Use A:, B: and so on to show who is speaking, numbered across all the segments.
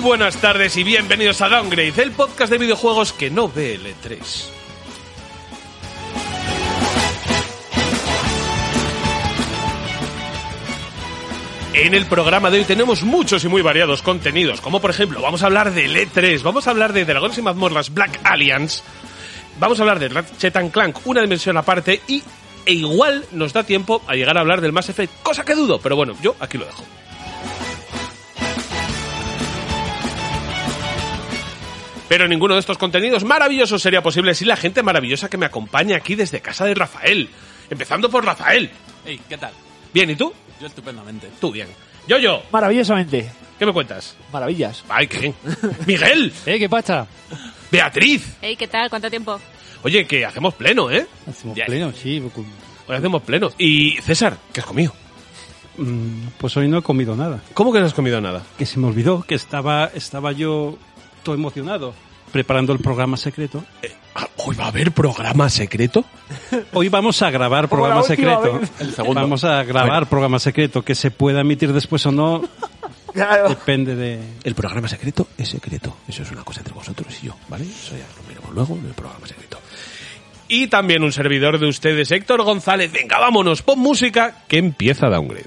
A: buenas tardes y bienvenidos a Downgrade, el podcast de videojuegos que no ve el E E3. En el programa de hoy tenemos muchos y muy variados contenidos, como por ejemplo, vamos a hablar de E3, vamos a hablar de Dragones y Mazmorras Black Alliance, vamos a hablar de Ratchet and Clank, una dimensión aparte, y e igual nos da tiempo a llegar a hablar del Mass Effect, cosa que dudo, pero bueno, yo aquí lo dejo. Pero ninguno de estos contenidos maravillosos sería posible sin la gente maravillosa que me acompaña aquí desde casa de Rafael. Empezando por Rafael.
B: Hey, ¿qué tal?
A: Bien, ¿y tú?
B: Yo estupendamente.
A: Tú bien. Yo, yo,
C: Maravillosamente.
A: ¿qué me cuentas?
C: Maravillas.
A: Ay, ¿qué? Miguel,
D: ¿Eh? ¿Qué pasa?
A: Beatriz.
E: Ey, ¿qué tal? ¿Cuánto tiempo?
A: Oye, que hacemos pleno, ¿eh?
D: Hacemos
A: Ya.
D: pleno, sí. pues, con-
A: Hoy hacemos pleno. Y César, ¿qué has comido?
D: mm, Pues hoy no he comido nada.
A: ¿Cómo que no has comido nada?
D: Que se me olvidó que estaba, estaba yo todo emocionado preparando el programa secreto.
A: Ah, Hoy va a haber programa secreto.
D: Hoy vamos a grabar
C: Como la
D: programa
C: última
D: secreto.
C: vez.
A: El segundo.
D: Vamos a grabar programa secreto. Que se pueda emitir después o no,
C: Claro.
D: depende de...
A: El programa secreto es secreto. Eso es una cosa entre vosotros y yo, ¿vale? Eso ya lo miramos luego en el programa secreto. Y también un servidor de ustedes, Héctor González. Venga, vámonos, pon música que empieza Downgrade.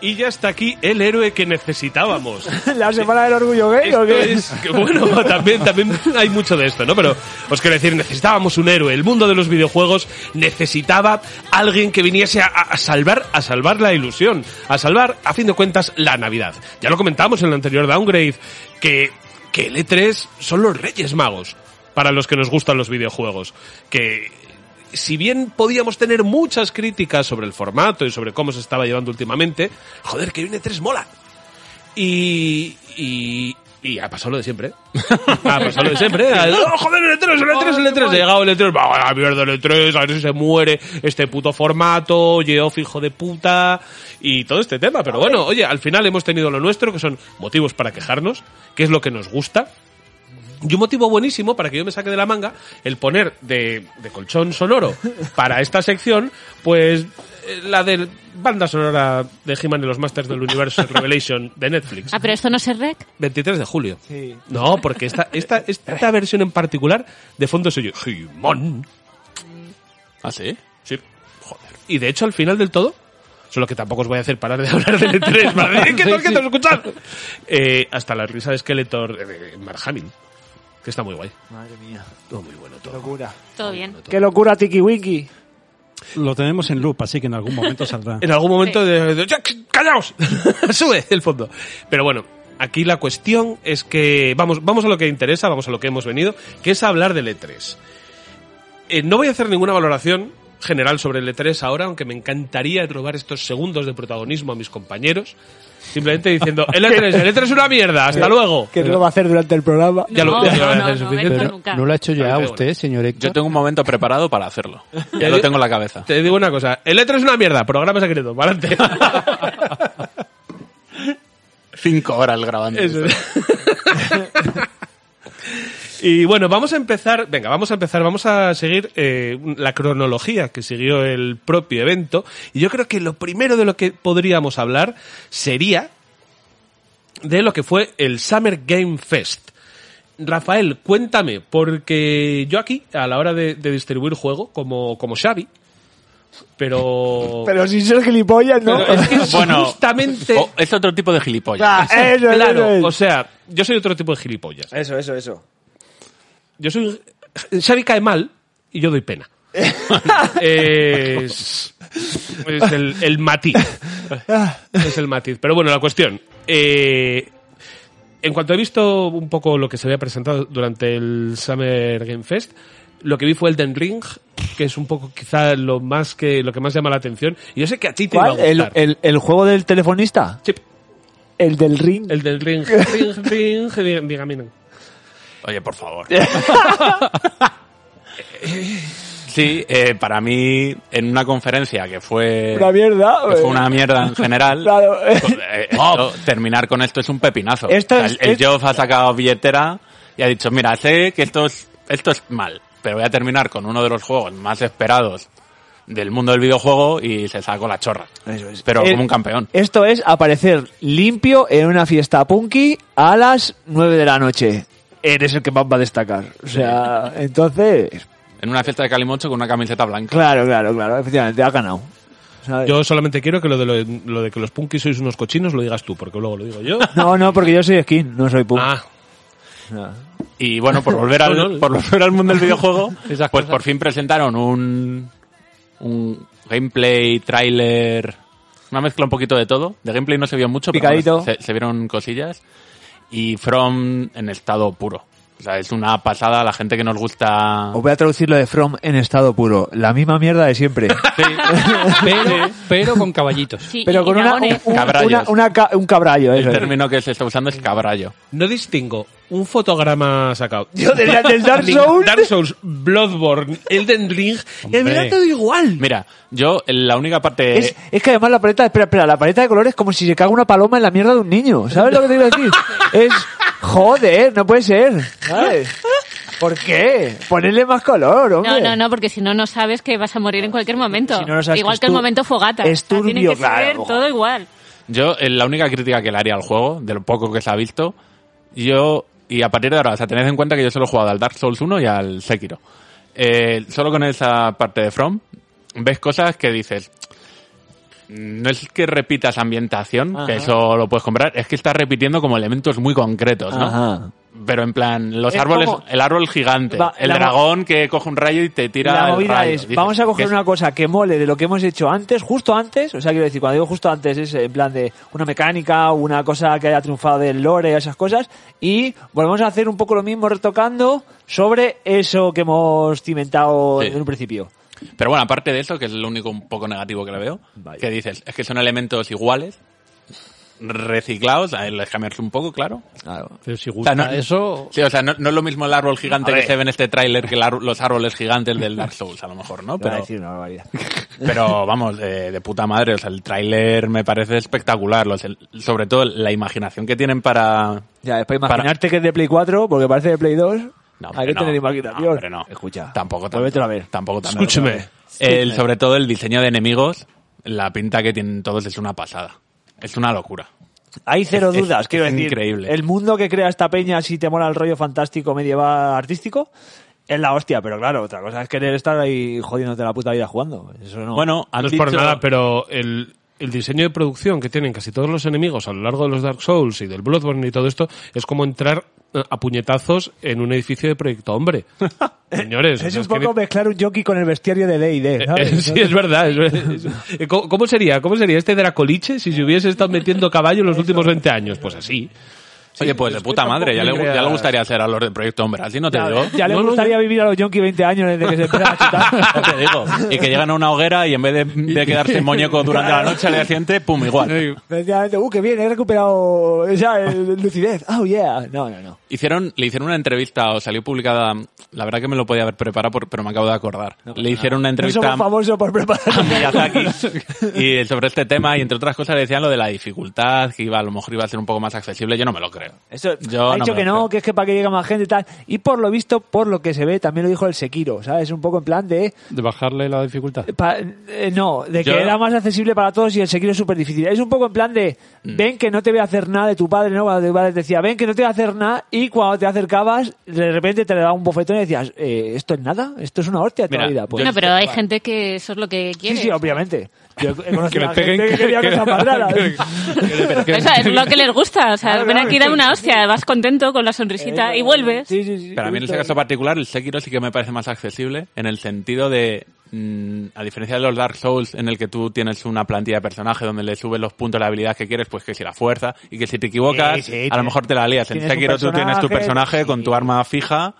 A: Y ya está aquí el héroe que necesitábamos.
C: La semana del orgullo gay, ¿o
A: Esto
C: qué?
A: es- que bueno, también, también hay mucho de esto, ¿no? Pero os quiero decir, necesitábamos un héroe. El mundo de los videojuegos necesitaba alguien que viniese a, a salvar, a salvar la ilusión, a salvar, a fin de cuentas, la Navidad. Ya lo comentábamos en el anterior downgrade, que, que el E3 son los Reyes Magos para los que nos gustan los videojuegos. Que si bien podíamos tener muchas críticas sobre el formato y sobre cómo se estaba llevando últimamente, joder, que viene 3 mola. Y, y, y ha pasado lo de siempre. Ha pasado lo de siempre. ¡Oh, joder, el E3, el E3, el E3! Ha llegado el E3, ¡va, la mierda el E3! A ver si se muere este puto formato, Geoff, hijo de puta, y todo este tema. Pero bueno, oye, al final hemos tenido lo nuestro, que son motivos para quejarnos, que es lo que nos gusta. Y un motivo buenísimo para que yo me saque de la manga el poner de, de colchón sonoro para esta sección, pues eh, la de banda sonora de He-Man de los Masters del Universo Revelation de Netflix.
E: Ah, pero esto no es rec.
A: 23 de julio. No, porque esta, esta, esta versión en particular de fondo soy yo. He-Man.
B: ¿Ah, sí?
A: Sí. Joder. Y de hecho, al final del todo, solo que tampoco os voy a hacer parar de hablar del E3, ¿vale? que no que no escuchar. Eh, hasta la risa de Skeletor eh, de Mark Hamill, que está muy guay.
C: Madre mía.
A: Todo muy bueno, todo.
C: Locura.
E: Todo bien.
C: Qué locura, Tiki Wiki.
D: Lo tenemos en loop, así que en algún momento saldrá.
A: En algún momento de, de- ¡Ya, callaos, sube el fondo. Pero bueno, aquí la cuestión es que vamos, vamos a lo que interesa, vamos a lo que hemos venido, que es hablar del E3. Eh, no voy a hacer ninguna valoración general sobre el E3 ahora, aunque me encantaría robar estos segundos de protagonismo a mis compañeros. Simplemente diciendo, el E3, el E3 es una mierda, hasta luego.
C: Que no lo va a hacer durante el programa.
A: Ya lo-
E: no,
A: ya lo voy a
E: no, no,
A: hacer
E: no,
A: suficiente.
E: esto
F: Pero
E: nunca.
F: no lo ha hecho ya
A: Vale,
F: usted, señor Héctor.
B: Yo tengo un momento preparado para hacerlo. Ya lo tengo en la cabeza.
A: Te digo una cosa, el E3 es una mierda, programa secreto, para
B: Cinco horas grabando.
A: Eso es. y bueno, vamos a empezar, venga, vamos a empezar, vamos a seguir eh, la cronología que siguió el propio evento. Y yo creo que lo primero de lo que podríamos hablar sería de lo que fue el Summer Game Fest. Rafael, cuéntame, porque yo aquí, a la hora de, de distribuir juego, como, como Xavi, Pero.
C: Pero sin ser gilipollas, ¿no?
A: Pero es que es
B: Bueno,
A: justamente.
B: O- Oh, es otro tipo de gilipollas.
C: Ah, eso, eso,
A: claro,
C: eso.
A: o sea, yo soy otro tipo de gilipollas.
G: Eso, eso, eso.
A: Yo soy. Xavi cae mal y yo doy pena. es es el, el matiz.
C: Ah,
A: Es el matiz. Pero bueno, la cuestión. eh, en cuanto he visto un poco lo que se había presentado durante el Summer Game Fest, lo que vi fue Elden Ring, que es un poco quizá lo más que lo que más llama la atención. Y yo sé que a ti te
G: ¿Cuál?
A: iba a
G: ¿El,
A: gustar.
G: el, el juego del telefonista?
A: Sí,
C: El del ring.
A: Elden Ring, Ring, Ring, Ring, dígame no.
B: Oye, por favor. Eh, sí, eh, para mí, en una conferencia que fue,
C: Una mierda.
B: que fue
C: eh.
B: una mierda en general,
C: Claro, eh.
B: pues, eh, esto- terminar con esto es un pepinazo.
G: Esto
B: O sea,
G: es-
B: el el
G: es-
B: Geoff ha sacado billetera y ha dicho, mira, sé que esto es, esto es mal, pero voy a terminar con uno de los juegos más esperados del mundo del videojuego y se sacó la chorra.
G: Eso es.
B: Pero
G: El-
B: como un campeón.
G: Esto es aparecer limpio en una fiesta punky a las 9 de la noche. Eres el que más va a destacar. O sea, entonces...
B: En una fiesta de Calimocho con una camiseta blanca.
G: Claro, claro, claro. Efectivamente, ha ganado. ¿sabes?
A: Yo solamente quiero que lo de, lo, lo de que los punkis sois unos cochinos lo digas tú, porque luego lo digo yo.
G: No, no, porque yo soy skin, no soy punk.
A: Ah,
B: Y bueno, por volver al,
A: No, no.
B: por volver al mundo del videojuego,
A: Esas
B: pues
A: cosas.
B: por fin presentaron un, un gameplay, tráiler, una mezcla un poquito de todo. De gameplay no se vio mucho,
G: Picadito.
B: pero bueno, se, se vieron cosillas. Y From en estado puro. O sea, es una pasada a la gente que nos gusta...
G: Os voy a traducir lo de From en estado puro. La misma mierda de siempre.
F: Pero, pero con caballitos.
E: Sí,
G: Pero
E: y-
G: con
E: y
G: una,
E: dragones.
G: un,
B: Cabrallos.
G: una- una ca- un cabrallo.
B: El
G: eso es.
B: término que se está usando es cabrallo.
A: no distingo un fotograma sacado.
C: Yo del, del Dark
A: Ni
C: Souls.
A: Dark Souls, Bloodborne, Elden Ring, y al final todo igual.
B: Mira, yo en la única parte...
G: Es, es que además la paleta, espera, espera, la paleta de colores es como si se caga una paloma en la mierda de un niño. ¿Sabes lo que te iba a decir? Es, joder, no puede ser. ¿Sabes? ¿Por qué? Ponerle más color,
E: No,
G: hombre.
E: no, no, porque si no, no sabes que vas a morir en cualquier momento.
G: Si no, no sabes
E: igual
G: que es
E: que, el
G: tu-
E: momento fogata.
G: es
E: O sea, tiene
G: turbio,
E: que ser
G: claro. Pues
E: todo igual.
B: Yo, eh, la única crítica que le haría al juego, de lo poco que se ha visto, yo, y a partir de ahora, o sea, tened en cuenta que yo solo he jugado al Dark Souls 1 y al Sekiro. Eh, solo con esa parte de From, ves cosas que dices, no es que repitas ambientación, que eso lo puedes comprar, es que estás repitiendo como elementos muy concretos, ¿no?
G: Ajá.
B: Pero en plan, los
G: Es
B: árboles,
G: como-
B: el árbol gigante,
G: Va,
B: el
G: la mo-
B: dragón que coge un rayo y te tira
G: La
B: el
G: movida
B: rayo.
G: es,
B: Dices,
G: vamos a coger
B: ¿qué es
G: una cosa que mole de lo que hemos hecho antes, justo antes, o sea, quiero decir, cuando digo justo antes es en plan de una mecánica, una cosa que haya triunfado del lore, esas cosas, y volvemos a hacer un poco lo mismo retocando sobre eso que hemos cimentado
B: Sí.
G: en un principio.
B: Pero bueno, aparte de eso, que es lo único un poco negativo que le veo,
G: Vaya.
B: que dices, es que son elementos iguales, reciclados, a ver, les cambias un poco, claro.
A: Pero si
B: O
A: gusta.
B: sea, no,
F: Eso
B: sí, o sea, no, no es lo mismo el árbol gigante que se ve en este tráiler que el ar- los árboles gigantes del Dark Souls, a lo mejor, ¿no?
G: Te voy a
B: Pero,
G: decir una barbaridad.
B: pero vamos, eh, de puta madre, o sea, el tráiler me parece espectacular, los- el- sobre todo la imaginación que tienen para...
G: Ya, después imaginarte que es de Play 4, porque parece de Play 2,
B: No, hombre,
G: hay que
B: no.
G: tener
B: No,
G: imaginación.
B: hombre, no.
G: Escucha,
B: Tampoco tanto.
G: vuélvetelo a ver.
B: Tampoco ¿eh? tanto.
A: Escúcheme.
B: El, sobre todo el diseño de enemigos, la pinta que tienen todos es una pasada. Es una locura.
G: Hay cero
B: Es- es-
G: dudas, quiero
B: es
G: decir.
B: increíble.
G: El mundo que crea esta peña, si te mola el rollo fantástico medieval artístico, es la hostia, pero claro, otra cosa es querer estar ahí jodiéndote la puta vida jugando. Eso no.
B: Bueno, han
A: No es por
B: dicho-
A: nada, pero el, el diseño de producción que tienen casi todos los enemigos a lo largo de los Dark Souls y del Bloodborne y todo esto es como entrar eh, a puñetazos en un edificio de proyecto hombre. Señores, o
G: Pues es
A: sea,
G: un
A: que
G: poco mezclar un jockey con el bestiario de D&D,
A: Eh,
G: ¿sabes?
A: sí, es verdad. es verdad. Eh, ¿Cómo, cómo sería? ¿Cómo sería este Dracoliche si se hubiese estado metiendo caballo en los últimos 20 años? Pues así.
B: Oye, pues de puta madre, ya le,
A: creas-
B: ya le gustaría hacer a los de Proyecto Hombre, así no te digo.
G: Ya le
A: No, no,
G: gustaría vivir a los yonkis 20 años desde que se empiezan a chutar.
B: No te digo. Y que llegan a una hoguera y en vez de, de quedarse muñeco durante la noche al día siguiente, pum, igual.
G: Efectivamente, uh, qué bien, he recuperado o sea, el- lucidez. Oh, yeah. No, no, no.
B: Hicieron, le hicieron una entrevista, o salió publicada, la verdad que me lo podía haber preparado, por- pero me acabo de acordar. le hicieron una
G: No
B: entrevista
G: somos famosos por
B: a
G: preparar.
B: Miyazaki y sobre este tema y entre otras cosas le decían lo de la dificultad, que iba, a lo mejor iba a ser un poco más accesible, yo no me lo creo.
A: creo.
G: Eso,
B: Yo
G: ha
B: no
G: dicho
B: me
G: que
B: lo
G: no,
B: creo.
G: que es que para que llegue más gente y tal. Y por lo visto, por lo que se ve, también lo dijo el Sekiro, ¿sabes? Un poco en plan de...
F: De bajarle la dificultad.
G: pa- eh, no, de que
B: Yo-
G: era más accesible para todos y el Sekiro es súper difícil. Es un poco en plan de...
B: Mm.
G: Ven que no te voy a hacer nada de tu padre, ¿no? Cuando tu padre te decía, ven que no te voy a hacer nada. Y cuando te acercabas, de repente te le daba un bofetón y decías, "Eh, ¿esto es nada? ¿Esto es una hostia de toda
B: Mira,
G: la vida? Pues,
E: Bueno, pero hay gente que eso es lo que
G: sí,
E: quiere.
G: sí, obviamente. Yo he conocido
F: Que le
G: a
F: peguen,
G: gente que
F: que-
G: quería
F: que-
G: cosas más raras.
E: O sea, es lo que les gusta. O sea,
G: Claro,
E: ven
G: claro,
E: aquí,
G: sí.
E: dame una hostia, vas contento con la sonrisita y vuelves.
G: Sí, sí, sí.
B: Pero a mí en ese caso particular, el Sekiro sí que me parece más accesible en el sentido de, mm, a diferencia de los Dark Souls, en el que tú tienes una plantilla de personaje donde le subes los puntos de la habilidad que quieres, pues que si la fuerza y que si te equivocas,
G: Sí, sí,
B: a lo
G: tienes-
B: mejor te la lías. En
G: tienes un
B: Sekiro tú tienes tu
G: personaje,
B: personaje con
G: sí.
B: tu arma fija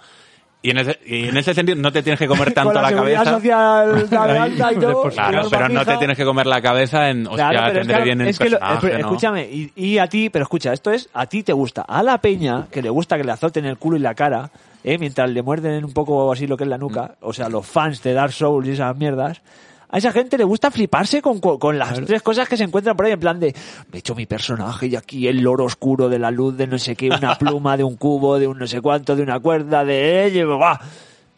B: y en, ese, y en ese sentido no te tienes que comer tanto
G: con la,
B: la,
G: seguridad
B: cabeza.
G: social de Atlanta y todo.
B: Claro, pero no te tienes que comer la cabeza en, hostia,
G: Claro, pero es
B: tendré
G: que,
B: bien el
G: es que lo-
B: personaje,
G: esp-
B: ¿no?
G: escúchame, y, y a ti, pero escucha, esto es, a ti te gusta, a la peña, que le gusta que le azoten el culo y la cara, eh, mientras le muerden un poco así lo que es la nuca,
F: Mm.
G: o sea, los fans de Dark Souls y esas mierdas, a esa gente le gusta fliparse con, co- con las tres cosas que se encuentran por ahí, en plan de, me he hecho mi personaje y aquí el loro oscuro de la luz, de no sé qué, una pluma, de un cubo, de un no sé cuánto, de una cuerda, de... eh, va.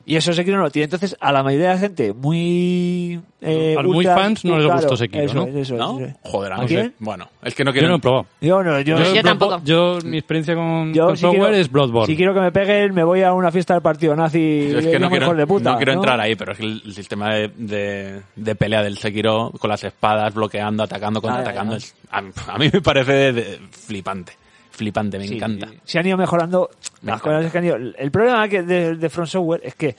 G: Y eso Sekiro no lo tiene. Entonces, a la mayoría de la gente muy... eh,
F: A los muy
G: ultras,
F: fans no les
G: claro,
F: gustó Sekiro,
G: eso
F: ¿no?
G: es, eso es,
B: ¿No?
G: eso es.
B: Joder,
G: ¿A
B: no sé.
G: quién?
B: Bueno, es que no
F: Yo
B: quiero...
F: no lo he probado.
G: Yo no, yo,
E: Yo
F: Yo,
E: tampoco.
F: Yo, mi experiencia con,
G: yo
F: con
G: si
F: Software
G: quiero-
F: es Bloodborne.
G: Si quiero que me peguen, me voy a una fiesta del partido nazi.
B: Yo es que
G: y
B: no
G: yo me
B: quiero,
G: joder de puta,
B: no quiero entrar ahí, pero es que el sistema de, de- de pelea del Sekiro con las espadas, bloqueando, atacando, contraatacando,
G: Ah,
B: es- a, a mí me parece de- de- flipante. Flipante, me
G: Sí,
B: encanta.
G: Se han ido mejorando
B: Me
G: las
B: encanta.
G: cosas que han ido. El problema que de, de Front Software es que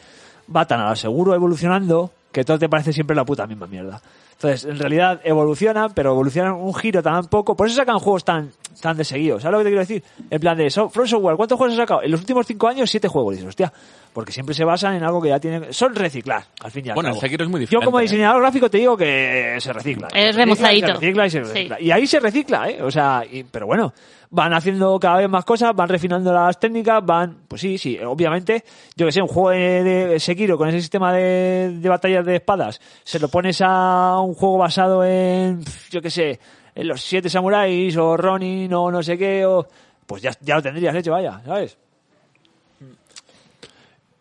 G: va tan a lo seguro evolucionando que todo te parece siempre la puta misma mierda. Entonces, en realidad evolucionan, pero evolucionan un giro tan poco. Por eso sacan juegos tan, tan de seguido. ¿Sabes lo que te quiero decir? En plan de so, Front Software, ¿cuántos juegos has sacado? En los últimos cinco años, siete juegos. Y dices, hostia, porque siempre se basan en algo que ya tienen. Son reciclar, al fin y al
B: Bueno, el
G: cabo.
B: Sekiro es muy
G: Yo, como
B: diferente, ¿eh?
G: diseñador gráfico, te digo que se recicla.
E: Es
G: Se recicla,
E: remozadito.
G: Se recicla y se
E: Sí.
G: recicla. Y ahí se recicla, ¿eh? O sea, y- pero bueno, van haciendo cada vez más cosas, van refinando las técnicas, van... Pues sí, sí, obviamente, yo que sé, un juego de, de Sekiro con ese sistema de, de batallas de espadas, se lo pones a un juego basado en, pf, yo que sé, en los siete samuráis o Ronin o no sé qué, o... Pues ya, ya lo tendrías hecho, vaya, ¿sabes?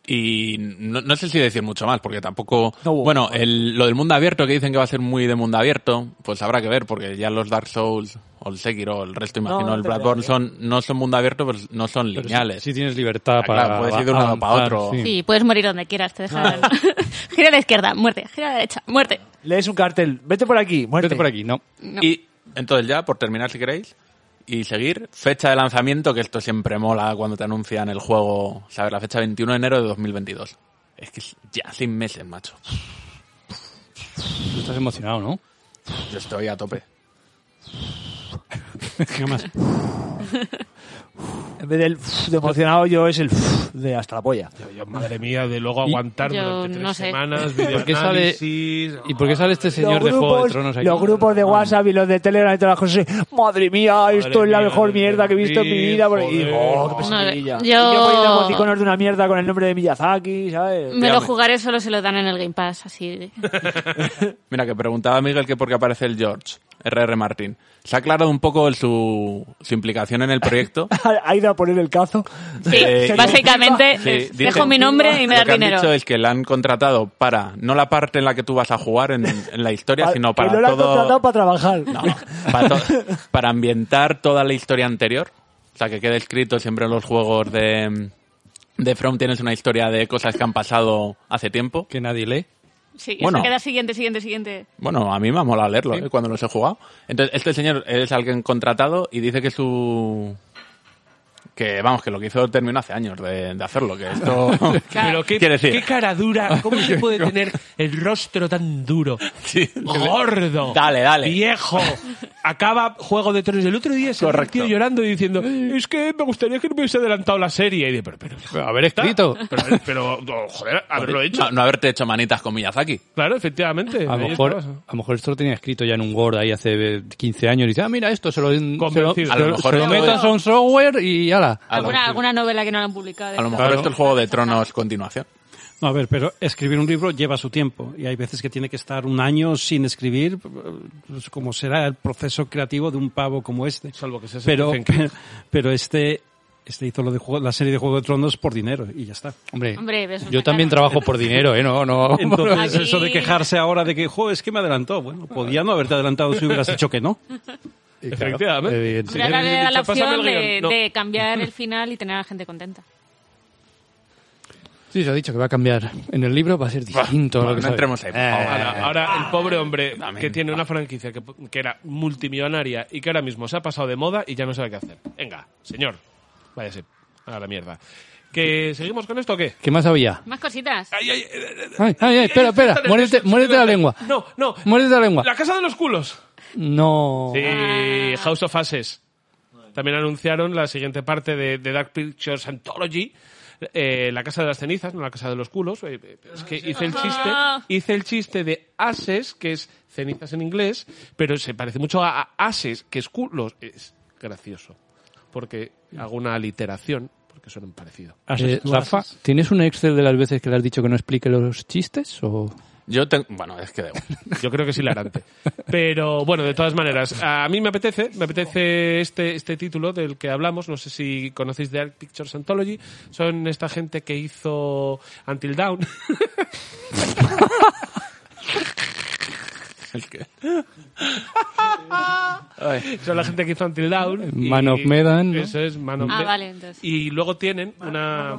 B: Y no, no sé si decir mucho más, porque tampoco...
G: No hubo.
B: bueno, el- lo del mundo abierto, que dicen que va a ser muy de mundo abierto, pues habrá que ver, porque ya los Dark Souls o el Sekiro, o el resto, imagino,
G: no
B: el
G: te
B: Bloodborne,
G: creas, ¿eh?
B: son, no son mundo abierto, pero no son
F: Pero
B: lineales.
F: Si, si tienes libertad
B: eh. Ah,
F: para.
B: claro, puedes ir de un lado para
F: avanzar,
B: otro.
F: sí.
E: Sí, puedes morir donde quieras, te dejan. gira a la izquierda, muerte. Gira a la derecha, muerte.
G: Lees un cartel, vete por aquí, muerte.
F: Vete por aquí, no.
E: No.
B: Y entonces ya, por terminar si queréis, y seguir, fecha de lanzamiento, que esto siempre mola cuando te anuncian el juego, ¿sabes? La fecha 21 de enero de 2022. Es que es ya seis meses, macho.
F: Tú estás emocionado, ¿no?
B: Yo estoy a tope.
F: ¿Qué más?
G: En vez del de emocionado, yo es el de hasta la polla.
A: Yo, madre mía, de luego aguantar
E: Yo
A: durante tres
E: no sé.
A: semanas,
F: ¿Por qué sale,
A: videoanálisis... ah,
F: ¿Y por qué sale este señor de Juego de Tronos aquí?
G: los grupos de WhatsApp y los de Telegram y todas las cosas. así, Madre mía, esto es la
A: mía,
G: mejor
A: madre
G: mierda que he visto en mi
A: mía,
G: vida. por- Y
A: joder.
G: oh, qué
A: No,
G: pesadilla.
E: yo-
G: Y yo poniendo emoticonos de una mierda con el nombre de Miyazaki, ¿sabes?
E: Me lo
B: Espérame.
E: jugaré solo se lo dan en el Game Pass, así. de-
B: Mira, que preguntaba Miguel que por qué aparece el George, RR Martín. Se ha aclarado un poco el- su, su implicación en el proyecto.
G: Ha ido a poner el cazo.
E: Sí,
B: Eh,
E: básicamente
B: Sí,
E: es,
B: dicen-
E: dejo mi nombre y me
B: lo
E: das
B: que han
E: dinero.
B: dicho es que la han contratado para, no la parte en la que tú vas a jugar en, en la historia, sino para
G: Ah, que no lo han
B: todo...
G: contratado para trabajar.
B: No, para, to- para ambientar toda la historia anterior. O sea, que quede escrito siempre en los juegos de, de From tienes una historia de cosas que han pasado hace tiempo.
F: Que nadie lee.
E: Sí,
B: Bueno.
E: se queda siguiente, siguiente, siguiente.
B: Bueno, a mí me ha molado leerlo ¿eh? cuando los he jugado. Entonces, este señor es alguien contratado y dice que su... Que vamos, que lo que hizo terminó hace años de, de hacerlo, que esto...
A: Pero qué,
B: Quiero decir-
A: qué cara dura, ¿cómo se puede tener el rostro tan duro?
B: Sí.
A: Gordo.
B: Dale, dale.
A: Viejo. Acaba Juego de Tronos. El otro día se
B: Correcto.
A: tío llorando y diciendo, es que me gustaría que no me hubiese adelantado la serie. Y de, pero, pero,
F: Pero haber escrito.
A: Pero, pero, oh, joder, haberlo hecho.
B: No, no haberte hecho manitas con Miyazaki.
A: Claro, efectivamente.
F: A lo,
A: Ahí
F: mejor,
A: estabas.
F: a lo mejor esto lo tenía escrito ya en un Word ahí hace eh, 15 años y dice, ah, mira, esto se lo, se lo-
A: Convencido.
F: se lo-
B: A lo mejor
F: se lo
B: no
F: metas
B: es-
F: a un software y ala.
B: A lo,
E: ¿Alguna, alguna novela que no la han publicado.
B: a lo mejor esto es el juego de tronos continuación.
D: No, a ver, pero escribir un libro lleva su tiempo y hay veces que tiene que estar un año sin escribir, pues, como será el proceso creativo de un pavo como este.
A: Salvo que sea
D: Pero,
A: Stephen King.
D: pero este, este hizo lo de juego- la serie de Juego de Tronos por dinero y ya está.
F: Hombre,
E: Hombre, ves una
F: yo también
E: cara.
F: trabajo por dinero, ¿eh? No, no.
D: Entonces,
E: Aquí-
D: eso de quejarse ahora de que, jo, es que me adelantó. Bueno, podía no haberte adelantado si hubieras dicho que no.
A: Efectivamente.
F: Evidente.
E: Ahora
A: Sí,
E: le da la
A: dicho, pásame
E: opción
A: el
E: de,
A: guión. No.
E: de cambiar el final y tener a la gente contenta.
F: Sí, se ha dicho que va a cambiar. En el libro va a ser distinto. a lo
B: Bueno,
F: que
B: no
F: sabe.
B: entremos ahí, por
F: Eh,
B: favor.
A: Ahora, ahora el pobre hombre que tiene una franquicia que, que era multimillonaria y que ahora mismo se ha pasado de moda y ya no sabe qué hacer. Venga, señor, váyase a la mierda. ¿Que seguimos con esto o qué?
F: ¿Qué más había?
E: Más cositas.
A: Ay, ay, eh, eh, eh,
F: Ay, ay, ay, espera, espera.
A: estoy
F: Muérdete,
A: nervioso,
F: muérdete la
A: espérate.
F: lengua.
A: No, no.
F: Muérdete la lengua.
A: La casa de los culos.
F: No. Eh,
A: Sí, House of Ashes. También anunciaron la siguiente parte de, de Dark Pictures Anthology. eh, la casa de las cenizas, no la casa de los culos. eh, eh, Es que hice el chiste,
E: Ajá.
A: hice el chiste de ases, que es cenizas en inglés, pero se parece mucho a, a ases, que es culos. Es gracioso, porque hago una aliteración, porque suenan parecido.
F: Eh, Rafa, ¿tienes un Excel de las veces que le has dicho que no explique los chistes? O...
B: Yo tengo... Bueno, es que da igual.
A: Yo creo que es hilarante. Pero bueno, de todas maneras, a mí me apetece, me apetece este, este título del que hablamos. No sé si conocéis The Dark Pictures Anthology. Son esta gente que hizo Until Dawn.
B: Es que-
A: Son la gente que hizo Until Dawn. y-
F: Man of Medan, ¿no?
A: Eso es, Man of
E: Ah,
A: Medan.
E: vale, entonces.
A: Y luego tienen una.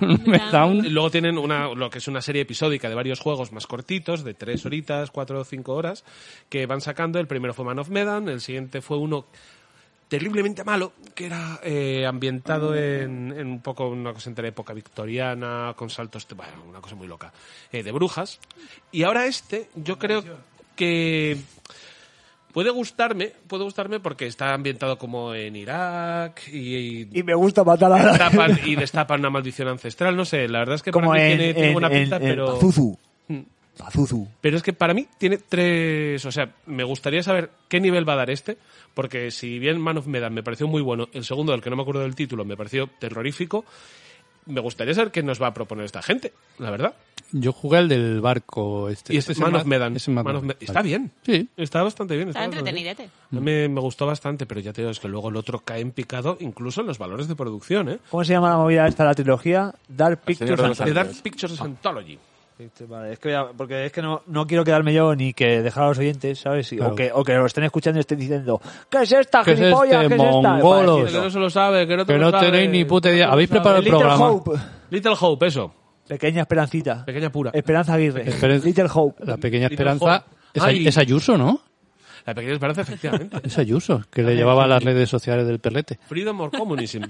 F: Me da un-
A: Luego tienen una, lo que es una serie episódica de varios juegos más cortitos, de tres horitas, cuatro o cinco horas, que van sacando. El primero fue Man of Medan, el siguiente fue uno terriblemente malo, que era eh, ambientado en, en un poco una cosa entre época victoriana, con saltos, bueno, una cosa muy loca, eh, de brujas. Y ahora este, yo creo que puede gustarme, puede gustarme porque está ambientado como en Irak y
C: Y me gusta matar a la
A: destapan y destapan una maldición ancestral. No sé, la verdad es que
C: Como
A: para mí
C: en,
A: tiene, tiene
C: en-
A: buena
C: en-
A: pinta,
C: en
A: pero.
C: Pazuzu. Pazuzu.
A: Pero es que para mí tiene tres. O sea, me gustaría saber qué nivel va a dar este, porque si bien Man of Medan me pareció muy bueno, el segundo, del que no me acuerdo del título, me pareció terrorífico. Me gustaría saber qué nos va a proponer esta gente, la verdad.
F: Yo jugué al del barco. Este.
A: Y este es Man
F: ma-
A: of Medan.
F: ese me
A: Man of
F: acuerdo.
A: Me- Está
F: Vale.
A: bien.
F: Sí.
A: Está bastante bien.
E: Estaba
A: bastante bien.
E: entretenidete.
A: A mí Me, me gustó bastante, pero ya te digo, es que luego el otro cae en picado, incluso en los valores de producción, ¿eh?
G: ¿Cómo se llama la movida esta, la trilogía? Dark
B: Señor
G: Pictures.
B: de
G: and
B: los
A: De Dark
B: Anillos.
A: Pictures Anthology.
G: Este, Vale, es que voy a- porque es que no, no quiero quedarme yo ni que dejar a los oyentes, ¿sabes? Y-
F: Claro.
G: O, que, o que lo estén escuchando y estén diciendo, ¿qué es esta,
F: ¿Qué es
G: gilipollas?
F: este
G: ¿Qué es esta?
F: mongolo?
G: Para
A: Que no
G: decir
A: se lo sabe, que no te
F: Que
A: lo
F: no
A: sabe.
F: tenéis ni puta idea.
A: No te lo
F: ¿Habéis
A: sabe.
F: preparado el
G: Little
F: programa?
G: Hope.
A: Little Hope, eso.
G: Pequeña Esperancita.
A: Pequeña pura.
F: Eh.
G: Esperanza Aguirre.
F: Esperen-
G: Little Hope.
F: La pequeña
A: Little
F: esperanza.
A: Hope.
F: Es,
A: Ay.
F: Ay- es Ayuso, ¿no?
A: La pequeña esperanza, efectivamente.
F: Es Ayuso, que le llevaba a las redes sociales del perlete.
A: Freedom or Communism.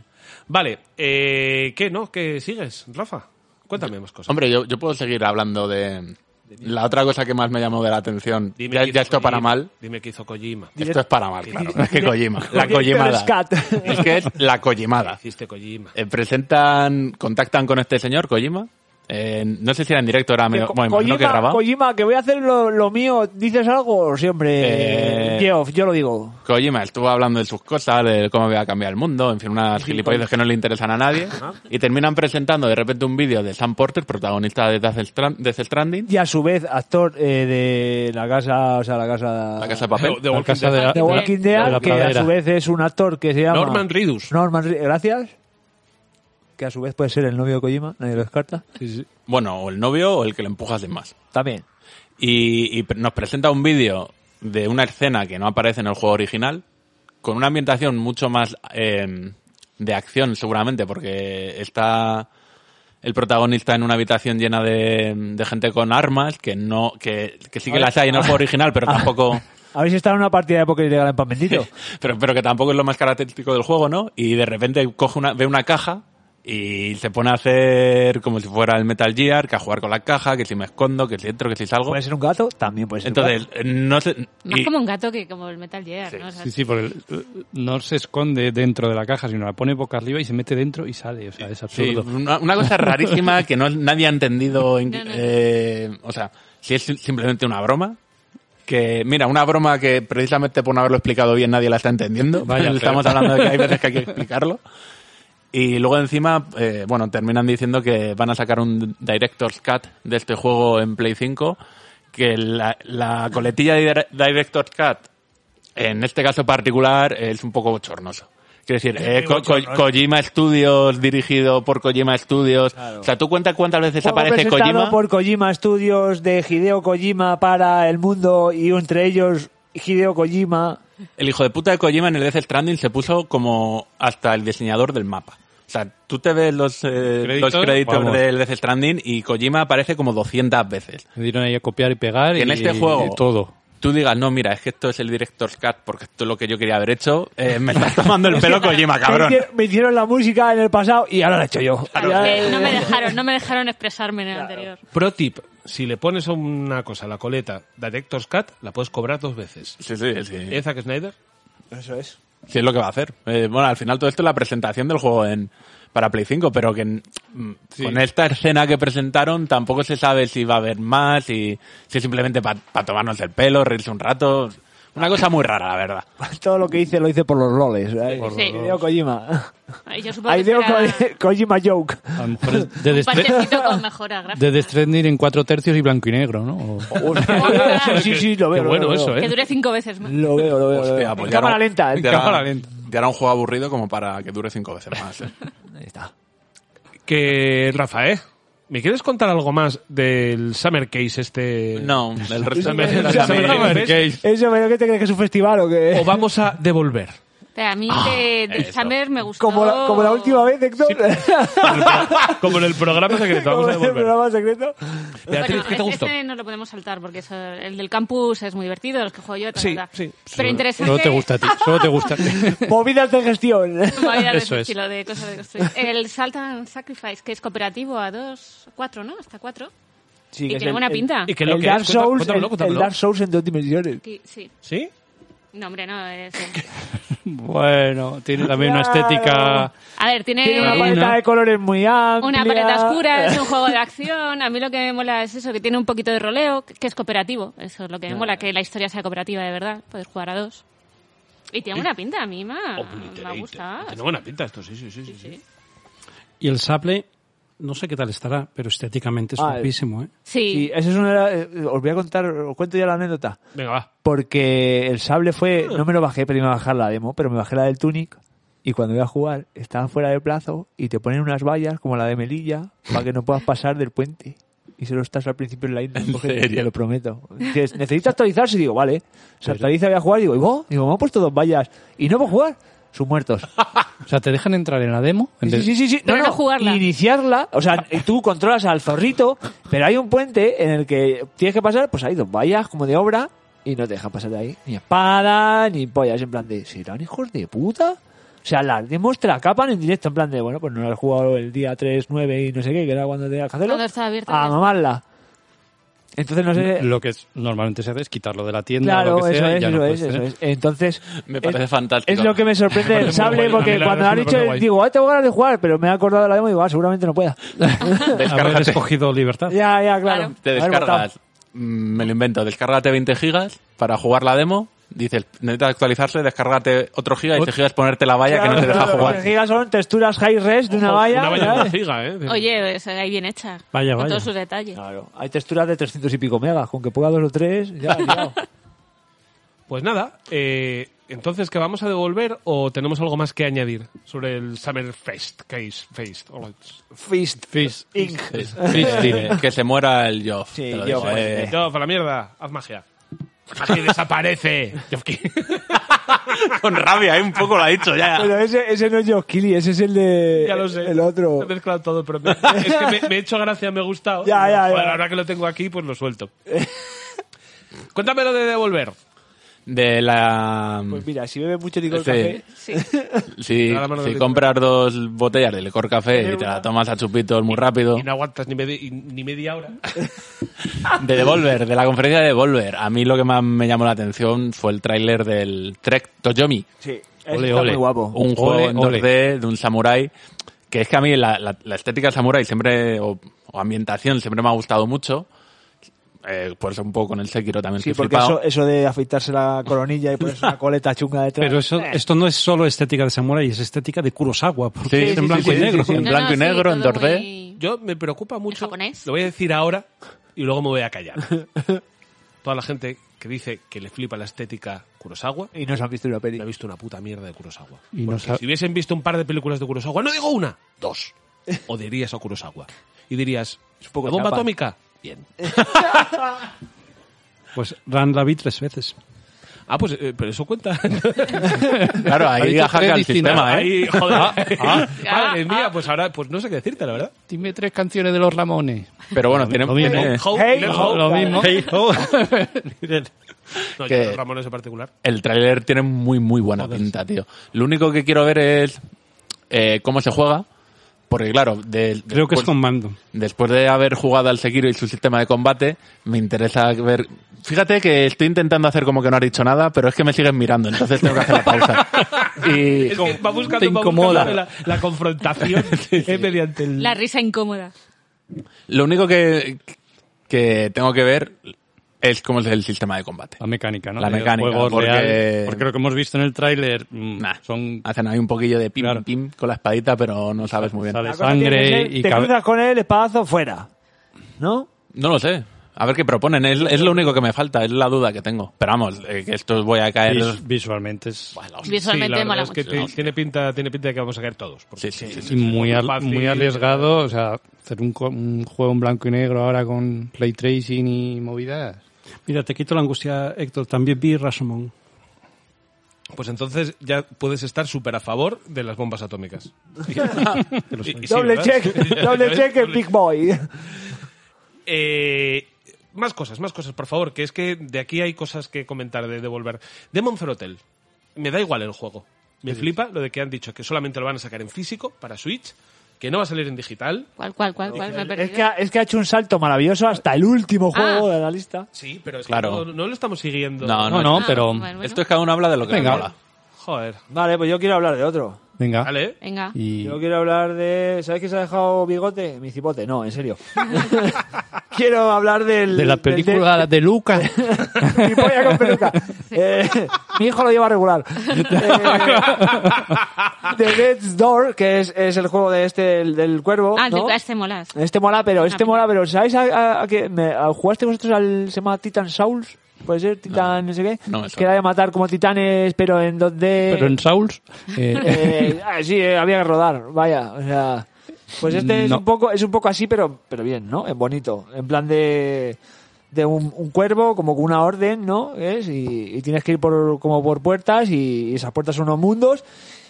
A: Vale, eh, ¿qué no? ¿Qué sigues, Rafa? Cuéntame más cosas.
B: Hombre, yo, yo puedo seguir hablando de... La otra cosa que más me llamó de la atención,
A: qué
B: ya, ya
A: hizo
B: esto para
A: Kojima.
B: mal,
A: Dime qué hizo Kojima.
B: esto es para mal, claro, es que Kojima, la
G: Director
B: Kojimada,
G: Scott.
B: es que es la
A: ¿Qué
B: Kojimada,
A: hiciste Kojima?
B: Eh, presentan, contactan con este señor, Kojima. Eh, no sé si era en directo, era medio,
G: Co-
B: bueno, imagino que
G: Kojima,
B: grababa.
G: Kojima, que voy a hacer lo, lo mío. ¿Dices algo o siempre?
B: Eh,
G: Geoff, yo lo digo.
B: Kojima estuvo hablando de sus cosas, de cómo había cambiado el mundo, en fin, unas gilipolleces que no le interesan a nadie. Y terminan presentando de repente un vídeo de Sam Porter, protagonista de Death Strand- Death Stranding,
G: Y a su vez, actor eh, de la casa, o sea, la casa...
B: La Casa Ah. de Papel.
A: The
F: La
A: Walking
F: casa
A: Dead.
F: de la-
G: de Walking Dead,
F: de la
G: que a
F: pradera.
G: su vez es un actor que se llama...
A: Norman Reedus.
G: Norman Reed- gracias. Que a su vez puede ser el novio de Kojima, nadie lo descarta.
B: Bueno, o el novio o el que le empujas de más.
G: También.
B: Y, y pre- nos presenta un vídeo de una escena que no aparece en el juego original, con una ambientación mucho más eh, de acción seguramente, porque está el protagonista en una habitación llena de, de gente con armas, que no que, que sí que las hay en el juego original, pero tampoco...
G: A ver si está en una partida de póker ilegal en Pan Bendito.
B: pero, pero que tampoco es lo más característico del juego, ¿no? Y de repente coge una, ve una caja y se pone a hacer como si fuera el Metal Gear, que a jugar con la caja, que si me escondo, que si entro, que si salgo.
G: Puede ser un gato, también puede ser un
B: Entonces, eh, no sé...
E: Más
B: y-
E: como un gato que como el Metal Gear, ¿no? O sea,
F: Sí, sí, porque eh, no se esconde dentro de la caja, sino la pone boca arriba y se mete dentro y sale. O sea, es
B: Sí,
F: absurdo.
B: una, una cosa rarísima que no nadie ha entendido. en-
E: No, no.
B: eh, o sea, si es simplemente una broma. Que, mira, una broma que precisamente por no haberlo explicado bien nadie la está entendiendo.
F: Vaya,
B: Estamos hablando de que hay veces que hay que explicarlo. Y luego encima, eh, bueno, terminan diciendo que van a sacar un Director's Cut de este juego en Play 5, que la, la coletilla de dire- Director's Cut, en este caso particular, es un poco bochornoso. Quiero decir, eh, Ko- Ko- Kojima Studios, dirigido por Kojima Studios. O sea, ¿tú cuentas cuántas veces
G: Juego
B: aparece
G: presentado
B: Kojima?
G: Pues por Kojima Studios de Hideo Kojima para el mundo y entre ellos Hideo Kojima.
B: El hijo de puta de Kojima en el Death Stranding se puso como hasta el diseñador del mapa. O sea, tú te ves los, eh,
F: ¿Créditos?
B: los créditos
F: Vamos.
B: del Death Stranding y Kojima aparece como 200 veces.
F: Me dieron ahí a copiar y pegar
B: Que en
F: y,
B: este juego
F: y todo.
B: tú digas, no, mira, es que esto es el Director's Cut porque esto es lo que yo quería haber hecho, eh, me estás tomando el pelo Kojima,
G: Me
B: cabrón.
G: hicieron, me hicieron la música en el pasado y ahora la he hecho yo. Ya-
E: Eh, no me dejaron, no me dejaron expresarme en el anterior.
A: Pro tip, si le pones a una cosa a la coleta Director's Cut, la puedes cobrar dos veces.
B: Sí, sí, sí.
A: ¿Eh, Zack Snyder?
G: Eso es.
B: Sí, es lo que va a hacer. Eh, bueno, al final todo esto es la presentación del juego en para Play 5, pero que en- mm, con esta escena que presentaron tampoco se sabe si va a haber más, si, si es simplemente para tomarnos el pelo, reírse un rato. Una cosa muy rara, la verdad.
G: Todo lo que hice lo hice por los roles. ¿eh?
E: Por los Sí.
G: Hideo Kojima.
E: Ay, Yo supongo que
G: Hideo
E: será
G: Ko- Kojima joke.
F: A lo mejor es de
E: un
F: destre-
E: parchecito con mejora gráfica.
F: de Death Stranding en cuatro tercios y blanco y negro, ¿no? O-
G: sí, sí, sí, lo
A: Qué
G: veo. lo
A: bueno
G: veo,
A: eso,
E: Que
A: ¿eh?
E: dure cinco veces más.
G: Lo veo, lo veo. lo
B: Hostia,
G: veo.
B: pues
G: En
B: ya
G: cámara
B: no-
G: lenta. en
B: ya
G: cámara-
F: cámara lenta.
B: ya era un juego aburrido como para que dure cinco veces más. ¿eh?
G: Ahí está.
A: Que, Rafa, ¿eh? ¿Me quieres contar algo más del Summer Case este?
B: No, el resto
A: Summer-
B: de
A: Summer Case.
G: Eso, pero ¿qué te crees que es un festival o qué?
A: ¿O vamos a devolver?
E: Pero a mí de, de
B: eso.
E: Summer me gustó.
G: Como la, como la última vez, Héctor.
A: Como en el programa secreto, vamos
G: Como
A: a
G: en el
A: devolver.
G: programa secreto.
A: Beatriz, ¿qué te
E: este-
A: gustó?
E: Este no lo podemos saltar porque eso- el del campus es muy divertido, los que juego yo. ta, ta,
A: Sí,
E: ta.
A: sí.
E: Pero interesante.
F: Solo te gusta a ti, solo te gusta a ti.
G: Movidas de gestión.
E: variedad
F: Eso
E: de ese
F: es.
E: estilo de cosas de construir. El Salt and Sacrifice, que es cooperativo a dos, cuatro, ¿no? Hasta cuatro.
G: Sí,
E: Y
G: que es
E: tiene
G: el-
E: buena
G: el-
E: pinta.
A: ¿Y qué es lo
G: El
A: que es?
G: Dark
A: Cuenta-
G: Souls, el-
A: cuéntamelo,
G: el
A: cuéntamelo.
G: Dark Souls en dos dimensiones.
E: Y- Sí.
A: ¿Sí?
E: No, hombre, no. es-
F: Bueno, tiene también una estética...
E: A ver, tiene,
G: Tiene una
F: Eh,
G: paleta
F: ¿no?
G: de colores muy amplia.
E: Una paleta oscura, es un juego de acción. A mí lo que me mola es eso, que tiene un poquito de roleo, que es cooperativo. Eso es lo que me mola, que la historia sea cooperativa de verdad, poder jugar a dos. Y tiene buena pinta, a mí me
A: Oh,
E: ha- me ha gustado.
A: Tiene buena pinta esto, sí, sí, sí. sí, sí.
D: Y el Sable, no sé qué tal estará, pero estéticamente es
G: Ah,
D: guapísimo, ¿eh?
E: Sí,
G: Sí, eso es una. eh, Os voy a contar, os cuento ya la anécdota.
A: Venga, va.
G: Porque el sable fue. No me lo bajé, pero iba a bajar la demo, pero me bajé la del Tunic. Y cuando iba a jugar, estaba fuera de plazo y te ponen unas vallas como la de Melilla para que no puedas pasar del puente. Y solo estás al principio en la isla. mujer,
B: serio?
G: Te lo prometo. Dices, necesita actualizarse. Digo, vale. Se actualiza, voy a jugar. Digo, ¿y vos? Digo, me han puesto dos vallas. ¿Y no puedo jugar? Sus muertos.
F: O sea, te dejan entrar en la demo. en
G: Sí,
F: vez-
G: sí, sí, sí.
E: Pero no jugarla.
G: Iniciarla. O sea, tú controlas al zorrito, pero hay un puente en el que tienes que pasar, pues hay dos vallas como de obra y no te dejan pasar de ahí. Ni espada, ni pollas. En plan de, ¿serán hijos de puta? O sea, las demos te la capan en directo, en plan de, bueno, pues no la he jugado el día 3, 9 y no sé qué, que era cuando tenía que hacerlo.
E: Cuando estaba abierto.
G: A mamarla. Entonces no sé...
F: Lo que es- normalmente se hace es quitarlo de la tienda o
G: Eh, Claro,
F: lo que
G: eso
F: sea, y
G: es,
F: ya no
G: eso es,
F: puedes
G: eso
F: tener.
G: es. Entonces,
B: Me parece
G: es-
B: fantástico.
G: Es lo que me sorprende del sable,
A: guay. A
G: porque
A: mí la
G: cuando
A: verdad
G: lo
A: es
G: han
A: que me
G: dicho,
A: parece
G: digo, ah, te voy a ganar de jugar, pero me he acordado de la demo y digo, ah, seguramente no pueda.
B: Descárgate.
F: Haber escogido libertad.
G: Ya, ya, claro.
B: Te
G: Haber
B: descargas,
G: votado.
B: mm, me lo invento, descárgate 20 gigas para jugar la demo, dices, necesitas actualizarse, descárgate otro giga y ese giga es ponerte la valla que no te deja
G: Claro,
B: jugar.
G: Los gigas son texturas high res de una valla.
A: Una valla de una
G: ¿sabes?
A: giga, ¿eh?
E: Oye, es ahí bien hecha.
D: Vaya,
E: con
D: vaya.
E: todos sus detalles.
G: Claro, hay texturas de 300 y pico megas, con que ponga dos o tres, ya, ya.
A: Pues nada, eh, entonces, ¿que vamos a devolver o tenemos algo más que añadir sobre el Summer Fest? Case, Fest. o lo-
G: Fist,
F: Fizz.
G: Inc.
B: Fistine, que se muera el Joff.
G: Sí,
B: te lo
G: Joff,
B: digo, eh.
G: eh.
A: Yo, para la mierda, haz magia. Así desaparece. Yovki.
B: Con rabia, ¿eh? un poco lo ha dicho ya.
G: Pero ese, ese no es Josh Killy, ese es el de.
A: ya lo sé.
G: Eh, El otro.
A: He mezclado todo, pero me, es que me, me he hecho gracia, me ha gustado.
G: Ya, ya, Eh. ya.
A: Joder, ahora que lo tengo aquí, pues lo suelto. Cuéntame lo de devolver.
B: De la...
G: Pues mira, si bebe mucho licor
B: Sí.
G: café.
E: Sí.
G: Pues,
B: Si,
A: Da la mano
B: si
A: del
B: compras dos botellas de licor café y te la tomas a chupitos muy rápido,
A: Y no aguantas ni, medi- y- ni media hora.
B: De Devolver, de la conferencia de Devolver. A mí lo que más me llamó la atención fue el tráiler del Trek Toyomi,
G: Sí,
F: Ole,
G: está
F: ole.
G: muy guapo.
B: un juego
F: Ole,
B: en
F: ole.
B: 2D de un samurái. Que es que a mí la, la- la estética samurái siempre, o, o ambientación, siempre me ha gustado mucho. Eh, por eso un poco con el Sekiro también
G: Sí,
B: estoy
G: porque
B: flipado.
G: eso, eso de afeitarse la coronilla y ponerse una coleta chunga detrás.
D: Pero eso, esto no es solo estética de Samurai, es estética de Kurosawa, porque
B: Sí, sí,
D: es en
B: sí,
D: blanco
B: sí,
D: y
B: sí,
D: negro.
B: sí, sí. En
E: No,
B: blanco
E: no,
B: y
E: sí,
B: negro, en
E: todo
B: 2D.
E: muy-
A: Yo me preocupa mucho.
E: japonés?
A: Lo voy a decir ahora y luego me voy a callar. Toda la gente que dice que le flipa la estética Kurosawa
G: Y no se han visto una
A: no
G: peli.
A: ha visto una puta mierda de Kurosawa.
F: Y no
A: Porque
F: sa-
A: si hubiesen visto un par de películas de Kurosawa, no digo una, dos, odiarías a Kurosawa. Y dirías,
G: Es un poco
A: ¿la bomba
G: chapa.
A: atómica? Bien.
D: Pues Ran la vi tres veces.
A: Ah, pues eh, pero eso cuenta.
B: Claro,
F: Ha
B: ahí
F: dicho
B: hackean
F: tres
B: el sistema, ¿eh?
A: Ahí, joder.
G: Ah,
A: Madre mía, pues ahora pues no sé qué decirte, la verdad.
F: Dime tres canciones de los Ramones.
B: Pero bueno, tienen...
F: lo mismo.
B: tiene-
A: How-
G: Hey,
A: Let
G: no,
A: How-
F: Lo mismo.
A: No,
B: que-
A: yo los Ramones en particular.
B: El tráiler tiene muy, muy buena pinta, tío. Lo único que quiero ver es eh, cómo se juega. Porque claro, de-
D: Creo que es
B: después-
D: con mando.
B: Después de haber jugado al Sekiro y su sistema de combate, me interesa ver... Fíjate que estoy intentando hacer como que no has dicho nada, pero es que me siguen mirando, entonces tengo que hacer la pausa. Y...
A: Es que va buscando,
B: Te
A: va buscando
B: incomoda.
A: la, la confrontación eh, mediante el...
E: La risa incómoda.
B: Lo único que, que tengo que ver es cómo es el sistema de combate.
F: La mecánica, ¿no?
B: La
F: Del
B: mecánica,
F: juego
B: porque-
F: real. porque lo que hemos visto en el tráiler mm,
B: Nah.
F: son
B: Hacen ahí un poquillo de pim,
F: Claro.
B: pim con la espadita, pero no sabes muy bien.
F: sale
G: La cosa tiene que
F: sangre
G: ser,
F: y
G: Te
F: cabe-
G: cruzas con él, espadazo, fuera. ¿No?
B: No lo sé. A ver qué proponen. Es, es lo único que me falta, es la duda que tengo. Pero vamos, eh, que esto voy a caer...
F: vis- visualmente es
A: Sí, la
E: Visualmente
A: verdad
E: mola
A: es que
E: mucho.
A: ti- tiene pinta, tiene pinta de que vamos a caer todos. porque
B: Sí, sí, sí,
F: y muy, al-
A: fácil.
F: muy arriesgado, o sea, hacer un, co- un juego en blanco y negro ahora con play tracing y movidas.
D: Mira, te quito la angustia, Héctor. También vi Rashomon.
A: Pues entonces ya puedes estar súper a favor de las bombas atómicas. Y- y sí,
G: doble
A: ¿verdad?
G: check, doble check en Big Boy.
A: Eh, más cosas, más cosas, por favor, que es que de aquí hay cosas que comentar de devolver. Demon Fair Hotel. Me da igual el juego. Me flipa lo de que han dicho que solamente lo van a sacar en físico para Switch, que no va a salir en digital.
E: ¿Cuál, cuál, cuál, cuál? Me he perdido.
G: Es que, ha, es que ha hecho un salto maravilloso hasta el último juego
E: Ah.
G: de la lista.
A: Sí, pero es
B: Claro.
A: que no, no lo estamos siguiendo.
B: No,
F: No,
B: no,
F: no,
E: Ah,
F: pero
E: bueno, bueno.
B: Esto es cada uno habla de lo que le
F: Venga.
B: mola.
A: Joder.
G: Vale, pues yo quiero hablar de otro.
F: venga.
A: Vale, ¿eh?
E: Venga.
F: Y
G: Yo quiero hablar de... ¿Sabes qué se ha dejado bigote? Mi cipote, no, en serio. quiero hablar del...
F: de la
G: del- del-
F: película de Lucas.
G: Mi polla con peluca. Eh, mi hijo lo lleva regular. Eh, The Death's Door, que es, es el juego de este, el del cuervo.
E: Ah,
G: ¿no?
E: de- este molas.
G: Este mola, pero este
E: Ah,
G: mola, pero ¿sabéis a, a- a qué? Me- a- ¿Jugaste vosotros al... se llama Titan Souls? ¿Puede ser? Titan no, sé qué.
B: no me suena.
G: que era de matar como titanes, pero en donde...
F: Pero en Souls, eh,
G: Eh, ah, sí, eh, había que rodar, vaya, o sea, pues este es
F: No.
G: un poco es un poco así, pero pero bien, ¿no? Es bonito, en plan de de un, un cuervo como con una orden, ¿no? Es y, y tienes que ir por como por puertas y, esas puertas son unos mundos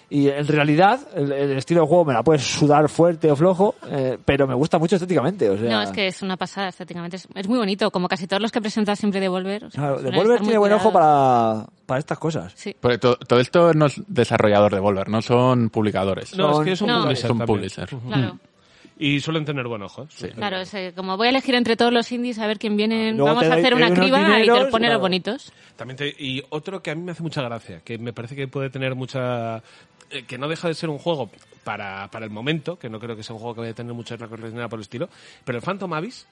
G: y en realidad el, el estilo de juego me la puedes sudar fuerte o flojo, eh, pero me gusta mucho estéticamente, o sea.
E: No, es que es una pasada estéticamente. Es, es muy bonito, como casi todos los que presenta siempre Devolver. o sea,
G: Claro,
E: suelen
G: Devolver
E: estar muy
G: tiene buen ojo
E: cuidados.
G: para, para estas cosas.
E: Sí.
B: Porque to- todo esto no es desarrollador de Volver, no son publicadores.
A: No,
G: Son-
A: es que es un
E: No.
A: publisher
B: son
A: también.
B: publishers.
E: Claro,
A: Y suelen tener buen ojo. ¿eh? Suelen
E: claro. es, eh, como voy a elegir entre todos los indies a ver quién vienen,
G: Luego
E: vamos
G: te
E: a
G: doy-
E: hacer
G: te
E: una
G: doy unos
E: criba y
G: dineros,
E: te pone
G: claro.
E: los bonitos.
A: También te- y otro que a mí me hace mucha gracia, que me parece que puede tener mucha... eh, que no deja de ser un juego para, para el momento, que no creo que sea un juego que vaya a tener mucha recorrido ni nada por el estilo, pero el Phantom Abyss,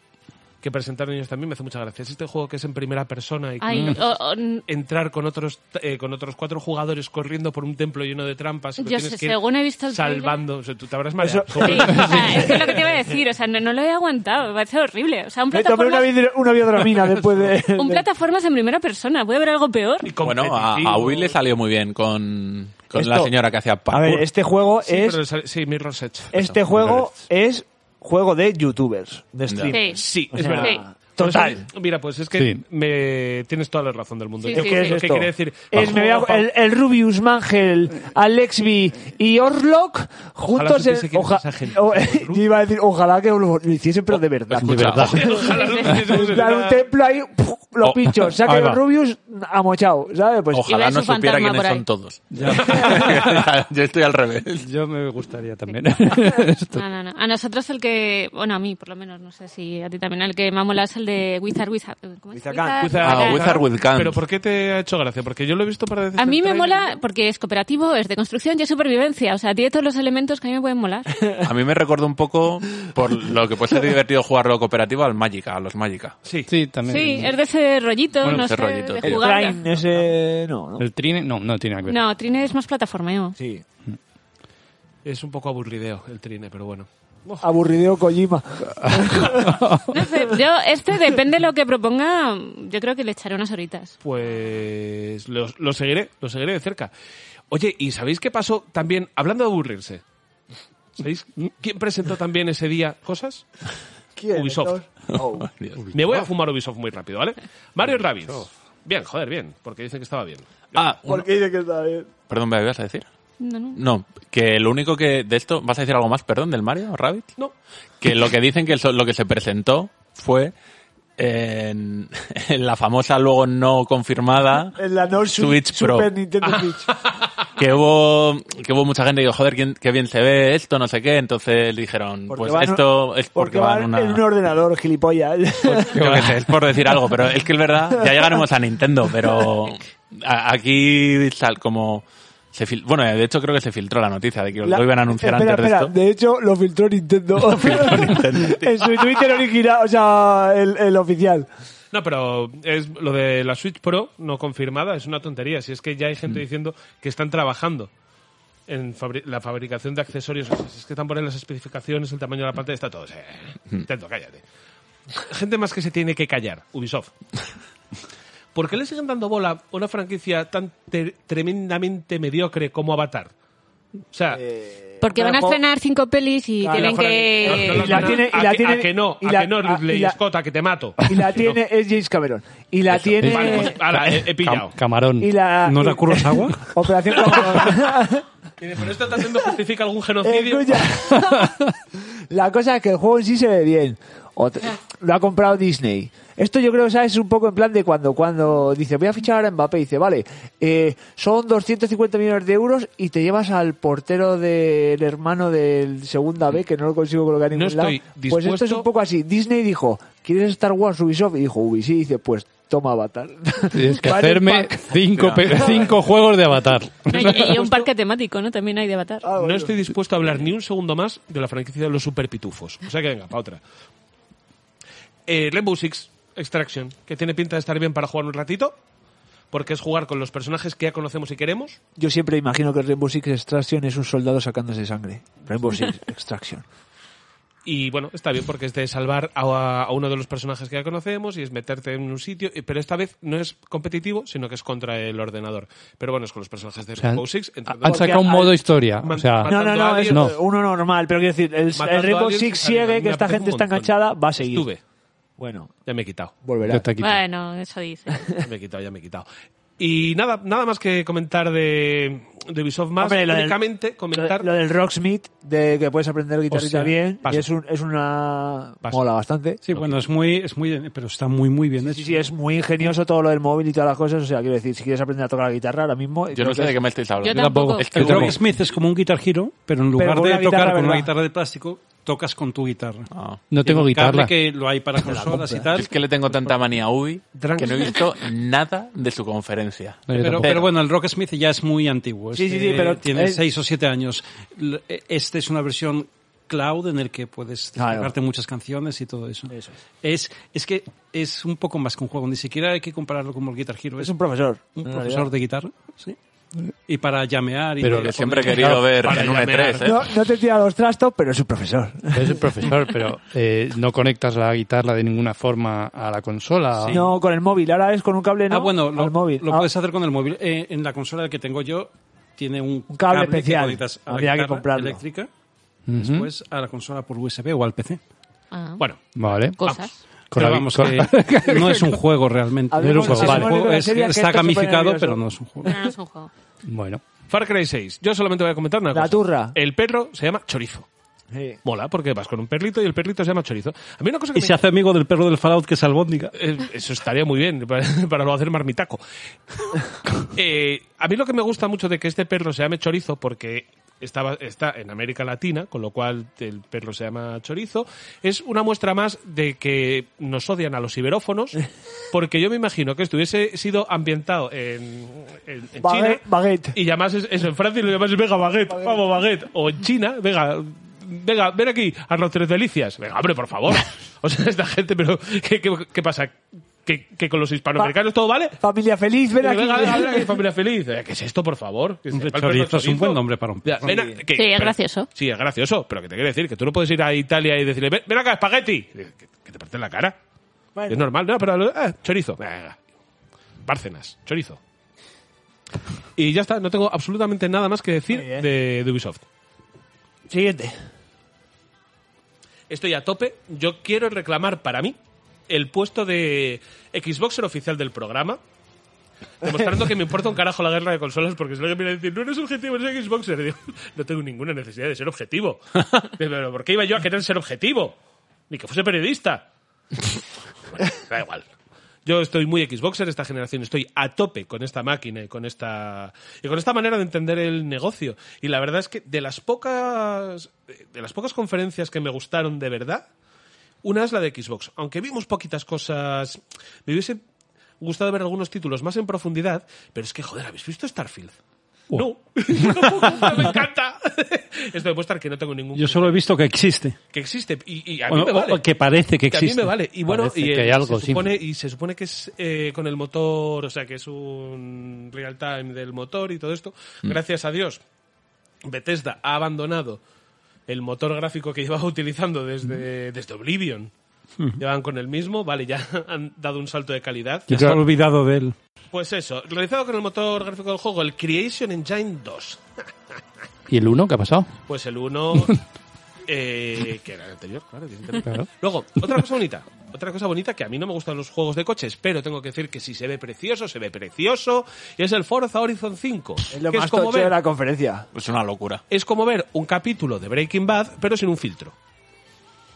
A: que presentaron ellos también, me hace mucha gracia. Es este juego que es en primera persona y que
E: Ay, o- o- n-
A: entrar con otros eh, con otros cuatro jugadores corriendo por un templo lleno de trampas y lo
E: Yo
A: tienes
E: sé,
A: que ir
E: según he visto el tráiler-
A: salvando o sea, tú te habrás mareado
E: sí, o sea, es que es lo que te iba a decir, o sea, no, no lo he aguantado, me parece horrible. O sea, un
G: Me tomé una,
E: plataformas,
G: vid- una biodramina después de...
E: un plataformas en primera persona, ¿puede haber algo peor?
A: Y
B: Bueno, a, a
A: competitivo.
B: Will le salió muy bien con, con
G: Esto-
B: la señora que hacía
G: A
B: parkour.
G: ver, este juego
A: sí,
G: es...
A: pero le sale- sí, Mirror's Edge.
G: Este
B: Eso,
G: juego
B: Mirror's.
G: es juego de youtubers, de
E: Sí.
G: streamers.
A: Sí,
G: O
A: es
G: sea,
A: verdad.
E: Sí.
G: Total.
A: Pues, mira, pues es que
F: Sí.
A: me tienes toda la razón del mundo.
E: Sí,
A: Yo
E: sí,
A: creo que
E: sí.
G: ¿Qué es
A: que
G: esto?
A: quiere decir?
G: Es, me voy a-
A: Bajo- bajo-
G: el, el Rubius, Mangel, Alexby y Orlok juntos
A: supiese
G: en.
A: quién es
G: oja-
A: esa gente.
G: o- yo iba a decir, ojalá que lo, lo hiciesen, pero de verdad.
B: Escucha,
A: Ojalá no tuviésemos
G: En plan, un
A: nada.
G: templo ahí, ¡puf! los
B: Oh,
G: pinchos.
F: ahí
G: Saca
F: va.
G: los Rubius, amochado, ¿sabes? Pues
B: Ojalá
E: Y ves
B: no
E: un
B: supiera
E: fantasma
B: quiénes
E: por ahí.
B: son todos. Yo estoy al revés.
F: yo me gustaría también.
E: No, no, no. A nosotros el que, bueno, a mí por lo menos, no sé si a ti también, el que me ha molado es el el de Wizard Wizard. ¿cómo es?
G: Wizard Gun.
A: Wizard-
B: Ah, Wizard with Guns.
A: Pero ¿por qué te ha hecho gracia? Porque yo lo he visto para decir.
E: A mí me mola porque es cooperativo, es de construcción y es supervivencia. O sea, tiene todos los elementos que a mí me pueden molar.
B: A mí me recuerda un poco, por lo que puede ser divertido jugarlo cooperativo, al Magica, a los Magica.
A: Sí.
F: Sí, también.
E: Sí, es de ese rollito,
B: Bueno,
E: no
A: pues
B: ese
E: sé,
B: rollito,
E: de
B: sí.
G: El
E: jugar.
G: Train ese... No, ¿no?
F: El trine, no, no tiene nada que ver.
E: No, Trine es más plataformeo.
G: Sí.
A: Es un poco aburrideo el trine, pero bueno.
G: Aburrideo Kojima.
E: No sé, yo, este depende de lo que proponga, yo creo que le echaré unas horitas.
A: Pues lo, lo seguiré, lo seguiré de cerca. Oye, ¿y sabéis qué pasó también? Hablando de aburrirse. ¿Sabéis quién presentó también ese día cosas?
G: ¿Quién?
A: Ubisoft.
G: Oh.
A: Me voy a fumar Ubisoft muy rápido, ¿vale? Mario Rabbids. Bien, joder, bien, porque dicen que estaba bien.
B: Ah,
G: ¿Por qué dice que está bien?
B: perdón, ¿me ibas a decir?
E: No, no.
B: No, que lo único que de esto, ¿vas a decir algo más, perdón, del Mario Rabbit?
A: No.
B: Que lo que dicen que eso- lo que se presentó fue en, en la famosa, luego no confirmada,
G: En la no su-
B: Switch Pro.
G: Super Nintendo Switch.
B: que hubo, que hubo mucha gente que dijo, joder, quién- qué bien se ve esto, no sé qué. Entonces dijeron,
G: Porque
B: pues
G: van-
B: esto es porque, van una... Pues
G: en un ordenador, gilipollas.
B: Yo qué sé, es por decir algo, pero es que es verdad, ya llegaremos a Nintendo, pero a- aquí sal- como... Se fil- bueno, de hecho creo que se filtró la noticia de que
G: La-
B: lo iban a anunciar
G: espera,
B: antes
G: espera.
B: de esto.
G: hecho, lo filtró Nintendo. en su Twitter original, o sea, el, el oficial.
A: No, pero es lo de la Switch Pro no confirmada es una tontería. Si es que ya hay gente diciendo que están trabajando en fabri- la fabricación de accesorios. O sea, si es que están poniendo las especificaciones, el tamaño de la pantalla, está todo. Eh, Tento, cállate. Gente más que se tiene que callar. Ubisoft. ¿Por qué le siguen dando bola a una franquicia tan ter- tremendamente mediocre como Avatar? O sea,
G: Eh,
E: Porque van a
G: Claro,
E: estrenar cinco pelis y
G: Claro,
A: no,
E: tienen que...
A: no, no,
G: eh, Y la
A: no,
G: tiene- y
A: a
G: la
A: que-
G: tiene-
A: a que no,
G: y
A: a
G: la-
A: que no,
G: a- y
A: Ridley
G: la-
A: Scott, a que te mato.
G: Y la
A: Que no.
G: tiene, es James Cameron. Y la tiene.
A: Vale, pues, ahora, he, he pillado.
F: Cam- camarón.
G: Y la-
F: ¿No
G: y-
F: era Kurosawa?
G: Operación Camarón.
A: Y dice, ¿Pero esto está haciendo justifica algún genocidio?
G: Escucha. la cosa es que el juego en sí se ve bien. Ot-
A: Ah.
G: lo ha comprado Disney. Esto yo creo, ¿sabes? Es un poco en plan de cuando, cuando dice, voy a fichar ahora a Mbappé. Y dice, vale, eh, son 250 millones de euros y te llevas al portero del hermano del segunda B, que no lo consigo colocar en
A: No
G: ningún lado.
A: estoy
G: Pues esto es
A: dispuesto-
G: un poco así. Disney dijo, ¿quieres Star Wars Ubisoft? Y dijo, Ubi, sí. Y dice, pues toma Avatar.
F: Tienes que
G: Vale,
F: hacerme
G: pack.
F: cinco, pe- cinco juegos de avatar.
E: No, y, y un parque temático, ¿no? También hay de avatar.
G: Ah, bueno.
A: No estoy dispuesto a hablar ni un segundo más de la franquicia de los superpitufos. O sea que venga, para otra. Eh, Rainbow Six Extraction, que tiene pinta de estar bien para jugar un ratito, porque es jugar con los personajes que ya conocemos y queremos.
G: Yo siempre imagino que Rainbow Six Extraction es un soldado sacándose sangre. Rainbow Six Extraction.
A: Y bueno, está bien porque es de salvar a, a uno de los personajes que ya conocemos y es meterte en un sitio, y- pero esta vez no es competitivo, sino que es contra el ordenador. Pero bueno, es con los personajes de
F: sea,
A: Rainbow Six.
F: Han
A: entonces-
F: sacado un modo historia. O sea,
A: Man-
G: No, no,
A: matando
G: no,
A: a
G: es
A: alguien.
F: No.
G: uno normal, pero quiero decir, el,
A: Matando
G: el Rainbow
A: a alguien
G: Six
A: sin salir,
G: sigue,
A: me
G: que esta
A: apetece
G: gente
A: un
G: está
A: montón.
G: enganchada, va a seguir.
A: Estuve,
G: Bueno,
A: ya me he quitado.
G: volverá.
F: ya te quito.
E: Bueno, eso dice.
A: Ya me he quitado, ya me he quitado. Y nada, nada más que comentar de, de Ubisoft más.
G: Hombre, lo del-
A: únicamente comentar.
G: Lo, lo del Rocksmith, de que puedes aprender guitarrita
A: Hostia,
G: bien,
A: paso.
G: y es, un- es una...
A: Paso.
G: Mola bastante.
D: Sí, bueno, es muy, es muy, pero está muy, muy bien hecho.
G: Sí, sí, es muy ingenioso todo lo del móvil y todas las cosas, o sea, quiero decir, si quieres aprender a tocar la guitarra ahora mismo...
B: Yo no sé de qué me estáis hablando.
E: Yo tampoco.
B: Es que
D: El
B: hubo-
D: Rock Smith es como un Guitar Hero, pero en lugar
G: con una
D: de
G: guitarra,
D: tocar con una
G: ¿verdad?
D: guitarra de plástico, tocas con tu guitarra.
B: Ah.
F: No
D: Tiene
F: tengo
D: un cable
F: guitarra.
D: que lo hay para consolas y tal.
B: Es que le tengo tanta manía a Ubi que no he visto nada de su conferencia.
F: No, yo
D: Pero,
F: tampoco.
D: pero bueno, el Rock Smith ya es muy antiguo.
G: Sí,
D: Este
G: sí, sí, pero
D: tiene
G: es-
D: 6 o 7 años. L- eh, Este es una versión cloud en el que puedes
G: Claro.
D: descargarte muchas canciones y todo eso. es. es que es un poco más que un juego, ni siquiera hay que compararlo con el Guitar Hero.
G: Es un profesor.
D: un
G: en
D: profesor de guitarra, sí. Y para llamear y
F: Pero
D: para
B: Que siempre he
D: poner-
B: querido ver
A: para
B: en un E3,
A: llamear.
B: ¿eh?
G: realidad. No, no te tira los trastos, pero es un profesor.
F: Es un profesor, pero eh, no conectas la guitarra de ninguna forma a la
H: Ah.
F: consola.
G: No, con el móvil, ahora es con un cable, ¿no?
D: Ah, bueno, lo,
G: Al móvil.
D: lo
G: Ah,
D: puedes hacer con el móvil. Eh, en la consola que tengo yo tiene un,
G: Un cable especial.
D: que conectas a la
G: Habría que
D: guitarra
G: comprarlo.
D: eléctrica, después a la consola por USB o al PC.
E: Ah,
A: Bueno,
F: Vale.
E: cosas.
F: Con
D: pero
F: la-
D: vamos,
F: con-
D: que no es un juego realmente.
G: Hablemos
F: de
D: Es un
F: Vale.
D: juego,
G: Hablemos de
D: es-
G: series que
D: está
G: esto se pone
D: gamificado,
G: nervioso.
D: pero no es un juego.
E: Pero no es un juego.
F: Bueno.
A: Far Cry 6. Yo solamente voy a comentar una
G: La
A: cosa.
G: turra.
A: El perro se llama Chorizo.
G: sí.
A: Mola, porque vas con un perrito y el perrito se llama Chorizo. A mí una cosa que
D: Y
A: me-
D: se hace amigo del perro del Fallout que es albóndiga.
A: Eh, Eso estaría muy bien para, para no hacer marmitaco. Eh, a mí lo que me gusta mucho de que este perro se llame chorizo, porque estaba, está en América Latina, con lo cual el perro se llama chorizo. Es una muestra más de que nos odian a los iberófonos, porque yo me imagino que esto hubiese sido ambientado en, en- en China
G: Baguette, baguette.
A: y llamases eso en Francia y lo llamases Vega Baguette, vamos Baguette, o en China, Vega, Vega, ven aquí, haznos tres delicias. Venga, hombre, por favor. O sea, esta gente, pero ¿qué, qué- qué pasa? ¿Que, que con los hispanoamericanos todo vale?
G: Familia feliz, ven aquí.
A: Venga, venga, venga, que familia feliz. Eh, ¿Qué es esto, por favor? Que se llama
D: Hombre,
A: el perro
D: chorizo es un
A: chorizo.
D: buen nombre para un
A: Ya, ven a- que-
E: Sí, es
A: pero-
E: gracioso.
A: Sí, es gracioso, pero que te quiere decir que tú no puedes ir a Italia y decirle, ven, ven acá, espagueti. Que, que te parten la cara.
G: Bueno.
A: Es normal, ¿no? Pero, ah, chorizo. Venga. Bárcenas, chorizo. Y ya está, no tengo absolutamente nada más que decir
G: Muy bien.
A: de, de Ubisoft.
G: Siguiente.
A: Estoy a tope. Yo quiero reclamar para mí el puesto de Xboxer oficial del programa. Demostrando que me importa un carajo la guerra de consolas porque es lo que me viene a decir, no eres objetivo, eres Xboxer. Digo, no tengo ninguna necesidad de ser objetivo. Pero ¿por qué iba yo a querer ser objetivo? Ni que fuese periodista. Bueno, da igual. Yo estoy muy Xboxer esta generación, estoy a tope con esta máquina y con esta y con esta manera de entender el negocio. Y la verdad es que de las pocas de las pocas conferencias que me gustaron de verdad, una es la de Xbox. Aunque vimos poquitas cosas, me hubiese gustado ver algunos títulos más en profundidad, pero es que joder, ¿habéis visto Starfield? No, Tampoco, me encanta. Esto demuestra que no tengo ningún
D: Yo solo he visto que existe.
A: que existe y, y a
D: O,
A: mí me
D: o-
A: vale
D: o que parece que
A: que a mí
D: existe.
A: me vale. Y bueno,
H: Parece
A: y,
H: que
A: eh,
H: hay algo,
A: se
H: sí.
A: supone, y se supone que es eh, con el motor, o sea, que es un real time del motor y todo esto.
H: Mm.
A: Gracias a Dios, Bethesda ha abandonado el motor gráfico que llevaba utilizando desde, desde Oblivion.
H: Mm.
A: Llevan con el mismo, vale, ya han dado un salto de calidad.
D: Ya se ha olvidado de él.
A: Pues eso, realizado con el motor gráfico del juego, el Creation Engine 2.
H: ¿Y el 1 qué ha pasado?
A: Pues el 1, eh, que era el anterior, claro, evidentemente.
H: Claro.
A: Luego, otra cosa bonita. Otra cosa bonita que a mí no me gustan los juegos de coches, pero tengo que decir que si se ve precioso, se ve precioso. Y es el Forza Horizon 5.
G: Es lo
A: que
G: más
A: es como
G: tocho de
A: ver
G: la conferencia.
B: Es una locura.
A: es como ver un capítulo de Breaking Bad, pero sin un filtro.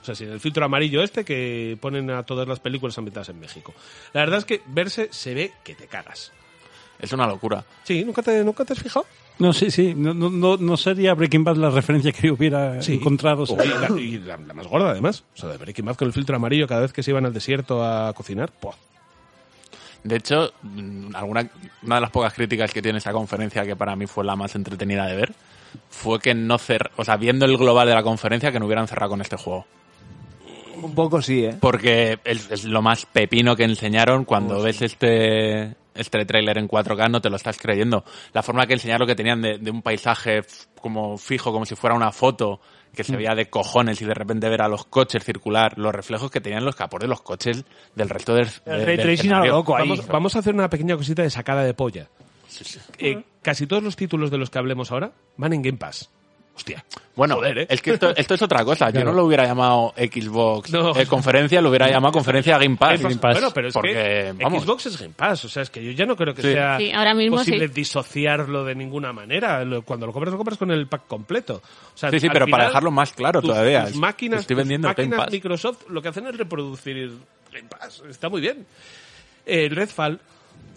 A: O sea, sin el filtro amarillo este que ponen a todas las películas ambientadas en México. La verdad es que verse se ve que te cagas.
B: Es una locura.
A: Sí, ¿nunca te, nunca te has fijado?
D: No, sí, sí. No, no, no, no sería Breaking Bad la referencia que hubiera encontrado.
A: Oh, y la, y la- la más gorda, además. O sea, de Breaking Bad con el filtro amarillo cada vez que se iban al desierto a cocinar. ¡Puah!
B: De hecho, mm, alguna, una de las pocas críticas que tiene esa conferencia, que para mí fue la más entretenida de ver, fue que no cer o sea, viendo el global de la conferencia, que no hubieran cerrado con este juego.
G: Un poco sí, ¿eh?
B: Porque es, es lo más pepino que enseñaron cuando ves este este tráiler en 4K no te lo estás creyendo. La forma que enseñaron que tenían de, de un paisaje f- como fijo, como si fuera una foto que se veía de cojones y de repente ver a los coches circular, los reflejos que tenían los capos de los coches del resto del,
G: El
B: de-
G: ray
B: del
G: tracing a lo
B: escenario.
G: loco ahí.
A: Vamos, vamos a hacer una pequeña cosita de sacada de polla. Eh, casi todos los títulos de los que hablemos ahora van en Game Pass. Hostia.
B: Bueno,
A: Joder, ¿eh?
B: es que esto, esto es otra cosa. Yo no lo hubiera llamado Xbox
A: No.
B: eh, conferencia, lo hubiera llamado conferencia Game Pass.
A: Game Pass. Bueno, pero es
B: porque,
A: que
B: vamos,
A: Xbox es Game Pass. O sea, es que yo ya no creo que
B: Sí.
A: sea
E: Sí, ahora mismo
A: posible
E: sí.
A: disociarlo de ninguna manera. Lo- Cuando lo compras, lo compras con el pack completo. O sea,
B: Sí, sí,
A: al
B: pero para
A: final,
B: dejarlo más claro
A: tus-
B: todavía.
A: Tus máquinas,
B: Estoy
A: tus
B: vendiendo
A: máquinas
B: Game Pass.
A: Microsoft lo que hacen es reproducir Game Pass. Está muy bien. Eh, Redfall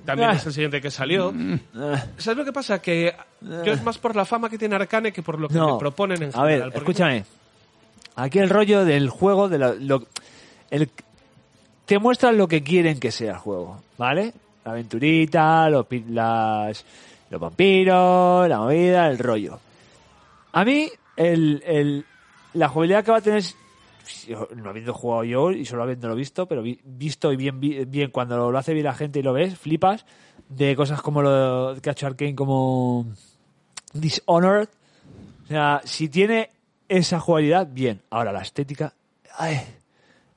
A: también
G: Ah.
A: es el siguiente que salió.
B: Mm.
G: Ah.
A: ¿Sabes lo que pasa? Que yo es más por la fama que tiene Arcane que por lo que
G: No.
A: me proponen en
G: A ver,
A: general. porque-
G: escúchame. Aquí el rollo del juego, de la- lo- el- te muestran lo que quieren que sea el juego, ¿vale? La aventurita, los, pi- las- los vampiros, la movida, el rollo. A mí, el, el- la jugabilidad que va a tener, yo- no habiendo jugado yo y solo habiéndolo visto, pero vi- visto y bien, vi- bien, cuando lo hace bien la gente y lo ves, flipas de cosas como lo que ha hecho Arkane, como Dishonored, o sea, si tiene esa jugabilidad, bien. Ahora, la estética. Ay,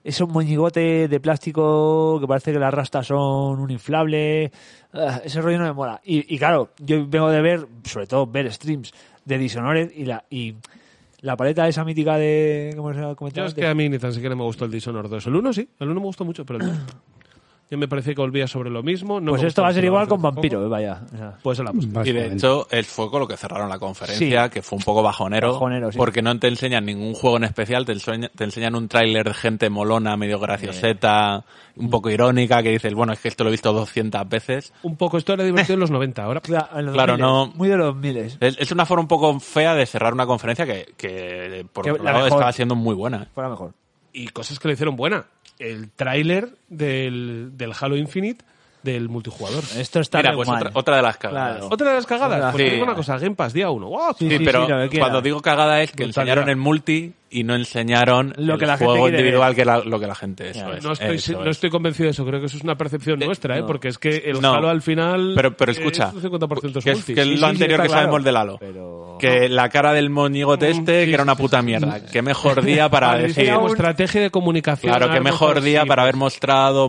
G: es un moñigote de plástico que parece que las rastas son un inflable. Ah, ese rollo no me mola. Y, y claro, yo vengo de ver, sobre todo ver streams de Dishonored y la, y la paleta esa mítica de. ¿Cómo se ha
A: Yo
G: comentado?
A: es que a mí ni tan siquiera me gustó el Dishonored 2. El 1 sí, el 1 me gustó mucho, pero el 2. que me parecía que volvía sobre lo mismo. No
G: pues
A: me gustó
G: esto va a ser igual
A: mucho
G: con
A: tampoco.
G: Vampiro, Mm. eh, vaya. O sea,
A: Pues a la
B: Y de hecho, el fue con lo que cerraron la conferencia, que fue un poco bajonero,
G: Bajonero, sí.
B: porque no te enseñan ningún juego en especial, te, enseña- te enseñan un tráiler de gente molona, medio gracioseta, un poco irónica, que dices, bueno, es que esto lo he visto 200 veces.
A: Un poco, esto era divertido en los 90 ahora.
G: Claro, en los
B: Claro,
G: 2000,
B: no-
G: Muy de los miles.
B: Es, es una forma un poco fea de cerrar una conferencia que, que por
G: Que
B: otro
G: la
B: lado,
G: mejor.
B: estaba siendo muy buena.
G: Fuera mejor.
A: Y cosas que le hicieron buena. El tráiler del, del Halo Infinite del multijugador.
G: Esto está
B: Mira,
G: re
B: pues
G: mal.
B: otra, otra de las cagadas.
G: Claro.
A: Otra de las cagadas.
G: Otra.
A: Pues te
B: Sí.
A: digo una cosa, Game Pass, día uno. ¡Wow!
B: Sí,
G: Sí, sí,
B: pero
G: sí, lo que quiera.
B: cuando digo cagada es que
A: Brutalidad.
B: enseñaron el multi y no enseñaron
G: Lo
B: el
G: que la gente
B: juego
G: quiere
B: individual, que era lo que la gente... Eso es,
A: No estoy,
B: eso
A: no
B: es.
A: estoy convencido de eso, creo que eso es una percepción nuestra, ¿eh?
G: no.
A: porque es que el
B: No.
A: Halo al final.
B: Pero,
A: Eh,
B: pero
A: es
B: escucha,
A: un 50%
B: que es,
A: multi.
B: que es
G: Sí, sí,
B: lo
G: sí,
B: anterior
G: está
B: que
G: claro.
B: sabemos del Halo.
G: Pero-
B: Que la cara del moñigote este, que era una puta mierda. Qué mejor día para
A: Vale,
B: decir...
A: era como estrategia de comunicación.
B: Claro, qué
A: algo
B: mejor
A: así,
B: día para haber mostrado,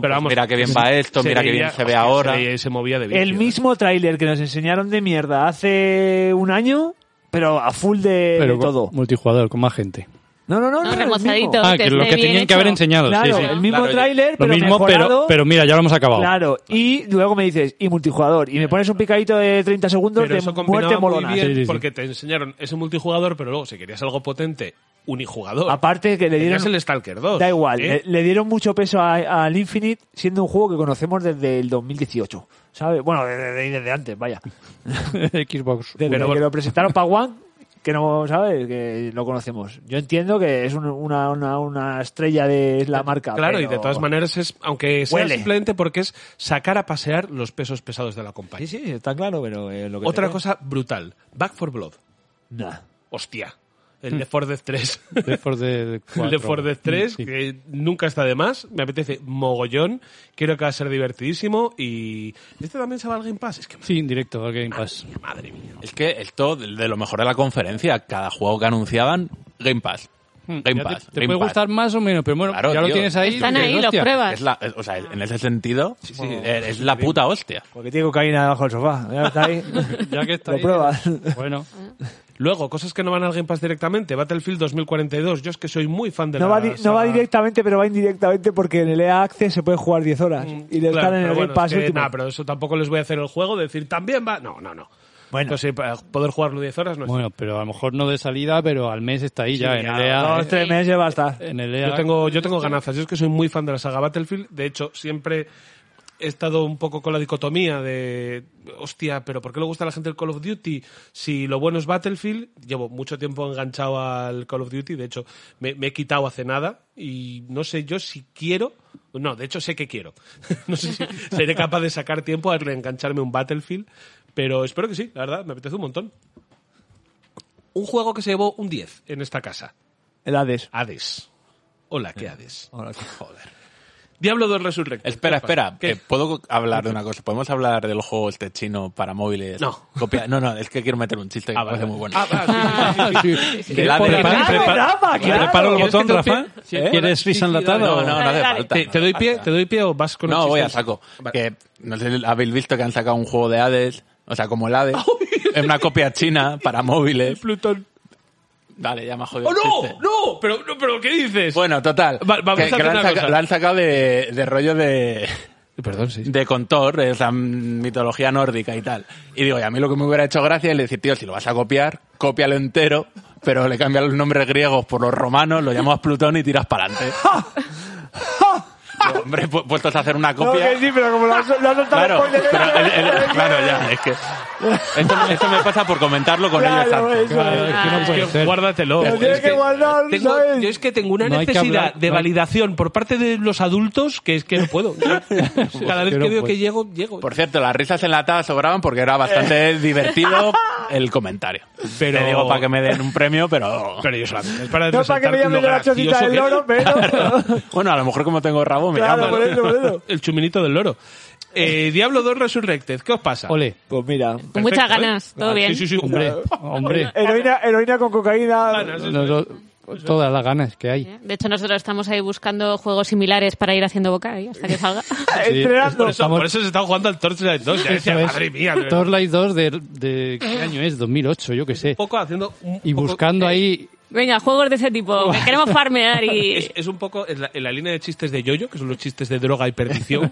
A: Pero
B: pues,
A: vamos,
B: mira qué bien va esto,
A: se
B: mira qué bien
A: veía-
B: se ve
A: hostia,
B: ahora.
A: se veía- se movía de vicio,
G: El
A: ¿eh?
G: mismo tráiler que nos enseñaron de mierda hace un año, pero a full de,
H: Pero
G: de
H: con-
G: todo.
H: multijugador, con más gente.
G: No, no, no, no.
E: No,
G: el mismo.
E: remozadito.
H: Ah, que
E: esté
H: lo que
E: bien
H: tenían que
E: hecho.
H: haber enseñado.
G: Claro,
H: sí, sí.
G: el mismo
B: Claro,
G: tráiler,
H: Lo
G: pero
H: mismo, pero,
G: mejorado.
H: pero mira, ya lo hemos acabado.
G: Claro, y luego me dices, y multijugador, y me pones un picadito de 30 segundos
A: Pero
G: de
A: eso combinaba muy
G: muerte molona.
A: bien
H: Sí, sí, sí.
A: porque te enseñaron ese multijugador, pero luego si querías algo potente, unijugador.
G: Aparte que le
A: Tenías
G: dieron...
A: el Stalker 2.
G: Da igual,
A: ¿eh?
G: le, le dieron mucho peso a- al Infinite, siendo un juego que conocemos desde el 2018, ¿sabes? Bueno, desde, desde- desde antes, vaya.
H: Xbox.
G: Desde
A: Pero
G: que
A: bueno.
G: lo presentaron para One, que no, ¿sabes? Que lo conocemos. Yo entiendo que es un- una, una, una estrella de es la marca.
A: Claro, y
G: pero-
A: de todas maneras, es aunque sea
G: Huele.
A: simplemente porque es sacar a pasear los pesos pesados de la compañía.
G: Sí, sí, está claro, pero eh, lo que...
A: Otra
G: te-
A: cosa brutal, Back for Blood.
G: Nah.
A: Hostia.
G: Mm.
A: El de For Death 3.
H: Después de
A: El de For Dead 3,
H: Sí.
A: que nunca está de más, me apetece mogollón, creo que va a ser divertidísimo y... ¿Este también se va al Game Pass? Es que
H: Sí, en directo al Game Pass.
A: madre mía.
B: Es que esto, de de lo mejor de la conferencia, cada juego que anunciaban, Game Pass. Game
H: Hmm, Mm, Ya te-
B: Pass.
H: te
B: Game
H: puede
B: Pass.
H: gustar más o menos, pero bueno,
B: Claro,
H: ya lo
B: tío.
H: tienes ahí.
E: Están
H: dices,
E: ahí, lo
H: "Hostia".
E: pruebas.
B: Es la, es- o sea, en ese sentido, eh, es, es la puta hostia.
G: Porque tiene cocaína debajo del sofá. Ya está ahí.
H: Ya que está
G: lo
H: ahí,
G: pruebas.
H: Bueno,
A: Luego, cosas que no van al Game Pass directamente, Battlefield 2042, yo es que soy muy fan de
G: No
A: la
G: va, di- no
A: saga.
G: va directamente, pero va indirectamente porque en el EA Access se puede jugar 10 horas.
A: Mm,
G: Y le
A: claro,
G: están
A: pero
G: en el
A: bueno,
G: Game Pass
A: es que,
G: último.
A: nah, pero eso tampoco les voy a hacer el juego, de decir, también va... No, no, no.
G: Bueno.
A: Entonces, para poder jugarlo 10 horas no es...
H: pues bueno, pero a lo mejor no de salida, pero al mes está ahí ya, en el EA.
A: eh,
G: Dos, tres meses va a estar.
H: En el
A: Yo
H: EA.
A: tengo, yo tengo ganazas. Yo es que soy muy fan de la saga Battlefield. De hecho, siempre he estado un poco con la dicotomía de, hostia, pero ¿por qué le gusta a la gente el Call of Duty? Si lo bueno es Battlefield, llevo mucho tiempo enganchado al Call of Duty. De hecho, me, me he quitado hace nada y no sé yo si quiero. No, de hecho sé que quiero. no sé si seré capaz de sacar tiempo a reengancharme a un Battlefield, pero espero que sí, la verdad, me apetece un montón. Un juego que se llevó un 10 en esta casa.
G: El
A: eh,
G: Hades.
A: Hades. Hola, ¿qué Hades? Joder. Diablo 2 Resurrected.
B: Espera,
A: ¿Qué pasa?
B: espera.
A: ¿Qué?
B: eh, ¿Puedo hablar de una cosa? ¿Podemos hablar del juego este chino para móviles?
A: No.
B: Copia- No, no, es que quiero meter un chiste que
A: Ah,
B: me parece
A: vale.
B: muy bueno.
A: Ah, va, sí, sí, sí, sí.
B: De la-
A: Por
B: de-
A: la-
G: Claro,
A: prepa-
G: Rafa, claro.
H: ¿Preparo el
A: ¿Quieres que
H: botón,
A: te lo
H: Rafa?
A: pie-
H: ¿Eh? ¿Quieres
A: Sí, sí,
H: ris enlatado?
B: No, no, no
E: Dale,
B: hace
E: dale.
B: falta.
A: ¿Te,
B: no
A: te doy
B: hace
A: pie,
B: falta.
A: ¿Te doy pie o vas con
B: No,
A: el
B: voy a
A: chiste?
B: saco. Que no sé si habéis visto que han sacado un juego de Hades, o sea, como el Hades, es una copia china para móviles.
A: Plutón.
B: Dale, ya me ha jodido
A: ¡Oh,
B: el
A: no!
B: chiste. Pues,
A: ¡No! ¿Pero, no, pero qué dices?
B: Bueno, total.
A: Va- vamos
B: que-
A: a
B: que
A: hacer
B: lo, han
A: una
B: saca-
A: cosa.
B: lo han sacado de, de rollo de,
A: Perdón, sí.
B: de Contor, esa mm, mitología nórdica y tal. Y digo, y a mí lo que me hubiera hecho gracia es decir, tío, si lo vas a copiar, cópialo entero, pero le cambias los nombres griegos por los romanos, lo llamas Plutón y tiras para adelante. Hombre, pu- puestos a hacer una
G: No,
B: copia.
G: que sí, pero como lo has lo has soltado eh,
B: Claro,
G: por delante,
B: pero el- el- claro, ya, es que. Esto, esto me pasa por comentarlo con
G: Claro,
B: ellos antes.
G: eso
H: Claro,
G: es.
H: es que no puede ser.
A: Ah. Guárdatelo.
G: Lo tienes
A: Es que
G: que guardar,
A: tengo-
G: ¿sabes?
A: yo es que tengo una
H: No hay que
A: necesidad
H: hablar,
A: de
H: no hay-
A: validación por parte de los adultos que es que no puedo. Cada vez
H: que
A: que
H: no
A: veo que
H: puedes.
A: llego, llego.
B: Por cierto, las risas enlatadas sobraban porque era
G: Eh.
B: bastante divertido el comentario.
A: Pero-
B: Te digo para que me den un premio, pero...
A: Pero yo solamente. Es para
G: No para que me
A: resaltar
G: llame
A: lo
G: de la chocita
A: gracioso
G: del
A: que es.
G: loro, pero...
B: Bueno, a lo mejor como tengo rabo me
G: Claro,
B: llaman.
G: Ah, por eso, por eso.
A: El chuminito del loro. Eh, Diablo 2 Resurrected, ¿qué os pasa?
H: Ole,
G: Pues mira,
E: Con muchas
A: Perfecto, ¿eh?
E: ganas, todo
A: Ah,
E: bien.
A: Sí, sí, sí.
H: hombre, hombre.
G: heroína, heroína con cocaína...
A: Ganas, eso es.
H: Nosotros- todas las ganas que hay.
E: De hecho, nosotros estamos ahí buscando juegos similares para ir haciendo boca ahí hasta que salga.
G: Entrenando.
A: Por eso, por eso se está jugando al Torchlight 2. Ya decía,
H: Eso es.
A: madre mía. de verdad.
H: Torchlight 2 de, de- ¿Qué año es? 2008, yo qué sé.
A: Un poco eh, haciendo. un
H: Y
A: poco-
E: eh.
H: buscando ahí
E: Venga, juegos de ese tipo, que queremos farmear
A: Es,
E: y...
A: es un poco en la, en la línea de chistes de yoyo, que son los chistes de droga y perdición.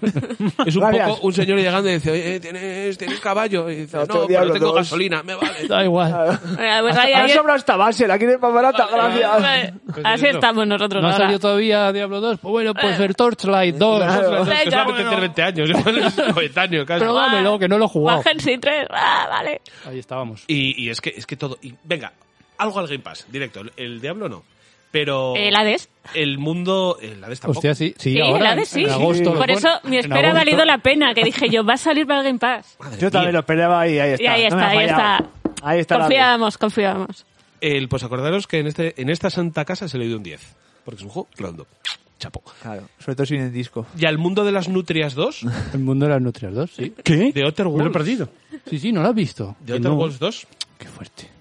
A: es un
G: Gracias.
A: poco un señor llegando y dice, oye, tienes, tienes caballo. Y dice,
G: Ya,
A: no,
G: todo
A: pero
G: diablo,
A: tengo
G: todos".
A: gasolina, me vale.
G: Da igual.
E: Eh, pues ahí-
G: Ha
E: ahí-
G: sobrado esta base, la quieres más barata, gracias.
E: eh, Así estamos nosotros
H: No ha
E: ahora.
H: salido todavía Diablo 2. Pues bueno, pues el Torchlight 2.
A: Claro,
E: Venga,
A: que solamente
E: bueno.
A: tiene 20 años, igual es coetáneo casi.
H: Pero dámelo, que no lo he jugado.
E: Bajen sin tres, ah, vale.
H: Ahí estábamos.
A: Y, y es que es que todo. y venga, algo al Game Pass, directo. El, el Diablo no. Pero.
E: El Hades.
A: El mundo. El Hades tampoco.
H: Hostia, sí. Sí,
E: Sí, el
H: ahora.
E: Hades sí.
H: En agosto. lo
E: Por
H: ponen.
E: eso mi
H: En
E: espera ha
H: agosto.
E: valido la pena, que dije yo, va a salir para el Game Pass.
A: Madre
G: Yo también
A: mía.
G: lo peleaba ahí, ahí está.
E: y
G: no
E: ahí
G: me
E: está,
G: ha
E: ahí
G: fallado.
E: está.
G: Ahí está la vida.
E: Confiábamos, confiábamos.
A: El, pues acordaros que en, este, en esta santa casa se le dio un 10. Porque es un juego redondo. Chapo.
G: Claro, sobre todo sin el disco.
A: Y al mundo de las nutrias 2,
H: El mundo de las nutrias 2, sí.
G: ¿Qué?
A: de Otter Worlds. perdido.
H: Sí, sí, no lo has visto.
A: De
H: Que
A: Otter
H: no.
A: Worlds 2.
H: Qué fuerte.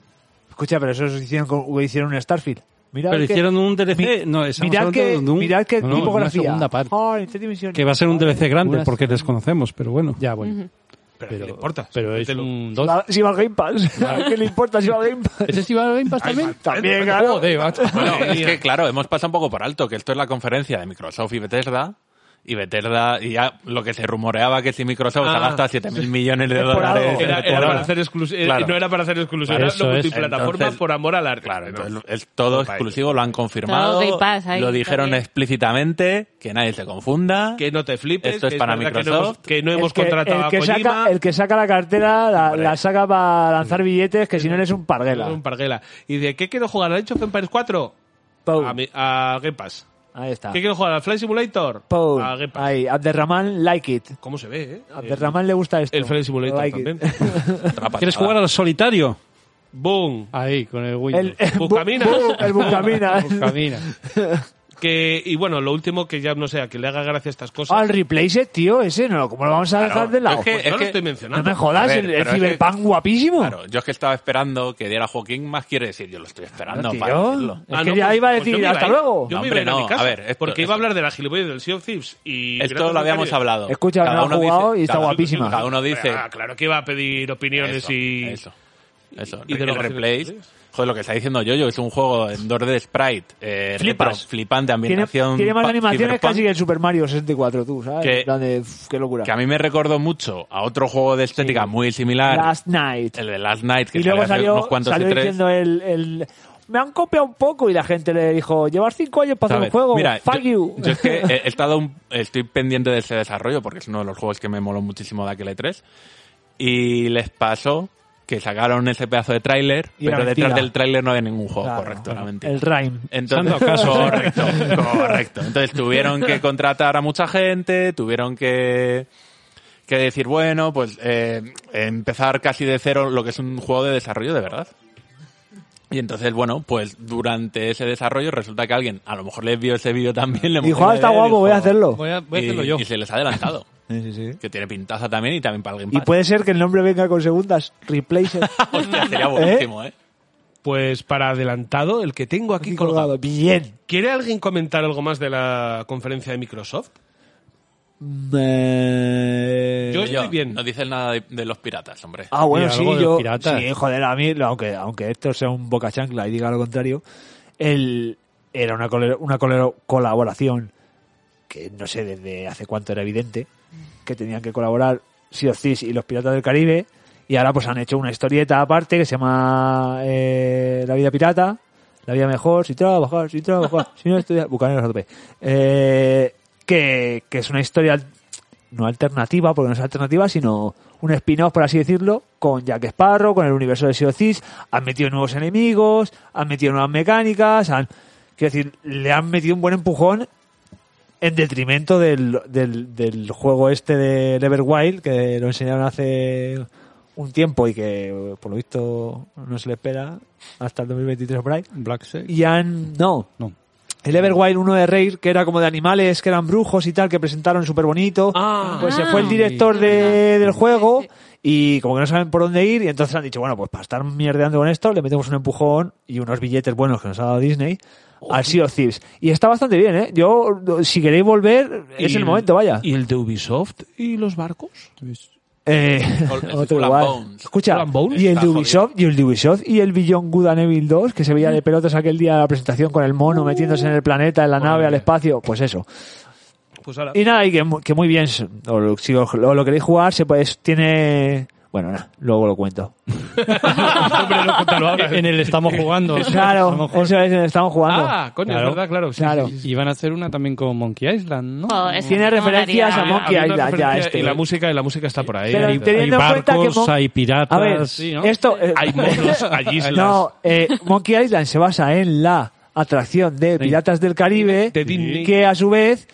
G: Escucha, pero eso hicieron, con- hicieron un Starfield. Mira
D: Pero
G: que-
D: hicieron un DLC.
G: mi-
D: no, estamos
G: mirad
D: hablando
G: que,
D: de un-
G: mirad que
H: no, no,
G: tipografía.
H: una segunda parte.
G: Ay, tres dimensiones.
D: que va a ser un DLC grande
H: Una-
D: porque desconocemos, pero bueno.
H: Ya, bueno.
A: Pero, ¿qué
H: Pero,
A: le importa?
H: pero es
A: Mételo.
H: un 2.
G: La- si va al Game Pass. ¿Qué le importa si va al Game Pass?
H: ¿Ese sí va al Game Pass también?
G: También, claro.
H: Joder, macho.
B: Bueno, es que claro, hemos pasado un poco por alto que esto es la conferencia de Microsoft y Bethesda. Y Bethesda, y ya lo que se rumoreaba que si Microsoft
A: Ah,
B: se gasta 7.000 millones de
G: por
B: dólares.
G: algo.
A: Era-
B: por
A: era
B: ahora.
A: para hacer exclus- eh,
B: Claro.
A: No era para hacer exclusión,
H: Claro,
A: era
H: eso
A: lo
H: es.
A: multiplataforma
B: Entonces-
A: por amor al arte.
B: Claro, entonces
A: ¿no?
B: es todo
A: Todo
B: exclusivo, lo han confirmado.
E: Todo Game Pass ahí,
B: lo dijeron
E: también.
B: explícitamente, que nadie se confunda.
A: Que no te flipes.
B: Esto es
A: que
B: para
A: verdad
B: Microsoft.
A: Que no hemos, que no
G: El
A: hemos
G: que-
A: contratado
G: el que,
A: a Kojima.
G: saca, el que saca la cartera la, la saca para lanzar billetes, que si no eres un parguela.
A: Un parguela. Y de ¿qué quiero jugar? ¿Al Age of Empires 4?
G: Pou.
A: A, mi- a Game Pass.
G: Ahí está.
A: ¿Qué quiero jugar? ¿Al Flight Simulator?
G: Pou.
A: A Game Pass.
G: Ahí, Abderramán like it.
A: ¿Cómo se ve, eh?
G: Ah, Abderramán le gusta esto.
A: El Flight Simulator
G: Like it.
A: también.
B: Otra
D: ¿Quieres
B: patada.
D: jugar al solitario?
A: Boom.
H: Ahí, con el Windows.
G: El, el bu-
A: Buscaminas.
G: bu- el Buscaminas.
H: Camina.
A: Que, y bueno, lo último que ya no sé, a que le haga gracia estas cosas.
G: Ah, el replace, tío, ese no, ¿cómo lo vamos a dejar de lado?
B: es que-
A: Pues no lo estoy mencionando.
G: no me jodas,
B: A ver,
G: el, el
B: pero es
G: Cyberpunk guapísimo.
B: Claro, yo es que estaba esperando que diera Joaquín más quiere decir, yo lo estoy esperando
G: No, tío.
B: para decirlo.
G: Es
A: Ah,
G: que
A: no,
G: ya
A: pues-
G: iba a
A: pues yo
G: decir
A: me
G: hasta
A: a ir-
G: luego.
A: Yo
B: No,
A: me
B: hombre,
A: iba a, ir a
B: no,
A: mi casa,
B: a ver, esto-
A: porque iba
B: esto-
A: a hablar de la gilipollas del Sea of Thieves y...
B: Esto lo habíamos hablado.
G: Escucha, no ha
B: uno
G: jugado y está
B: cada-
G: guapísima.
B: Cada uno dice...
A: Ah, claro que iba a pedir opiniones
B: eso,
A: y...
B: Eso, eso.
A: y de
B: el
A: los
B: replay...
A: vacíos.
B: Joder, lo que está diciendo Yoyo es un juego en 2D de sprite. Eh,
G: Flipas.
B: retro, Flipante,
G: Tiene,
B: ambientación...
G: tiene más
B: pa-
G: animaciones
B: cyberpunk.
G: casi que el Super Mario 64, tú, ¿sabes?
B: Que-
G: En plan de, pff, qué locura.
B: Que a mí me recordó mucho a otro juego de estética muy similar.
G: Last Night.
B: El de Last Night, que
G: Y luego
B: salió hace
G: salió,
B: unos cuantos
G: salió
B: y tres.
G: diciendo el, el- Me han copiado un poco y la gente le dijo, llevas cinco años para hacer un
B: ¿Sabes?
G: juego,
B: Mira,
G: fuck
B: yo,
G: you.
B: yo es que he estado un- estoy pendiente de ese desarrollo porque es uno de los juegos que me moló muchísimo de aquel E3. Y les pasó que sacaron ese pedazo de tráiler,
G: Y era
B: pero
G: mentira.
B: detrás del tráiler no había ningún juego,
G: Claro,
B: correcto, era mentira.
G: el Rhyme.
B: Entonces, correcto, correcto. Entonces tuvieron que contratar a mucha gente, tuvieron que, que decir, bueno, pues eh, empezar casi de cero lo que es un juego de desarrollo de verdad. Y entonces, bueno, pues durante ese desarrollo resulta que alguien a lo mejor les vio ese vídeo también. Le
G: Dijo,
B: mostró
G: ah,
B: el
G: está
B: vídeo y
G: guapo, voy a
B: eh, dijo-
G: hacerlo.
H: Voy a, voy a
B: y-
H: hacerlo yo.
B: Y se les ha adelantado.
G: Sí, sí, sí.
B: Que tiene pintaza también y también para alguien
G: Y puede ser que el nombre venga con segundas, Replacer.
B: sería buenísimo, ¿eh?
A: Pues para adelantado, el que tengo aquí colgado.
G: colgado. Bien.
A: ¿Quiere alguien comentar algo más de la conferencia de Microsoft? Yo
G: Eh,
A: estoy
B: Yo,
A: bien.
B: No dices nada de, de los piratas, hombre.
G: Ah, bueno,
H: Y
G: sí,
H: algo de los
G: yo.
H: piratas.
G: Sí, joder, a mí, aunque, aunque esto sea un boca chancla y diga lo contrario, el, era una, cole- una cole- colaboración que no sé desde hace cuánto era evidente, que tenían que colaborar Sea of Thieves y los Piratas del Caribe, y ahora pues han hecho una historieta aparte que se llama eh, La vida pirata, La vida mejor, si trabajas, si trabajas, si no estudias, bucaneros a tope. Eh, que, que es una historia no alternativa, porque no es alternativa, sino un spin-off, por así decirlo, con Jack Sparrow, con el universo de Sea of Thieves, han metido nuevos enemigos, han metido nuevas mecánicas, han, quiero decir, le han metido un buen empujón en detrimento del, del, del juego este de Everwild, que lo enseñaron hace un tiempo y que por lo visto no se le espera hasta el 2023 o por ahí.
H: Black Sea.
G: Y han... No,
H: No.
G: el Everwild uno de Rare, que era como de animales, que eran brujos y tal, que presentaron súper bonito.
A: Ah.
G: pues se
E: Ah.
G: fue el director de- del juego
E: Sí,
G: y como que no saben por dónde ir y entonces han dicho, bueno, pues para estar mierdeando con esto, le metemos un empujón y unos billetes buenos que nos ha dado Disney al Sea of Thieves. Y está bastante bien, ¿eh? Yo, si queréis volver, es
A: Y
G: el momento, vaya.
A: ¿Y el de Ubisoft y los barcos?
G: Eh,
B: Skull- el
G: otro
B: Skull and
G: lugar.
B: Bones.
G: Escucha,
A: Skull and Bones.
G: y el
B: Está
G: de
B: jodido.
G: Ubisoft, y el de Ubisoft, y el Beyond Good and Evil 2, que se veía de
B: Mm.
G: pelotas aquel día de la presentación con el mono metiéndose en el planeta, en la nave, al espacio, pues eso.
A: Pues ahora.
G: Y nada, y que, mu- que muy bien, o lo- si os- lo, lo queréis jugar, se puede, tiene... Bueno, nada, luego lo cuento.
A: Hombre, no, cuéntalo ahora.
H: En el estamos jugando. A lo
G: Claro,
H: mejor.
G: eso es, estamos jugando.
A: Ah, coño,
H: Claro.
A: es verdad, claro. sí,
G: Claro.
A: sí, sí, sí.
H: Y van a hacer una también con Monkey Island, ¿no?
E: Oh, eso
G: Tiene
E: me
G: referencias
E: molaría.
G: a Monkey
A: Ah, Había una
G: Island, ya
A: referencia
G: este.
A: Y la música, y la música está por ahí.
G: Pero
A: Hay-
G: te- Teniendo
H: hay
G: en cuenta
H: barcos,
G: que Mon-
H: hay piratas.
G: A ver,
H: sí, ¿no?
G: esto... eh,
A: Hay monos, hay islas.
G: No, eh, Monkey Island se basa en la atracción de Piratas del Caribe,
A: De Disney.
G: que a su vez,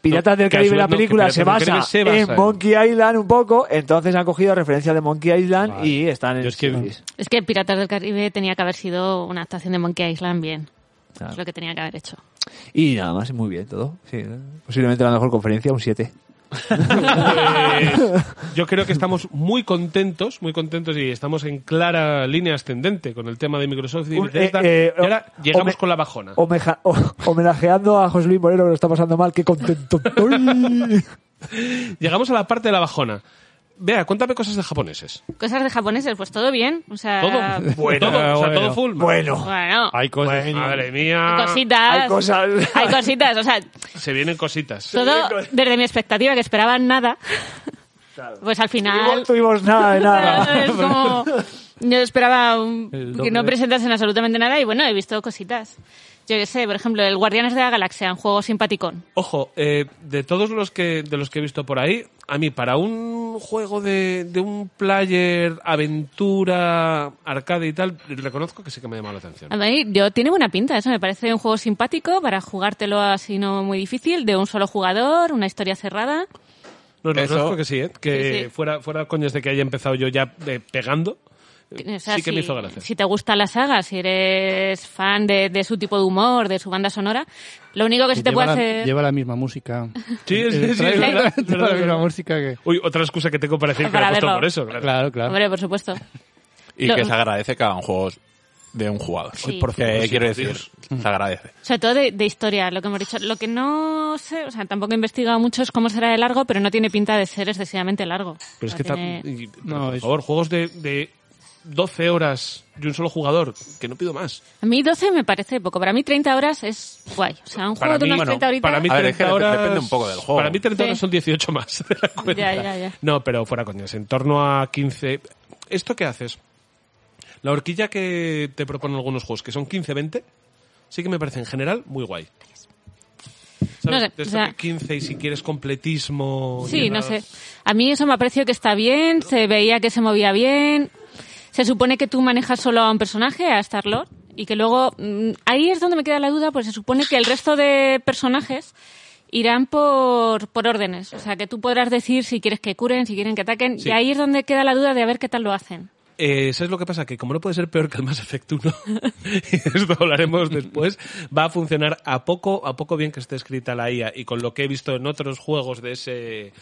G: Piratas
A: No,
G: del
A: que a su vez
G: Caribe, la
A: no, que
G: película,
A: Piratas
G: se
A: del
G: basa,
A: Caribe se basa
G: en
A: en-
G: Monkey Island un poco, entonces han cogido referencias de Monkey Island y están en...
H: Yo es que-
G: series.
E: Es que Piratas del Caribe tenía que haber sido una actuación de Monkey Island bien. Es lo que tenía que haber hecho.
G: Y nada más, muy bien todo. Sí, eh, posiblemente la mejor conferencia, un 7.
A: Pues, yo creo que estamos muy contentos, muy contentos y estamos en clara línea ascendente con el tema de Microsoft y
G: Un-
A: Bethesda.
G: eh, eh,
A: y ahora
G: o-
A: llegamos
G: home-
A: con la bajona.
G: Homeja- o- homenajeando a José Luis Moreno, que lo está pasando mal, qué contento. estoy.
A: Llegamos a la parte de la bajona. Vea, cuéntame cosas de japoneses.
E: Cosas de japoneses, pues todo bien. O sea,
A: Todo.
G: Bueno,
A: todo, o sea, todo
H: bueno.
A: full.
G: bueno,
E: Bueno,
H: Hay cosas.
A: Madre mía.
E: hay cositas.
G: hay cosas...
E: Hay cositas, o sea,
A: Se vienen cositas.
E: todo desde mi expectativa que esperaban nada. Pues al final
G: No tuvimos nada de nada.
E: es como yo esperaba un-
H: El
E: que no
H: doble.
E: presentasen absolutamente nada y bueno, he visto cositas. Yo qué sé, por ejemplo, el Guardianes de la Galaxia, un juego simpaticón.
A: Ojo, eh, de todos los que de los que he visto por ahí, a mí para un juego de, de un player, aventura, arcade y tal, reconozco que sí que me ha llamado la atención.
E: A mí, yo, tiene buena pinta, eso me parece un juego simpático para jugártelo así no muy difícil, de un solo jugador, una historia cerrada.
A: No, no,
B: Eso-
A: reconozco que sí, ¿eh? que
E: Sí, sí.
A: fuera fuera coñas de que haya empezado yo ya eh, pegando. eh,
E: O sea,
A: sí que
E: si,
A: me hizo gracia.
E: Si te gusta la saga, si eres fan de, de su tipo de humor, de su banda sonora, lo único que sí te
H: lleva,
E: puede
H: la,
E: hacer...
H: lleva la misma música.
A: Sí, sí, sí,
H: Trae-
A: es verdad, es verdad,
H: trae la
A: es
H: misma
A: verdad.
H: música que.
A: Eh, Uy, otra excusa que tengo para decir que
E: Para
A: la he puesto
E: verlo.
A: por eso. claro.
H: Claro, claro.
E: Hombre, por supuesto.
B: Y
E: Lo-
B: que se agradece que hagan juegos de un jugador.
E: Sí.
B: Porque quiero
A: por
B: decir, se agradece.
E: Sobre todo de, de historia, lo que hemos dicho. Lo que no sé, o sea, tampoco he investigado mucho es cómo será de largo, pero no tiene pinta de ser excesivamente largo.
A: Pero es
E: No
A: que
E: tiene-
A: tam- y- pero,
H: No,
A: por
H: es-
A: favor, juegos de, de 12 horas y un solo jugador, que no pido más.
E: A mí 12 me parece poco, para mí 30 horas es guay. O sea, un
A: Para
E: juego de
A: mí,
E: unas
A: bueno,
E: 30 horitas...
A: Para mí
B: A ver, es
A: 30
B: que dep-
A: horas,
B: depende un poco del juego.
A: Para mí 30
E: Sí.
A: horas son 18 más de la cuenta.
E: Ya, ya, ya.
A: No, pero fuera coñas, en torno a 15... ¿Esto qué haces? La horquilla que te proponen algunos juegos, que son 15-20, sí que me parece en general muy guay. ¿Sabes?
E: No sé,
A: De esto
E: o sea-
A: que 15 y si quieres completismo...
E: Sí, no
A: llenas-
E: sé. A mí eso me aprecio que está bien, se veía que se movía bien. Se supone que tú manejas solo a un personaje, a Star-Lord, y que luego... mm, ahí es donde me queda la duda, pues se supone que el resto de personajes irán por, por órdenes. O sea, que tú podrás decir si quieres que curen, si quieren que ataquen,
A: Sí.
E: y ahí es donde queda la duda de a ver qué tal lo hacen.
A: Eh, ¿Sabes lo que pasa? Que como no puede ser peor que el Mass Effect 1, esto hablaremos después, va a funcionar a poco, a poco bien que esté escrita la IA y con lo que he visto en otros juegos de ese...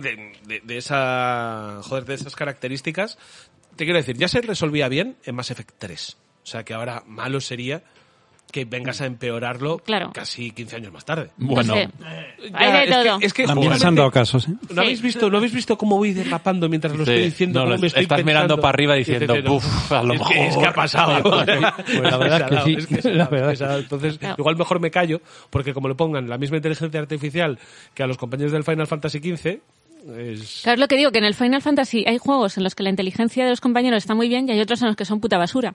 A: De, de- de esa joder, de esas características te quiero decir ya se resolvía bien en Mass Effect 3 o sea que ahora malo sería que vengas a empeorarlo
E: Claro.
A: casi 15 años más tarde
B: Bueno,
E: No sé.
A: Ya,
E: Hay de
A: es que-
E: todo.
A: es que
I: También se han
A: justamente-
I: dado casos, ¿eh?
A: ¿No habéis visto, ¿No habéis visto cómo voy derrapando mientras lo
B: Sí.
A: estoy diciendo?
B: No,
A: cómo
B: lo-
A: me estoy
B: estás mirando
A: pensando?
B: para arriba diciendo,
A: Y diciendo,
B: "Buf, a lo
A: es Que, es
B: mejor".
A: que ha pasado. ¿eh?
H: la verdad es que sí. La verdad es que
A: sí. Entonces,
E: No.
A: igual mejor me callo, porque como le pongan la misma inteligencia artificial que a los compañeros del Final Fantasy XV, es...
E: Claro, es lo que digo, que en el Final Fantasy hay juegos en los que la inteligencia de los compañeros está muy bien y hay otros en los que son puta basura.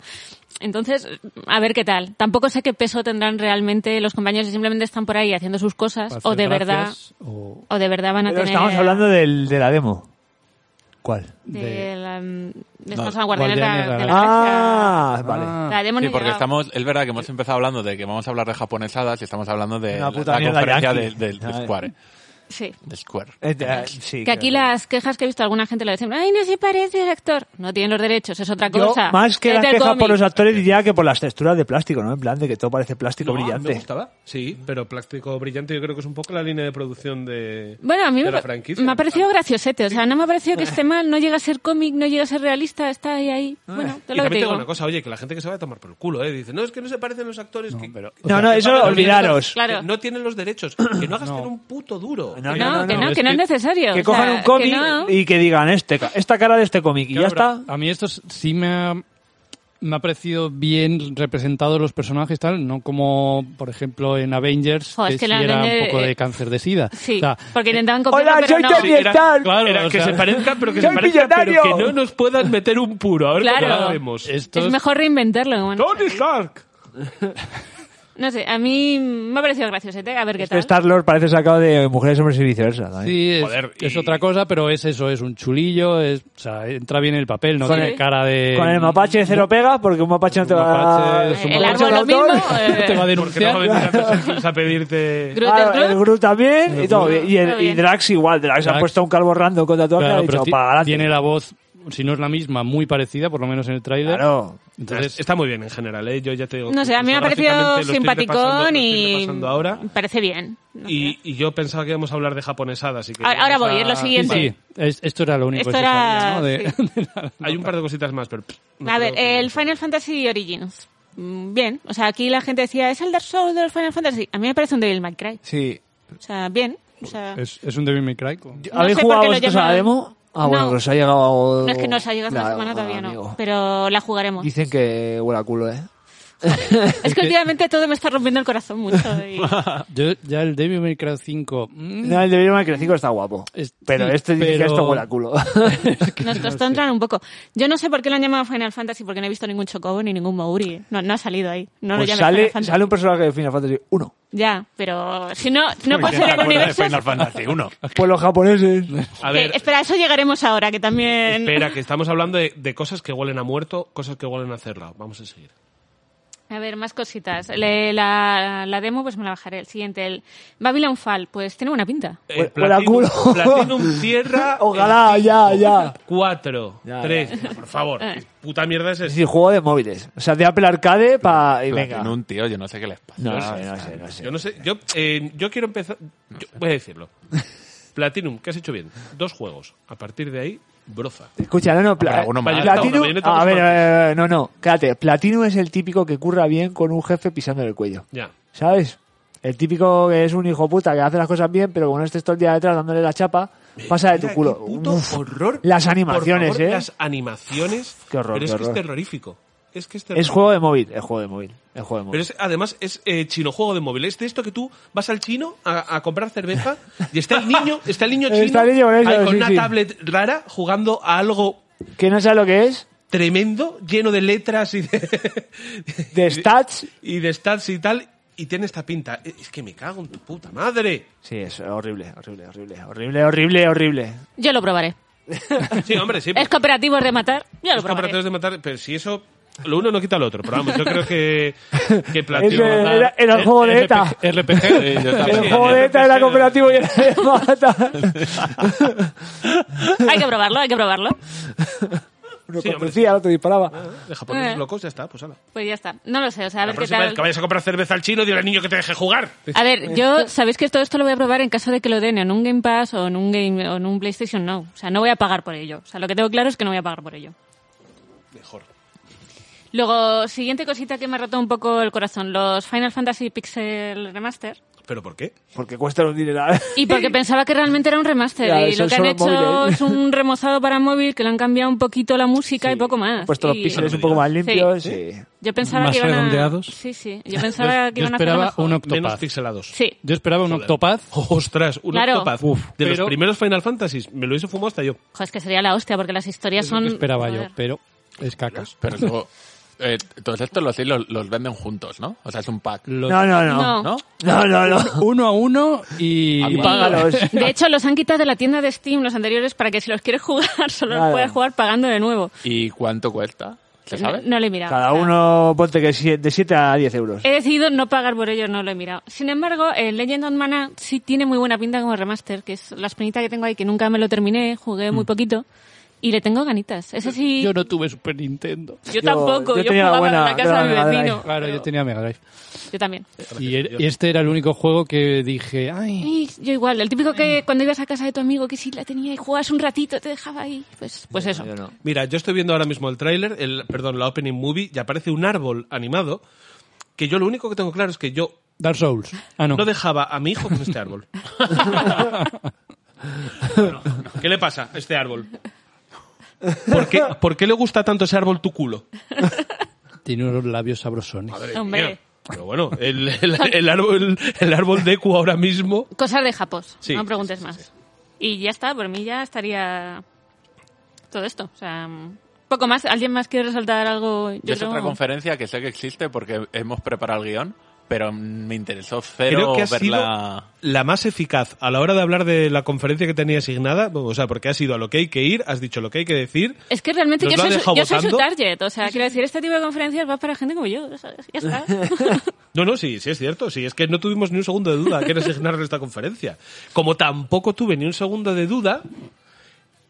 E: Entonces, a ver qué tal. Tampoco sé qué peso tendrán realmente los compañeros si simplemente están por ahí haciendo sus cosas
H: Para
E: o
H: hacer
E: de verdad
H: gracias, o-
E: o de verdad van a
G: Pero
E: tener
G: estamos hablando del- de la demo. ¿Cuál?
E: de,
H: de-
E: la, mm, de
B: No,
E: estos guardianes de la-
H: Guardianes de la
E: de la Galaxia.
G: Ah, vale.
E: La demo
B: Sí,
E: no
B: porque
E: llegaba.
B: estamos, es verdad que hemos empezado hablando de que vamos a hablar de japonesadas y estamos hablando de
G: Una
B: la,
G: puta
B: la
G: mierda
B: conferencia
G: yankee.
B: del del- de
G: A ver.
B: Square.
E: Sí.
B: De Square.
G: Eh, eh, sí,
E: Que aquí las quejas que he visto alguna gente lo dicen, ay, no se parece al actor. No tienen los derechos, es otra
G: Yo,
E: cosa.
G: más que
E: Es
G: las
E: del
G: quejas
E: cómic.
G: por los actores diría que por las texturas de plástico, ¿no? En plan de que todo parece plástico
A: No, me
G: brillante.
A: gustaba. Sí, pero plástico brillante yo creo que es un poco la línea de producción de,
E: Bueno, a mí
A: de
E: me,
A: la
E: pa-
A: franquicia. Ah.
E: me ha parecido graciosete. O sea, no me ha parecido que esté mal, no llega a ser cómic, no llega a ser realista, está ahí, ahí. Bueno, te
A: Y también
E: lo que te
A: tengo
E: digo.
A: una cosa, oye, que la gente que se va a tomar por el culo, ¿eh? Dice, no, es que no se parecen los actores que...
G: No, no, eso
A: Claro,
G: olvidaros.
E: Claro.
A: Que no tienen los derechos. Que no hagas hacer un puto duro.
G: No,
E: No, que no, que no es necesario.
G: Que
E: O
G: cojan
E: sea,
G: un cómic
E: que no.
G: y que digan este, ca- esta cara de este cómic y ya
H: Claro, pero
G: está.
H: A mí esto s- sí me ha, me ha parecido bien representados los personajes, tal, no como, por ejemplo, en Avengers,
E: Jo, es
H: que,
E: que
H: sí
E: la
H: era
E: Avengers,
H: un poco
E: eh,
H: de cáncer de sida.
E: Sí,
H: O sea,
E: porque intentaban copiarlo,
G: Hola,
E: pero
G: soy
E: no.
G: Tony
A: era-
G: Stark.
H: claro,
A: Era
H: o
A: que
H: sea,
A: se parezca, pero que se
G: ¡Soy
A: parezca, pero que
G: millonario!
A: no nos puedan meter un puro. A ver
E: Claro.
A: cómo lo hacemos.
H: estos-
E: Es mejor reinventarlo. bueno.
A: ¡Tony Stark!
E: No sé, a mí me ha parecido graciosete. A ver qué tal.
G: Star Lord parece sacado de mujeres, hombres y viceversa. también.
H: Sí, es,
A: Joder,
H: es
A: y-
H: otra cosa, pero es eso, es un chulillo, es, o sea, entra bien el papel, no
E: Sí.
H: tiene cara de...
G: Con el mapache cero pega, porque un mapache no te
H: eh, Un
G: va
H: mapache es un
E: Eh, el
H: mapache
E: árbol lo
G: de autor.
E: mismo. eh,
H: te va a
A: Porque no
H: denunciar.
A: va a venir a Ángeles a pedirte...
E: Groot
G: Ah,
E: es Groot.
G: el Groot también y, todo, bien. y, el-
E: Todo
G: y
E: bien.
G: Drax igual. Drax, ha
H: Drax.
G: puesto un calvo random con tatuaje
H: Claro,
G: y ha
H: pero
G: dicho,
H: ti-
G: para adelante.
H: tiene la voz, si no es la misma, muy parecida, por lo menos en el tráiler.
G: Claro.
H: Entonces,
A: Está muy bien en general, ¿eh? Yo ya te digo...
E: No sé, a mí me ha
A: gráficamente
E: parecido
A: lo estoy repasando- lo
E: simpaticón
A: estoy
E: y.
A: repasando ahora.
E: Parece bien. No
A: Y,
E: sé.
A: y yo pensaba que íbamos a hablar de japonesadas, así que...
E: Ahora- ahora voy, es lo
H: sí,
E: siguiente.
H: sí, es- esto era lo único
E: Esto
H: que se
E: era-
H: sabía, ¿no? De-
E: sí.
A: Hay un par de cositas más, pero... pff, no
E: A
A: creo
E: ver,
A: que-
E: el Final Fantasy Origins. Mm, Bien, o sea, aquí la gente decía, es el Dark Souls de los Final Fantasy. A mí me parece un Devil May Cry.
H: Sí,
E: O sea, bien. O sea,
H: es, es un Devil May Cry. con-
E: no
G: ¿Habéis
E: sé por
G: jugado
E: qué lo
G: vosotros a la
E: llaman-
G: demo? Ah, bueno,
E: No.
G: que os ha llegado...
E: No es que nos ha llegado esta
G: Claro,
E: semana todavía,
G: amigo.
E: no. Pero la jugaremos.
G: Dicen que huele a culo, ¿eh?
E: Es que últimamente todo me está rompiendo el corazón mucho. y-
H: Yo ya el Devil May Cry 5... mm,
G: No, el de Video Man Crecico está guapo.
H: es-
G: Pero
H: sí,
G: este dice que
H: pero-
G: esto huele a culo.
E: Nos costó entrar un poco. Yo no sé por qué lo han llamado Final Fantasy, porque no he visto ningún Chocobo ni ningún Mauri. No, no ha salido ahí. No lo
G: pues
E: llames
G: sale,
E: Final Fantasy.
G: sale un personaje de Final Fantasy 1.
E: Ya, pero si no, no puede
B: Porque
E: ser
B: te
E: el
B: acuerdas
E: universo.
B: de Final Fantasy 1.
G: Pues los japoneses.
A: A ver,
E: Eh, espera, a eso llegaremos ahora, que también...
A: espera, que estamos hablando de, de cosas que huelen a muerto, cosas que huelen a cerrado. Vamos a seguir.
E: A ver, más cositas. Le- la, la demo, pues me la bajaré. El siguiente, el Babylon Fall, pues tiene buena pinta.
A: Eh,
G: Huele a
A: Platinum,
G: culo.
A: Platinum cierra...
G: Ojalá, ya, ya.
A: 4,
G: Ya,
A: 3, por favor.
E: Eh.
A: Puta mierda es
G: Es
A: ese.
G: decir, juego de móviles. O sea, de Apple Arcade para... Y venga.
B: Platinum, tío, yo no sé qué les pasa.
G: No sé, no sé, no sé.
A: Yo no sé, yo, eh, yo quiero empezar. yo voy a decirlo. Platinum, que has hecho bien. Dos juegos. A partir de ahí, broza.
G: Escucha, no, no, pla-
B: Habrá alguno más.
A: Vaya,
G: Platinum...
A: no, no, no, no,
G: a ver,
A: no.
G: eh, no, no, cállate. Platinum es el típico que curra bien con un jefe pisándole el cuello.
A: Ya.
G: ¿Sabes? El típico que es un hijo puta que hace las cosas bien, pero como no estés todo el día detrás dándole la chapa, pasa de tu culo.
A: Qué puto
G: Uf,
A: horror.
G: las
A: Por
G: animaciones,
A: favor,
G: ¿eh?
A: Las animaciones.
G: Qué horror,
A: Pero es
G: qué
A: que
G: horror.
A: es terrorífico. Es que es
G: es
A: terrorífico.
G: juego de móvil, es juego de móvil, es juego de móvil.
A: Pero es, además es eh, chino juego de móvil. Es de esto que tú vas al chino a, a comprar cerveza y está el niño, está el niño chino
G: Está el niño con eso,
A: ahí con
G: sí,
A: una
G: sí.
A: tablet rara jugando a algo
G: que no sabe lo que es,
A: tremendo, lleno de letras y de,
G: de stats.
A: y de stats y tal, y tiene esta pinta. E, Es que me cago en tu puta madre.
G: Sí, es horrible, horrible, horrible, horrible, horrible, horrible.
E: Yo lo probaré.
A: Sí, pues. hombre, sí.
E: Es cooperativo es de matar, yo lo
A: Los
E: probaré.
A: cooperativos de matar, pero si eso, lo uno no quita al otro, pero vamos, yo creo que, que
G: Ese
A: Platinum va a Eh,
G: era, era el juego de ETA.
H: RPG, RPG
B: Sí, eh, yo
A: Sí,
G: El
B: también.
G: juego
A: el
G: de ETA
A: RPG.
G: era cooperativo y era de matar.
E: Hay que probarlo, hay que probarlo.
G: Uno
A: Sí, hombre,
G: conducía, el otro disparaba.
A: de japoneses locos, ya está, pues ala.
E: Pues ya está. No lo sé, o sea, a
A: La
E: Eh. ver qué
A: próxima vez
E: tal.
A: que vayas a comprar cerveza al chino, dile al niño que te deje jugar.
E: A ver, yo sabéis que todo esto lo voy a probar en caso de que lo den en un Game Pass o en un game o en un PlayStation No. O sea, no voy a pagar por ello. O sea, lo que tengo claro es que no voy a pagar por ello.
A: Mejor.
E: Luego, siguiente cosita que me ha roto un poco el corazón, los Final Fantasy Pixel Remaster.
A: ¿Pero por qué?
G: Porque cuesta un ¿eh? dineral.
E: Y porque pensaba que realmente era un remaster.
G: Ya,
E: y
G: son
E: lo que
G: solo ¿eh?
E: han hecho
G: móviles.
E: es un remozado para móvil que le han cambiado un poquito la música y poco más.
G: Puesto los
E: Y
G: píxeles un poco más limpios. Sí.
E: Yo pensaba
D: ¿Más
E: que iban a...
D: redondeados?
E: Sí, sí. Yo pensaba que
H: yo
E: iban a hacer
H: esperaba
E: mejor.
H: un
A: Menos
H: octopaz.
A: pixelados.
E: Sí.
H: Yo esperaba un
A: Joder.
H: octopaz
A: Ostras, un
E: Claro.
A: octopaz. de los
H: pero-
A: primeros Final Fantasies, me lo hice fumado hasta yo.
E: Joder, es que sería la hostia porque las historias
H: lo
E: son...
H: que esperaba yo,
E: Joder.
H: pero es caca.
B: Pero luego, eh, todos estos los, los, los venden juntos, ¿no? O sea, es un pack,
H: Los-
G: No, no, no.
E: No.
B: ¿no?
G: No, no, no.
H: Uno a uno y...
B: Ah,
H: y
E: Y,
B: vale.
G: Págalos.
E: De hecho, los han quitado de la tienda de Steam los anteriores para que si los quieres jugar, solo los
G: Claro.
E: puedes jugar pagando de nuevo.
B: ¿Y cuánto cuesta? ¿Se
E: No,
B: sabe?
E: no lo he mirado.
G: Cada
E: O sea,
G: uno, ponte que sie- de 7 a 10 euros.
E: He decidido no pagar por ello, no lo he mirado. Sin embargo, el Legend of Mana sí tiene muy buena pinta como remaster, que es la espinita que tengo ahí, que nunca me lo terminé, jugué muy poquito, y le tengo ganitas. Ese sí, yo,
H: Yo no tuve Super Nintendo.
E: tampoco,
G: yo
E: yo,
G: tenía la
E: jugaba
G: buena-
E: en la casa de
G: la
E: mi
G: Mega
E: vecino.
H: Claro, yo tenía Mega Drive.
E: Yo también.
H: Y, er- y este era el único juego que dije, ay,
E: Y yo igual, el típico que cuando ibas a casa de tu amigo, que sí la tenía y jugabas un ratito, te dejaba ahí, pues, pues eso.
A: Mira, yo estoy viendo ahora mismo el tráiler, el, perdón, la opening movie, y aparece un árbol animado que yo lo único que tengo claro es que yo
H: Dark Souls. Ah, no.
A: no dejaba a mi hijo con este árbol. ¿Qué le pasa a este árbol? ¿Por qué, por qué le gusta tanto ese árbol tu culo?
H: Tiene unos labios sabrosones.
A: Madre
E: Hombre.
A: mía. Pero bueno, el, el- el árbol, el árbol Deku ahora mismo.
E: Cosas de Japos,
A: Sí,
E: no
A: sí,
E: preguntes
A: sí,
E: más. Y ya está, por mí ya estaría todo esto. O sea, mm, poco más. ¿Alguien más quiere resaltar algo? Yo
B: Yo es
E: creo-
B: otra conferencia que sé que existe porque hemos preparado el guión, pero me interesó
A: Creo
B: cero
A: que ha
B: verla.
A: sido la más eficaz a la hora de hablar de la conferencia que tenía asignada. O sea, porque has ido a lo que hay que ir, has dicho lo que hay que decir.
E: Es que realmente
A: ¿Nos
E: yo
A: lo ha
E: soy, su,
A: dejado
E: yo soy su
A: votando?
E: target. O sea, quiero decir, este tipo de conferencias va para gente como yo. o sea, Ya está.
A: No, no, sí, sí es cierto. Sí, es que no tuvimos ni un segundo de duda que era asignarle esta conferencia. Como tampoco tuve ni un segundo de duda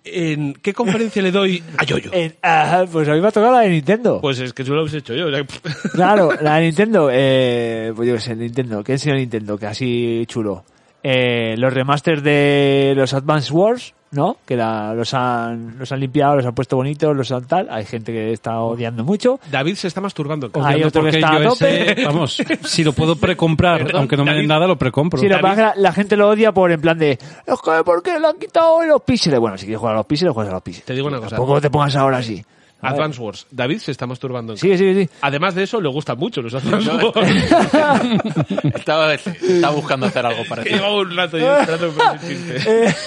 A: en qué conferencia le doy a Yoyo.
G: En- ah, pues a mí me ha tocado la de Nintendo.
A: Pues es que eso lo habéis hecho yo. o sea,
G: Claro, la de Nintendo, eh, pues yo qué sé, Nintendo, ¿qué enseñó Nintendo? Que así chulo. Eh, los remasters de los Advance Wars, ¿no? Que la- los, han, los han limpiado, los han puesto bonitos, los han tal. Hay gente que está odiando mucho.
A: David se está masturbando.
G: Hay otro que
D: Porque
G: está a
D: yo
G: tope.
D: ese, vamos, si lo puedo precomprar,
A: Perdón,
D: aunque no me den
A: David.
D: nada, lo precompro.
G: Sí, lo que pasa es que la, la gente lo odia por en plan de, "Es que, ¿por qué le han quitado los píxeles? Bueno, si quieres jugar a los píxeles, juegas a los píxeles.
A: Te digo una cosa.
G: Tampoco te pongas ahora así. A ver.
A: Advance Wars. David se está masturbando. en
G: Sí, sí, sí.
A: Además de eso, le gustan mucho los Advance Wars.
B: Estaba, estaba buscando hacer algo
A: que
B: parecido.
A: llevaba un rato yo esperando por ese chiste.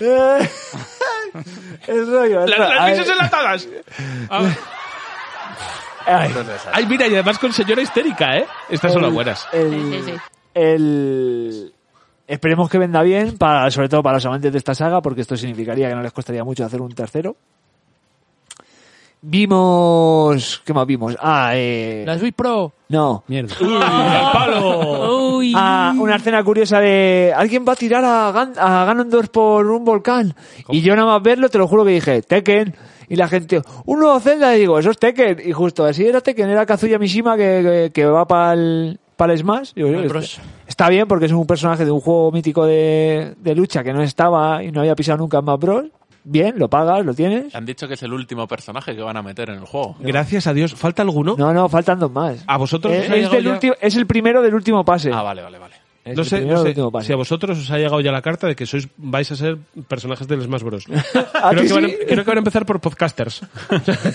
G: Eh, el rollo, el
A: Las
G: rollo. Ay,
A: transmisiones enlatadas.
G: ay,
A: Ah. Ay, mira, y además con señora histérica, ¿eh? Estas son las buenas.
G: el-
E: Sí, sí, sí.
G: el- Esperemos que venda bien, para, sobre todo para los amantes de esta saga, porque esto significaría que no les costaría mucho hacer un tercero. Vimos... ¿Qué más vimos? Ah, eh...
H: La Switch Pro.
G: No.
H: Mierda.
E: Uy.
G: Ah, una escena curiosa de... Alguien va a tirar a, Gan a Ganondorf por un volcán. Y yo nada más verlo, te lo juro que dije, Tekken. Y la gente, un nuevo Zelda, y digo, eso es Tekken. Y justo así era Tekken, era Kazuya Mishima que, que, que va para el, Smash. Digo, yo, este- está bien porque es un personaje de un juego mítico de, de lucha que no estaba y no había pisado nunca en Smash Bros. Bien, lo pagas, lo tienes.
B: Han dicho que es el último personaje que van a meter en el juego.
A: Gracias a Dios. ¿Falta alguno?
G: No, no, faltan dos más.
A: ¿A vosotros
G: Eh,
A: os ha
G: es,
A: llegado
G: del
A: ya?
G: último, es el primero del último pase.
B: Ah, vale, vale, vale.
G: Es
A: No
G: el
A: sé,
G: primero
A: no
G: del
A: sé
G: último pase.
A: si a vosotros os ha llegado ya la carta de que sois vais a ser personajes del Smash Bros. creo,
G: ti
A: que van a,
G: Ah, sí?
A: creo que van a empezar por podcasters.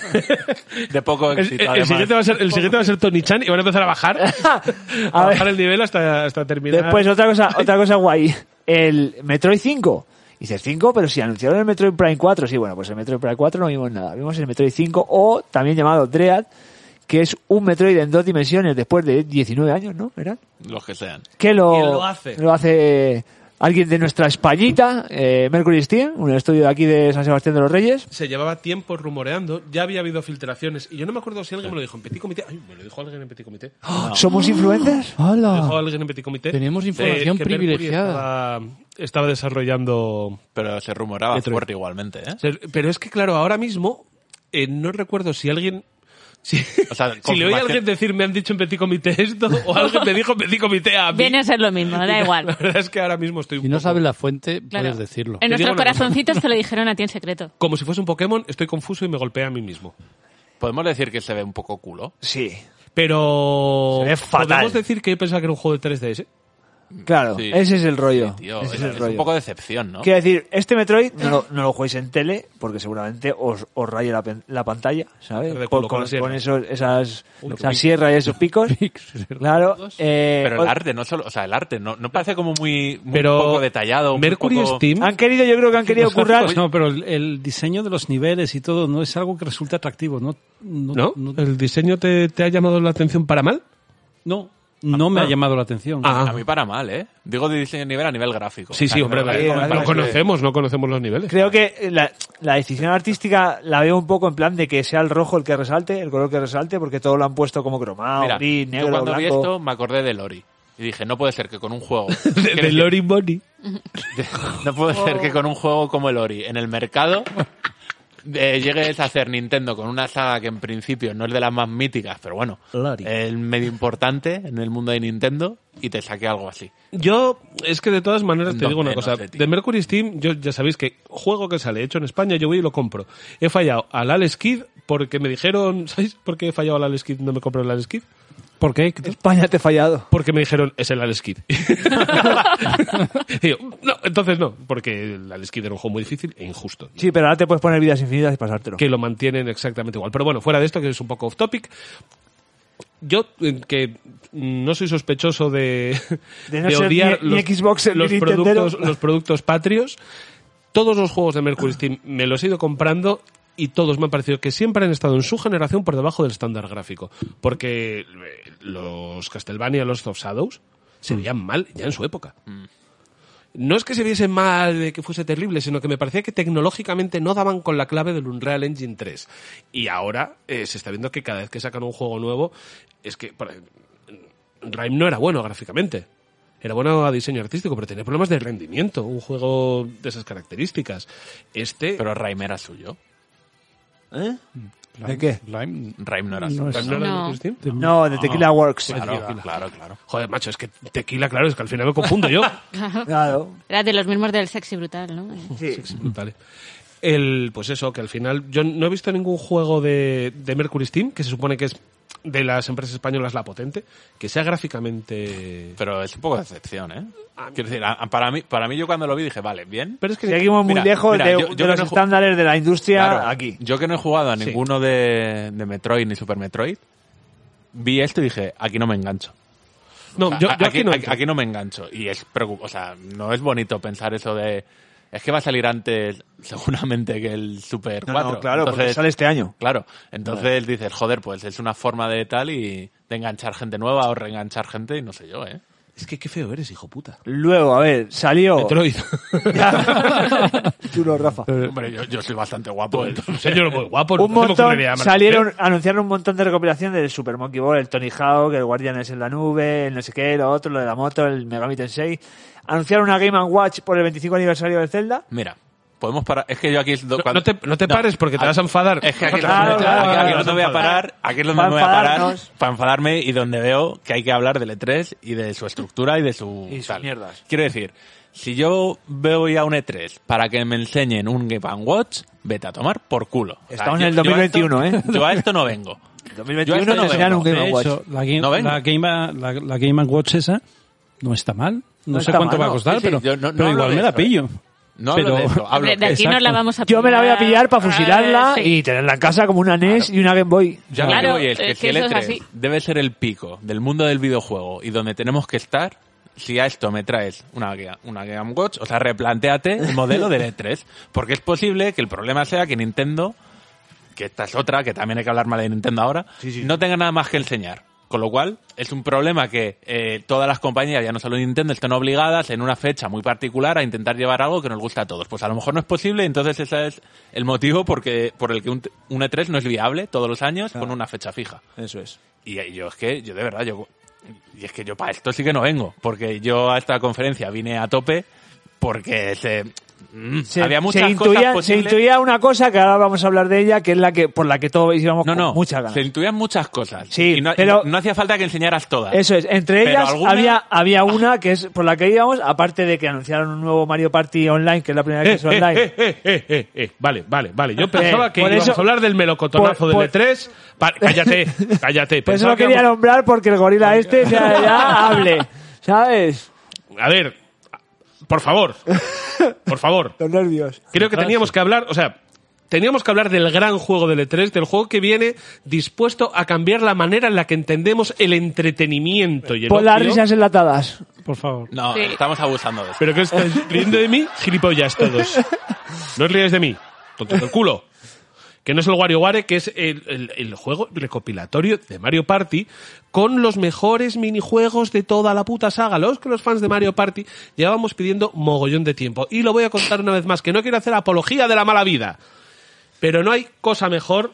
B: De poco
A: El,
B: éxito,
A: el- el
B: además.
A: siguiente va a ser, el siguiente va a ser Tony Chan y van a empezar a bajar, a
G: ver.
A: bajar el nivel hasta, hasta terminar.
G: Después, otra cosa, otra cosa guay. El Metroid 5. Dices 5, pero si anunciaron el Metroid Prime 4, sí, bueno, pues el Metroid Prime 4 no vimos nada. Vimos el Metroid 5 o también llamado Dread, que es un Metroid en dos dimensiones después de 19 años, ¿no? ¿Verdad?
B: Los que sean.
G: Que lo,
A: ¿Quién lo hace?
G: lo hace alguien de nuestra Españita, eh, Mercury Steam, un estudio de aquí de San Sebastián de los Reyes.
A: se llevaba tiempo rumoreando, ya había habido filtraciones y yo no me acuerdo si alguien me lo dijo en Petit Comité. Ay, me lo dijo alguien en Petit Comité.
G: ¿Somos influencers?
B: ¡Ah!
A: Me lo dijo
H: ¡Hala!
A: alguien en Petit Comité.
H: Tenemos
A: de
H: Ah, información
A: que Mercury
H: privilegiada.
A: Estaba, estaba desarrollando
B: Pero se rumoraba
A: Metroid.
B: fuerte igualmente, ¿eh?
A: O sea, Pero es que, claro, ahora mismo eh, no recuerdo si alguien. Si,
B: O sea,
A: si le oí a
B: confirmación-
A: alguien decir me han dicho en petit comité esto, o alguien me dijo en petit comité a mí.
E: Viene a ser lo mismo, da
A: La
E: igual.
A: verdad es que ahora mismo estoy un
H: Si no
A: poco-
H: sabes la fuente,
E: Claro.
H: puedes decirlo.
E: En
A: digo
E: nuestros
A: una cosa.
E: corazoncitos te lo dijeron a ti en secreto.
A: Como si fuese un Pokémon, estoy confuso y me golpea a mí mismo.
B: Podemos decir que se ve un poco culo.
G: Sí.
A: Pero.
G: Se ve fatal.
A: Podemos decir que yo pensaba que era un juego de 3DS.
G: Claro,
B: Sí.
G: ese es el rollo.
B: Tío, es,
G: ese es el
B: es
G: rollo.
B: un poco decepción, ¿no?
G: Quiero decir, este Metroid no lo, no lo juguéis en tele porque seguramente os, os raye la, pen- la pantalla, ¿sabes?
A: Verde culo
G: Por-
A: con
G: con
A: la sierra.
G: con esos, esas,
A: Uy,
G: esa
A: pic-
G: sierra y esos picos. claro. eh,
B: Pero
G: os-
B: el arte, no solo, o sea, el arte no, no parece como muy, muy
A: Pero.
B: poco detallado. muy
A: Mercury
B: poco-
A: Steam.
G: han querido, yo creo que han querido
D: Los
G: currar.
D: gráficos Pues no, pero el, el diseño de los niveles y todo no es algo que resulte atractivo. No, no,
A: ¿No?
D: no,
A: ¿El diseño te, te ha llamado la atención para mal?
D: no, no me ha llamado la atención.
B: A mí para mal, ¿eh? Digo de diseño de nivel a nivel gráfico.
A: ah. Sí,
B: O sea,
A: sí,
B: que
A: hombre.
B: me parece
A: vale.
B: como-
G: vale,
A: no
G: sí.
A: conocemos, no conocemos los niveles.
G: Creo que la, la decisión artística la veo un poco en plan de que sea el rojo el que resalte, el color que resalte, porque todo lo han puesto como cromado,
B: Mira,
G: gris, negro,
B: yo cuando vi
G: blanco.
B: esto me acordé de Lori. Y dije, no puede ser que con un juego...
A: De, de Lori Money.
B: No puede ser que con un juego como el Ori en el mercado eh, llegues a hacer Nintendo con una saga que en principio no es de las más míticas, pero bueno, es medio importante en el mundo de Nintendo y te saque algo así.
A: Yo, es que de todas maneras te
B: No, eh,
A: digo una
B: no
A: cosa.
B: sé, tío.
A: De Mercury Steam, yo ya sabéis que juego que sale hecho en España, yo voy y lo compro. He fallado al Alex Kid porque me dijeron, ¿sabéis por qué he fallado al Alex Kid? No me compré el Alex Kid.
D: ¿Por qué?
G: España te he fallado.
A: Porque me dijeron, es el Alex Kid. Y yo, no, entonces no, porque el Alex Kid era un juego muy difícil e injusto.
G: Sí, pero ahora te puedes poner vidas infinitas y pasártelo.
A: que lo mantienen exactamente igual. Pero bueno, fuera de esto, que es un poco off topic, yo eh, que no soy sospechoso de,
G: De no ser ni- ni Xbox, ni
A: los
G: Nintendo.
A: productos, los productos patrios, todos los juegos de Mercury Steam me los he ido comprando y todos me han parecido que siempre han estado en su generación por debajo del estándar gráfico. Porque eh, los Castlevania, los of Shadows, se veían mal ya en su época no es que se viese mal, de que fuese terrible, sino que me parecía que tecnológicamente no daban con la clave del Unreal Engine 3. Y ahora eh, se está viendo que cada vez que sacan un juego nuevo, es que por ej- Rime no era bueno gráficamente. Era bueno a diseño artístico, pero tenía problemas de rendimiento. Un juego de esas características. Este.
B: Pero Rime era suyo.
G: ¿Eh? ¿De qué?
H: Lime,
B: Rime no era
H: No
B: suyo.
H: es-
A: ¿Rime no era
E: No.
A: de Christine?
G: No, de Tequila Works.
B: Claro, claro, claro.
A: Joder, macho, es que tequila, claro, es que al final me confundo yo.
G: Claro.
E: Era de los mismos del sexy brutal, ¿no?
G: Sí.
A: Vale. El, pues eso, que al final yo no he visto ningún juego de, de Mercury Steam, que se supone que es de las empresas españolas la potente, que sea gráficamente...
B: Pero es un poco de excepción, ¿eh? Quiero decir, a- para mí, para mí yo cuando lo vi dije, vale, bien.
A: Pero es que...
G: Seguimos muy
B: Mira,
G: lejos
B: mira,
G: de,
B: yo- yo
G: de
B: que
G: los
B: no ju-
G: estándares de la industria
B: Claro,
G: aquí.
B: Yo que no he jugado a ninguno de, de Metroid ni Super Metroid, vi esto y dije, aquí no me engancho.
A: No,
B: O sea,
A: yo, yo
B: a-
A: aquí, no...
B: aquí- aquí no me engancho. Y es preocu- o sea, no es bonito pensar eso de es que va a salir antes seguramente que el Super
G: No,
B: 4.
G: no, claro, porque
B: Entonces,
G: sale este año.
B: Claro, entonces dices, joder, pues es una forma de tal y de enganchar gente nueva o reenganchar gente y no sé yo, ¿eh?
A: Es que qué feo eres, hijo puta.
G: Luego, a ver, salió.
A: Metroid.
G: Chulo, Rafa.
B: Eh, Hombre, yo, yo soy bastante guapo. entonces-
A: Señor, muy guapo. no
G: un
A: se me
G: montón
A: ocurriría llamarte.
G: salieron anunciaron un montón de recopilaciones del Super Monkey Ball el Tony Hawk el Guardianes en la nube el no sé qué lo otro lo de la moto el Megami Tensei anunciaron una Game Watch por el 25 aniversario de Zelda
B: Mira, podemos parar. Es que yo aquí.
A: No, no te, no te pares porque te vas a enfadar.
B: Ah, Es que aquí,
G: Claro,
B: no,
G: claro,
B: aquí- aquí no te
G: claro.
B: voy a parar, aquí es donde
G: Para
B: me voy a parar
G: enfadarnos.
B: para enfadarme y donde veo que hay que hablar del E3 y de su estructura y de su
G: Y sus mierdas.
B: Quiero decir, si yo veo ya un E3 para que me enseñen un Game Watch, vete a tomar por culo. O sea,
G: Estamos
B: yo-
G: en el
B: yo a esto-
G: 2021, ¿eh?
B: Yo a esto no vengo. Yo
G: 2021
B: esto
G: nos
B: no
G: enseñaron un
B: veo.
G: Game
D: De
G: Watch
D: hecho, la Game,
B: No ven.
D: la, Game, la, la Game Watch esa no está mal. No,
G: No
D: sé
G: está
D: cuánto
G: mal,
D: va a
G: no.
D: costar,
B: Sí, sí,
D: pero,
B: yo no- no
D: pero
B: hablo
D: igual
B: de
D: me la
B: eso, ¿eh?
D: pillo.
B: No
D: Pero-
B: hablo de esto, hablo
E: Hombre, de aquí nos la
D: Exacto.
E: vamos a
G: yo me la voy a pillar para
E: Ah,
G: fusilarla
E: sí.
G: y tenerla en casa como una NES y una Game Boy
B: Ya
E: Claro,
B: lo que voy es
E: es
B: que
E: que
B: si el
E: eso es
B: E3
E: así.
B: debe ser el pico del mundo del videojuego y donde tenemos que estar, si a esto me traes una, Ga- una Game Watch, o sea, replanteate el modelo del E3. Porque es posible que el problema sea que Nintendo, que esta es otra, que también hay que hablar mal de Nintendo ahora, no tenga nada más que enseñar. Con lo cual, es un problema que eh, todas las compañías, ya no solo Nintendo, están obligadas en una fecha muy particular a intentar llevar algo que nos gusta a todos. Pues a lo mejor no es posible, entonces ese es el motivo porque, por el que un, un E3 no es viable todos los años con una fecha fija.
G: eso es
B: Y eh, yo es que, yo de verdad, yo. Y es que yo para esto sí que no vengo, porque yo a esta conferencia vine a tope porque se. mm,
G: se,
B: había muchas
G: se intuía,
B: cosas
G: se
B: posibles.
G: intuía una cosa que ahora vamos a hablar de ella que es la que por la que todos íbamos
B: no,
G: con
B: no,
G: mucha ganas
B: se intuían muchas cosas.
G: Sí,
B: y no,
G: pero-
B: no hacía falta que enseñaras todas.
G: Eso es, entre
B: Pero
G: ellas
B: alguna-
G: había, había una que es por la que íbamos, aparte de que anunciaron un nuevo Mario Party online, que es la primera vez que es
A: Eh,
G: online.
A: eh, eh, eh, eh, eh. Vale, vale, vale. Yo pensaba que
G: por
A: íbamos
G: eso-
A: a hablar del melocotonazo
G: por-
A: del
G: por-
A: E3. Pa- cállate, cállate.
G: Por eso
A: Pensaba
G: lo
A: que
G: quería
A: íbamos-
G: nombrar porque el gorila este ya, ya hable, ¿sabes?
A: A ver, por favor, por favor.
G: Los nervios.
A: Creo que teníamos que hablar, o sea, teníamos que hablar del gran juego del E3, del juego que viene dispuesto a cambiar la manera en la que entendemos el entretenimiento y el
G: Por Pues las
A: ocio.
G: risas enlatadas.
D: Por favor.
B: No,
E: Sí.
B: estamos abusando de eso.
A: ¿Pero qué estáis riendo de mí? Gilipollas todos. No os ríais de mí, tontos del culo. Que no es el WarioWare, que es el, el- el juego recopilatorio de Mario Party con los mejores minijuegos de toda la puta saga. Los que los fans de Mario Party llevábamos pidiendo mogollón de tiempo. Y lo voy a contar una vez más, que no quiero hacer apología de la mala vida. Pero no hay cosa mejor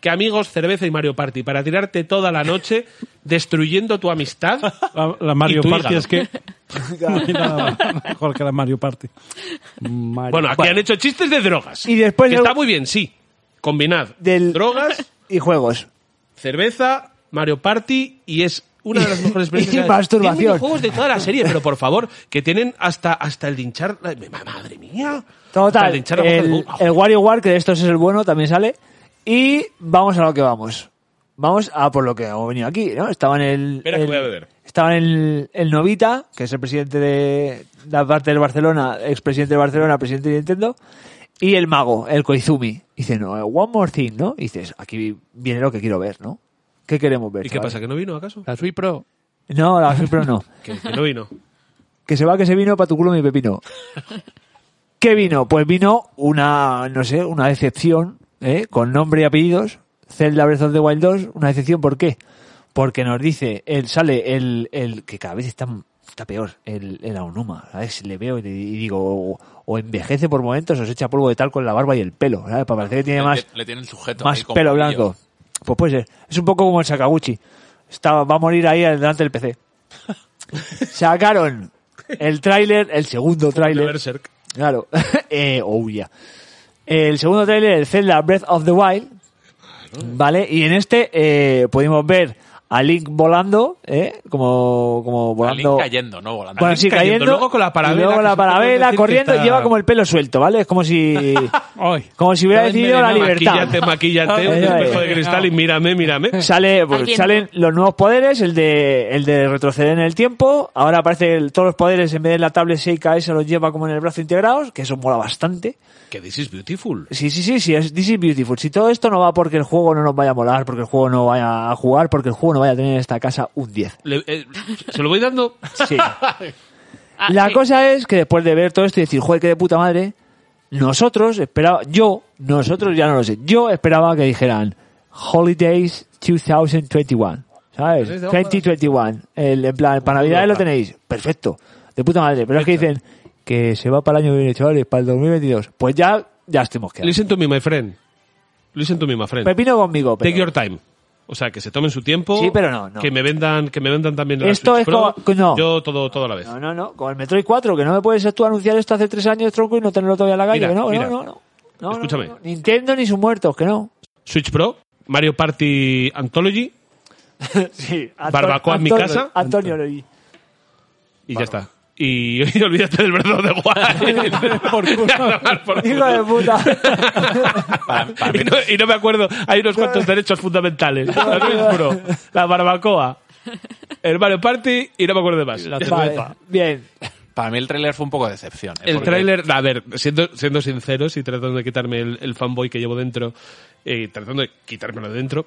A: que amigos, cerveza y Mario Party para tirarte toda la noche destruyendo tu amistad.
D: La, la Mario
A: tu
D: Party
A: hígado.
D: es que no hay nada mejor que la Mario Party. Mario-
A: Bueno, aquí han hecho chistes de drogas.
G: Y después
A: Que
G: el-
A: está muy bien, sí. Combinad
G: Del-
A: drogas,
G: Y juegos.
A: cerveza, Mario Party y es una de las mejores experiencias.
G: Y masturbación.
A: Tienen juegos de toda la serie, pero por favor, que tienen hasta, hasta el hinchar... la- Madre mía. Hasta
G: Total,
A: el
G: el,
A: hinchar la boca de-
G: el WarioWare, que de estos es el bueno, también sale. Y vamos a lo que vamos. Vamos a por lo que hemos venido aquí, ¿no? Estaba en el...
A: Espera, que
G: el-
A: voy a beber.
G: Estaba en el, el Novita, que es el presidente de la parte del Barcelona, expresidente de Barcelona, presidente de Nintendo, y el mago, el Koizumi. Dice, no, eh, one more thing, ¿no? Y dices, aquí viene lo que quiero ver, ¿no? ¿Qué queremos ver?
A: ¿Y qué
G: chaval?
A: pasa? ¿Que no vino acaso?
H: La Switch Pro.
G: No, la pero no.
A: Que, que no vino.
G: Que se va, que se vino para tu culo mi pepino. ¿Qué vino? Pues vino una, no sé, una decepción, ¿eh? con nombre y apellidos. Zelda Breath of the Wild 2, una decepción, ¿por qué? Porque nos dice, él sale, el, el que cada vez está, está peor, el, el Aonuma. ¿sabes? Le veo y, le- y digo, o, o envejece por momentos o se echa polvo de tal con la barba y el pelo, ¿sabes? Para parecer que tiene
B: Le-
G: más,
B: le tiene el sujeto ahí
G: más
B: con
G: pelo
B: brillo.
G: blanco. Pues puede ser. Es un poco como el Sakaguchi. Está, va a morir ahí delante del PC. Sacaron el tráiler, el segundo tráiler.
A: Berserk.
G: Claro. eh, oh, ya. El segundo tráiler, el Zelda Breath of the Wild. Vale, y en este eh, pudimos ver a Link volando, ¿eh? como, como volando.
B: Link cayendo, no volando.
G: Bueno,
A: Link
G: sí, cayendo,
A: cayendo, luego con la parabela,
G: y luego
A: que
G: con la
A: se puede
G: parabela
A: decir que
G: corriendo,
A: está-
G: lleva como el pelo suelto, ¿vale? Es como si,
H: Hoy.
G: como si hubiera
H: Lo
G: decidido la
H: envenenado.
G: libertad.
A: Maquillate, maquillate, un
G: Ay, ay,
A: espejo de
H: ay.
A: cristal y mírame, mírame.
G: Sale, pues,
E: Alguien-
G: salen los nuevos poderes, el de, el de retroceder en el tiempo. Ahora aparece el- todos los poderes en vez de la tablet Seika se los lleva como en el brazo integrados, que eso mola bastante.
A: Que this is beautiful.
G: Sí, sí, sí, sí, es This is Beautiful. Si todo esto no va porque el juego no nos vaya a molar, porque el juego no vaya a jugar, porque el juego no vaya a tener en esta casa un 10.
A: Le- eh, se lo voy dando.
G: Sí.
E: Ah,
G: La
E: sí.
G: cosa es que después de ver todo esto y decir, joder, qué de puta madre, nosotros esperaba, yo, nosotros ya no lo sé, yo esperaba que dijeran Holidays 2021, ¿sabes? 2021, el, en plan, para Navidades lo tenéis, perfecto, de puta madre, pero es que dicen que se va para el año que viene, chavales, para el 2022, pues ya, ya estemos quedados.
A: Listen to me, my friend. Listen to me, my friend.
G: Pepino conmigo, pero
A: Take your time. O sea, que se tomen su tiempo.
G: Sí, pero no, no.
A: Que me vendan, que me vendan también la
G: Esto
A: Switch
G: es
A: Pro.
G: como- no.
A: Yo todo, todo a la vez.
G: no, no, no, con el Metroid 4, que no me puedes tú anunciar esto hace tres años, tronco, y no tenerlo todavía en la calle,
A: Mira,
G: que no, que
A: mira.
G: no, no, no. No, no,
A: Escúchame.
G: no. Nintendo ni sus muertos, que no.
A: Switch Pro, Mario Party Anthology
G: Sí,
A: Barbacoa en mi
G: Antonio-
A: casa.
G: Antonio lo vi.
A: y ya está. Y, y olvídate del brazo de Juan. por por
G: Hijo de puta.
A: y, no, y no me acuerdo, hay unos cuantos derechos fundamentales. La Switch Pro, la barbacoa, el Mario Party y no me acuerdo de más. Ya
G: Vale,
A: está.
G: bien.
B: Para mí el tráiler fue un poco de decepción. ¿eh?
A: El
B: Porque
A: tráiler, a ver, siendo, siendo sinceros y tratando de quitarme el, el fanboy que llevo dentro, eh, tratando de quitármelo de dentro,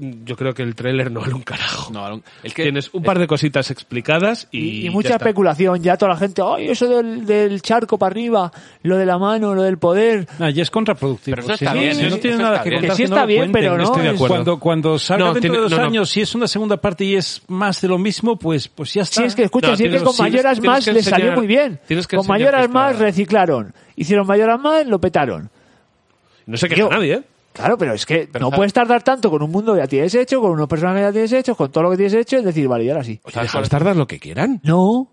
A: yo creo que el tráiler no vale un carajo.
B: No, es que
A: Tienes un par de cositas explicadas y,
G: Y,
A: ya
G: mucha
A: está.
G: especulación, ya toda la gente, ay, eso del, del charco para arriba, lo de la mano, lo del poder.
D: No, y es contraproductivo.
B: Pero eso
D: Si
B: está
D: no-
B: bien,
D: si
B: eso-
D: no tiene
B: eso
D: nada
B: está
D: que
B: bien.
G: Que
D: contar,
G: sí
D: no
G: está
D: lo
G: bien,
D: cuenten.
G: pero no
A: Estoy de acuerdo.
D: Cuando, cuando salga
A: No,
D: dentro
A: tiene-
D: de dos
A: no, no.
D: años, si es una segunda parte y es más de lo mismo, pues, pues ya está.
G: Si es que, escucha,
A: Ah. No,
G: si es que
A: tienes-
G: con
A: tienes-
G: mayoras
A: tienes
G: más
A: que
G: les salió
A: enseñar-
G: muy bien.
A: tienes que
G: Con
A: enseñar
G: mayoras
A: que está-
G: más reciclaron. Hicieron mayoras más, lo petaron.
A: No se queja
G: Tío.
A: nadie, ¿eh?
G: Claro, pero es que no
B: está-
G: puedes tardar tanto con un mundo que ya tienes hecho, con unos personajes que ya tienes hechos, con todo lo que tienes hecho, es decir, vale, y ahora sí.
A: Oye, déjalos tardar lo que quieran.
G: No,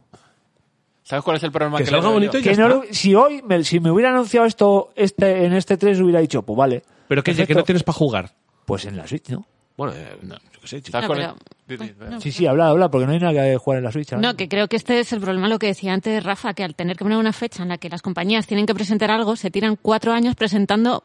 B: ¿Sabes cuál es el problema?
A: Que
B: le
A: salga
B: veo yo?
A: bonito y ya
G: que no
A: está.
G: lo- si hoy, me, si me hubiera anunciado esto este, en este 3, hubiera dicho, pues vale.
A: Pero que, ya que
G: perfecto.
A: no tienes para jugar.
G: Pues en la Switch, ¿no?
A: Bueno, eh, yo qué sé, chico.
B: ¿Sabes
E: No,
B: cuál es?
E: pero-
B: Di- di-
E: no.
G: Sí, sí, habla, habla, porque no hay nada que jugar en la Switch. ahora
E: No, que creo que este es el problema, lo que decía antes Rafa, que al tener que poner una fecha en la que las compañías tienen que presentar algo, se tiran cuatro años presentando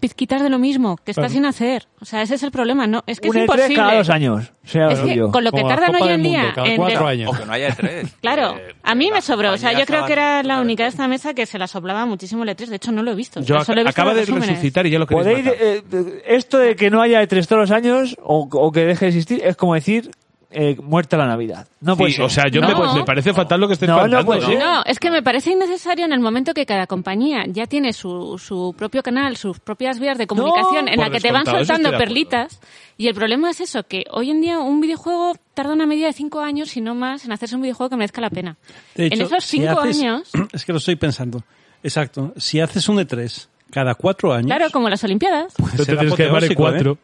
E: pizquitas de lo mismo, que está sin hacer. O sea, ese es el problema, ¿no? Es que
G: un
E: es
G: E3
E: imposible.
G: cada dos años. Sea
E: Es
G: lo
E: que
G: suyo.
E: con lo que
H: Como la
E: tardan
H: Copa
E: hoy en
H: del
E: día.
H: Mundo, cada
E: en
H: cuatro
E: de-
H: años.
B: O que no haya E tres.
E: Claro,
B: Eh,
E: a mí me
B: las
E: sobró. O sea, yo
B: compañías
E: creo que era
B: estaban-
E: la única de esta mesa que se la soplaba muchísimo el E3. De hecho, no lo he visto.
A: Yo
E: Solo he
A: ac-
E: visto
A: acaba de
E: los resúmenes.
A: resucitar y ya lo queréis
G: Podéis,
A: matar.
G: eh, eh, esto de que no haya E3 todos los años o, o que deje de existir es como decir eh, muerta la Navidad. No puede
A: Sí,
G: ser.
A: o sea, yo
E: No.
A: me, pues, me parece fatal lo que estáis
G: No, no
A: planteando,
G: puede ser.
E: No, pues, es que me parece innecesario en el momento que cada compañía ya tiene su, su propio canal, sus propias vías de comunicación en
A: por
E: la que te van
A: descontado, eso
E: soltando
A: estoy de acuerdo.
E: perlitas. Y el problema es eso, que hoy en día un videojuego tarda una media de cinco años, si no más, en hacerse un videojuego que merezca la pena.
D: De
E: en
D: hecho,
E: esos
D: si
E: cinco
D: haces-
E: años,
D: Es que lo estoy pensando. Exacto. Si haces un E3 cada cuatro años.
E: claro, como las Olimpiadas,
A: Tú te
D: será
A: tienes que llevar en
D: apoteósico, ¿eh?
A: cuatro.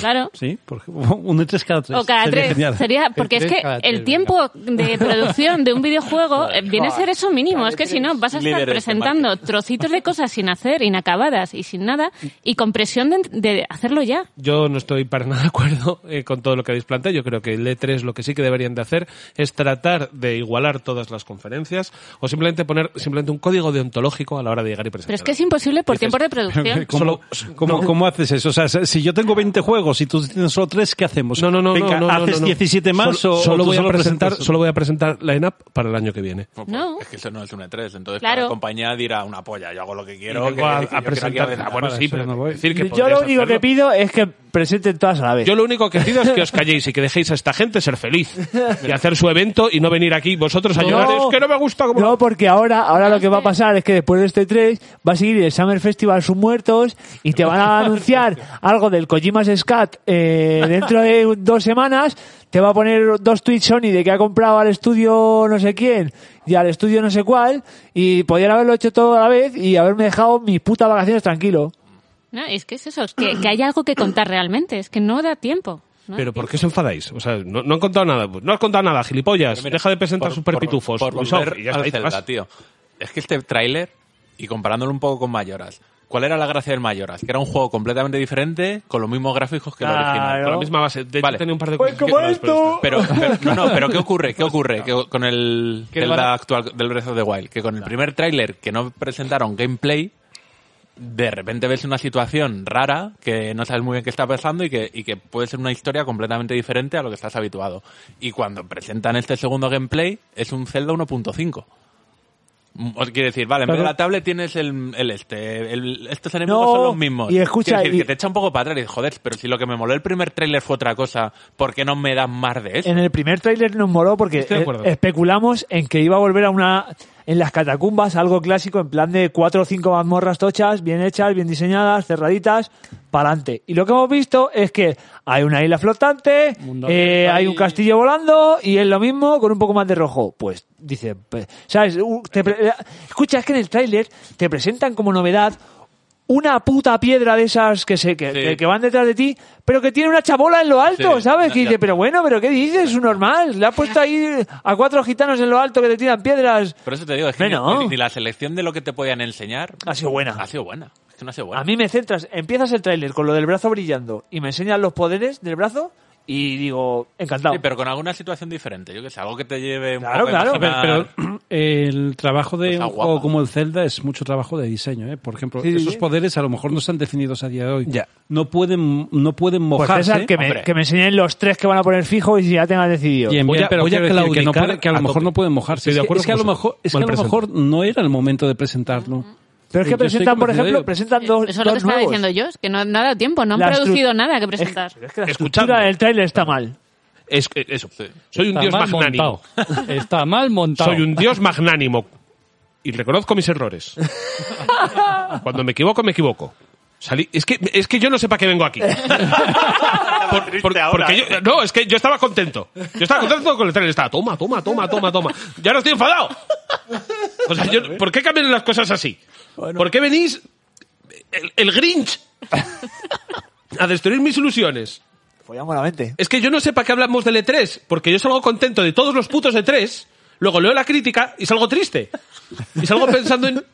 E: Claro.
D: Sí, porque uno de E tres cada tres.
E: O cada
D: Sería
E: tres.
D: genial.
E: Sería, porque es
H: tres
E: que
H: cada tres,
E: el
H: venga.
E: tiempo de producción de un videojuego eh, viene a ser eso mínimo. Es que si no, vas a estar
B: Líderes de
E: presentando trocitos de cosas sin hacer, inacabadas y sin nada, y con presión de, de hacerlo ya.
A: Yo no estoy para nada de acuerdo eh, con todo lo que habéis planteado. Yo creo que el E3 lo que sí que deberían de hacer es tratar de igualar todas las conferencias o simplemente poner simplemente un código deontológico a la hora de llegar y presentar.
E: Pero es que es imposible por tiempos de producción.
D: ¿Cómo, cómo- cómo haces eso? O sea, si yo tengo 20 juegos y tú tienes solo 3, ¿qué hacemos?
A: No, no, no,
D: Venga,
A: no, no, no,
D: ¿haces
A: no.
D: 17 más
A: Solo-
D: o
A: solo
D: o tú
A: voy a presentar,
D: presentas-
A: solo voy a presentar la ENAP para el año que viene.
E: No.
B: Es que eso no es una E3, entonces
E: Claro.
B: cada compañía dirá una polla, yo hago lo que quiero.
A: Vengo
B: que-
A: a,
B: que
A: a
B: yo quiero aquí a
A: presentar.
B: ver-
A: Ah, bueno,
D: para
A: sí,
D: eso
A: pero
D: no voy.
A: decir que
G: Yo lo
A: podrías
G: único que
A: hacerlo.
G: pido es que presenten todas a la vez.
A: Yo lo único que pido es que os calléis y que dejéis a esta gente ser feliz y hacer su evento y no venir aquí vosotros a
G: No.
A: llorar. Es que no me gusta como...
G: No, porque ahora, ahora lo que va a pasar es que después de este 3 va a seguir el Summer Festival Sus Muertos y te van a anunciar algo del Kojima's Scat eh, dentro de un- dos semanas. Te va a poner dos tweets Sony de que ha comprado al estudio no sé quién y al estudio no sé cuál y podían haberlo hecho todo a la vez y haberme dejado mis putas vacaciones tranquilo.
E: No, es que es eso, es que, que hay algo que contar realmente, es que no da tiempo. ¿no?
A: Pero ¿por qué os enfadáis? O sea, no, no han contado nada. Pues No has contado nada, gilipollas. Deja de presentar
B: por-
A: sus perpitufos.
B: Por, por
A: Ubisoft,
B: volver
A: y ya
B: al
A: está, y te
B: Zelda,
A: vas.
B: tío. Es que este tráiler, y comparándolo un poco con Mayoras, ¿cuál era la gracia del Mayoras? Que era un juego completamente diferente, con los mismos gráficos que
A: Ah,
B: el original.
A: Con la misma base. De hecho,
B: Vale.
A: tenía un par de
G: Pues
A: cosas
G: como
A: que-
G: esto.
B: Pero, pero- no, no, pero ¿qué ocurre? ¿Qué ocurre que con el
H: le van
B: Zelda actual del Breath of the Wild? Que con el primer tráiler que no presentaron gameplay, de repente ves una situación rara que no sabes muy bien qué está pasando y que, y que puede ser una historia completamente diferente a lo que estás habituado. Y cuando presentan este segundo gameplay, es un Zelda 1.5. Mm, Os quiere decir, vale, en vez de la tablet tienes el, el este, el- estos enemigos
G: No,
B: son los mismos.
G: y escucha,
B: Quiero decir,
G: y-
B: que te echa un poco para atrás y dices, joder, pero si lo que me moló el primer tráiler fue otra cosa, ¿por qué no me dan más de eso?
G: En el primer tráiler nos moló porque
A: Estoy de acuerdo.
G: e- especulamos en que iba a volver a una en las catacumbas, algo clásico, en plan de cuatro o cinco mazmorras tochas, bien hechas, bien diseñadas, cerraditas, para adelante. Y lo que hemos visto es que hay una isla flotante,
H: Mundo
G: eh,
H: abierto
G: hay un
H: y-
G: castillo volando y es lo mismo con un poco más de rojo. Pues dice, pues, ¿sabes? Uh, te pre- eh, escucha, es que en el tráiler te presentan como novedad una puta piedra de esas que se que,
B: Sí.
G: que- que van detrás de ti, pero que tiene una chabola en lo alto,
B: Sí,
G: ¿sabes?
B: ya-
G: Que
B: ya-
G: dice, pero bueno, pero ¿qué dices? Es normal. Le has puesto ahí a cuatro gitanos en lo alto que te tiran piedras.
B: Por eso te digo, es que
G: Bueno.
B: ni, ni la selección de lo que te podían enseñar
G: Ha sido buena.
B: ha sido buena. Es que no ha sido buena.
G: Ah. A mí me centras, empiezas el tráiler con lo del brazo brillando y me enseñas los poderes del brazo y digo, encantado.
B: Sí, pero con alguna situación diferente, yo que sé, algo que te lleve un
G: Claro,
B: poco a
G: claro.
B: imaginar-
D: Pero el trabajo de
B: Está
D: un
B: guapa.
D: juego como el Zelda es mucho trabajo de diseño. ¿eh? Por ejemplo,
G: Sí, sí,
D: esos
G: sí.
D: poderes a lo mejor no están definidos a día de hoy. No pueden, no pueden
G: pues
D: mojarse.
G: César, que me,
B: ¿eh? hombre.
G: que me enseñen los tres que van a poner fijo y ya tengas decidido.
D: Bien,
A: Voy
D: bien,
A: a-
D: pero
A: voy a
D: quiero decir que, no
A: claudicar
D: puede- que a
A: a
D: lo mejor
A: tope.
D: no pueden mojarse.
A: Estoy de
D: Es que-
A: acuerdo
D: es que a
A: con
D: lo
A: vosotros.
D: mejor, es que a
A: Mal
D: lo mejor no era el momento de presentarlo.
G: pero es que
D: yo estoy
G: presentan, por
D: convencido de
G: ejemplo,
D: ello.
G: presentan dos,
E: Eso es lo que
G: dos
E: estaba
G: nuevos.
E: diciendo yo, es que no, no ha dado tiempo, no han
G: La estru-
E: producido nada que
G: Es-
E: presentar.
G: pero es que la
A: Escuchadme.
G: estructura del tráiler está mal.
A: Es, que- eso. Soy un
H: Está
A: dios
H: mal
A: magnánimo.
H: montado. Está mal montado.
A: Soy un dios magnánimo. Y reconozco mis errores. Cuando me equivoco, me equivoco. Salí- es, que, es que yo no sé para qué vengo aquí. Por- por- porque yo- no, es que yo estaba contento. Yo estaba contento con el tren. Estaba, toma, toma, toma, toma, toma. Ya no estoy enfadado. O sea, yo- ¿por qué cambian las cosas así? ¿Por qué venís el, el Grinch a destruir mis ilusiones?
G: Follamos la mente.
A: Es que yo no sé para qué hablamos del E3, porque yo salgo contento de todos los putos E3, luego leo la crítica y salgo triste. Y salgo pensando en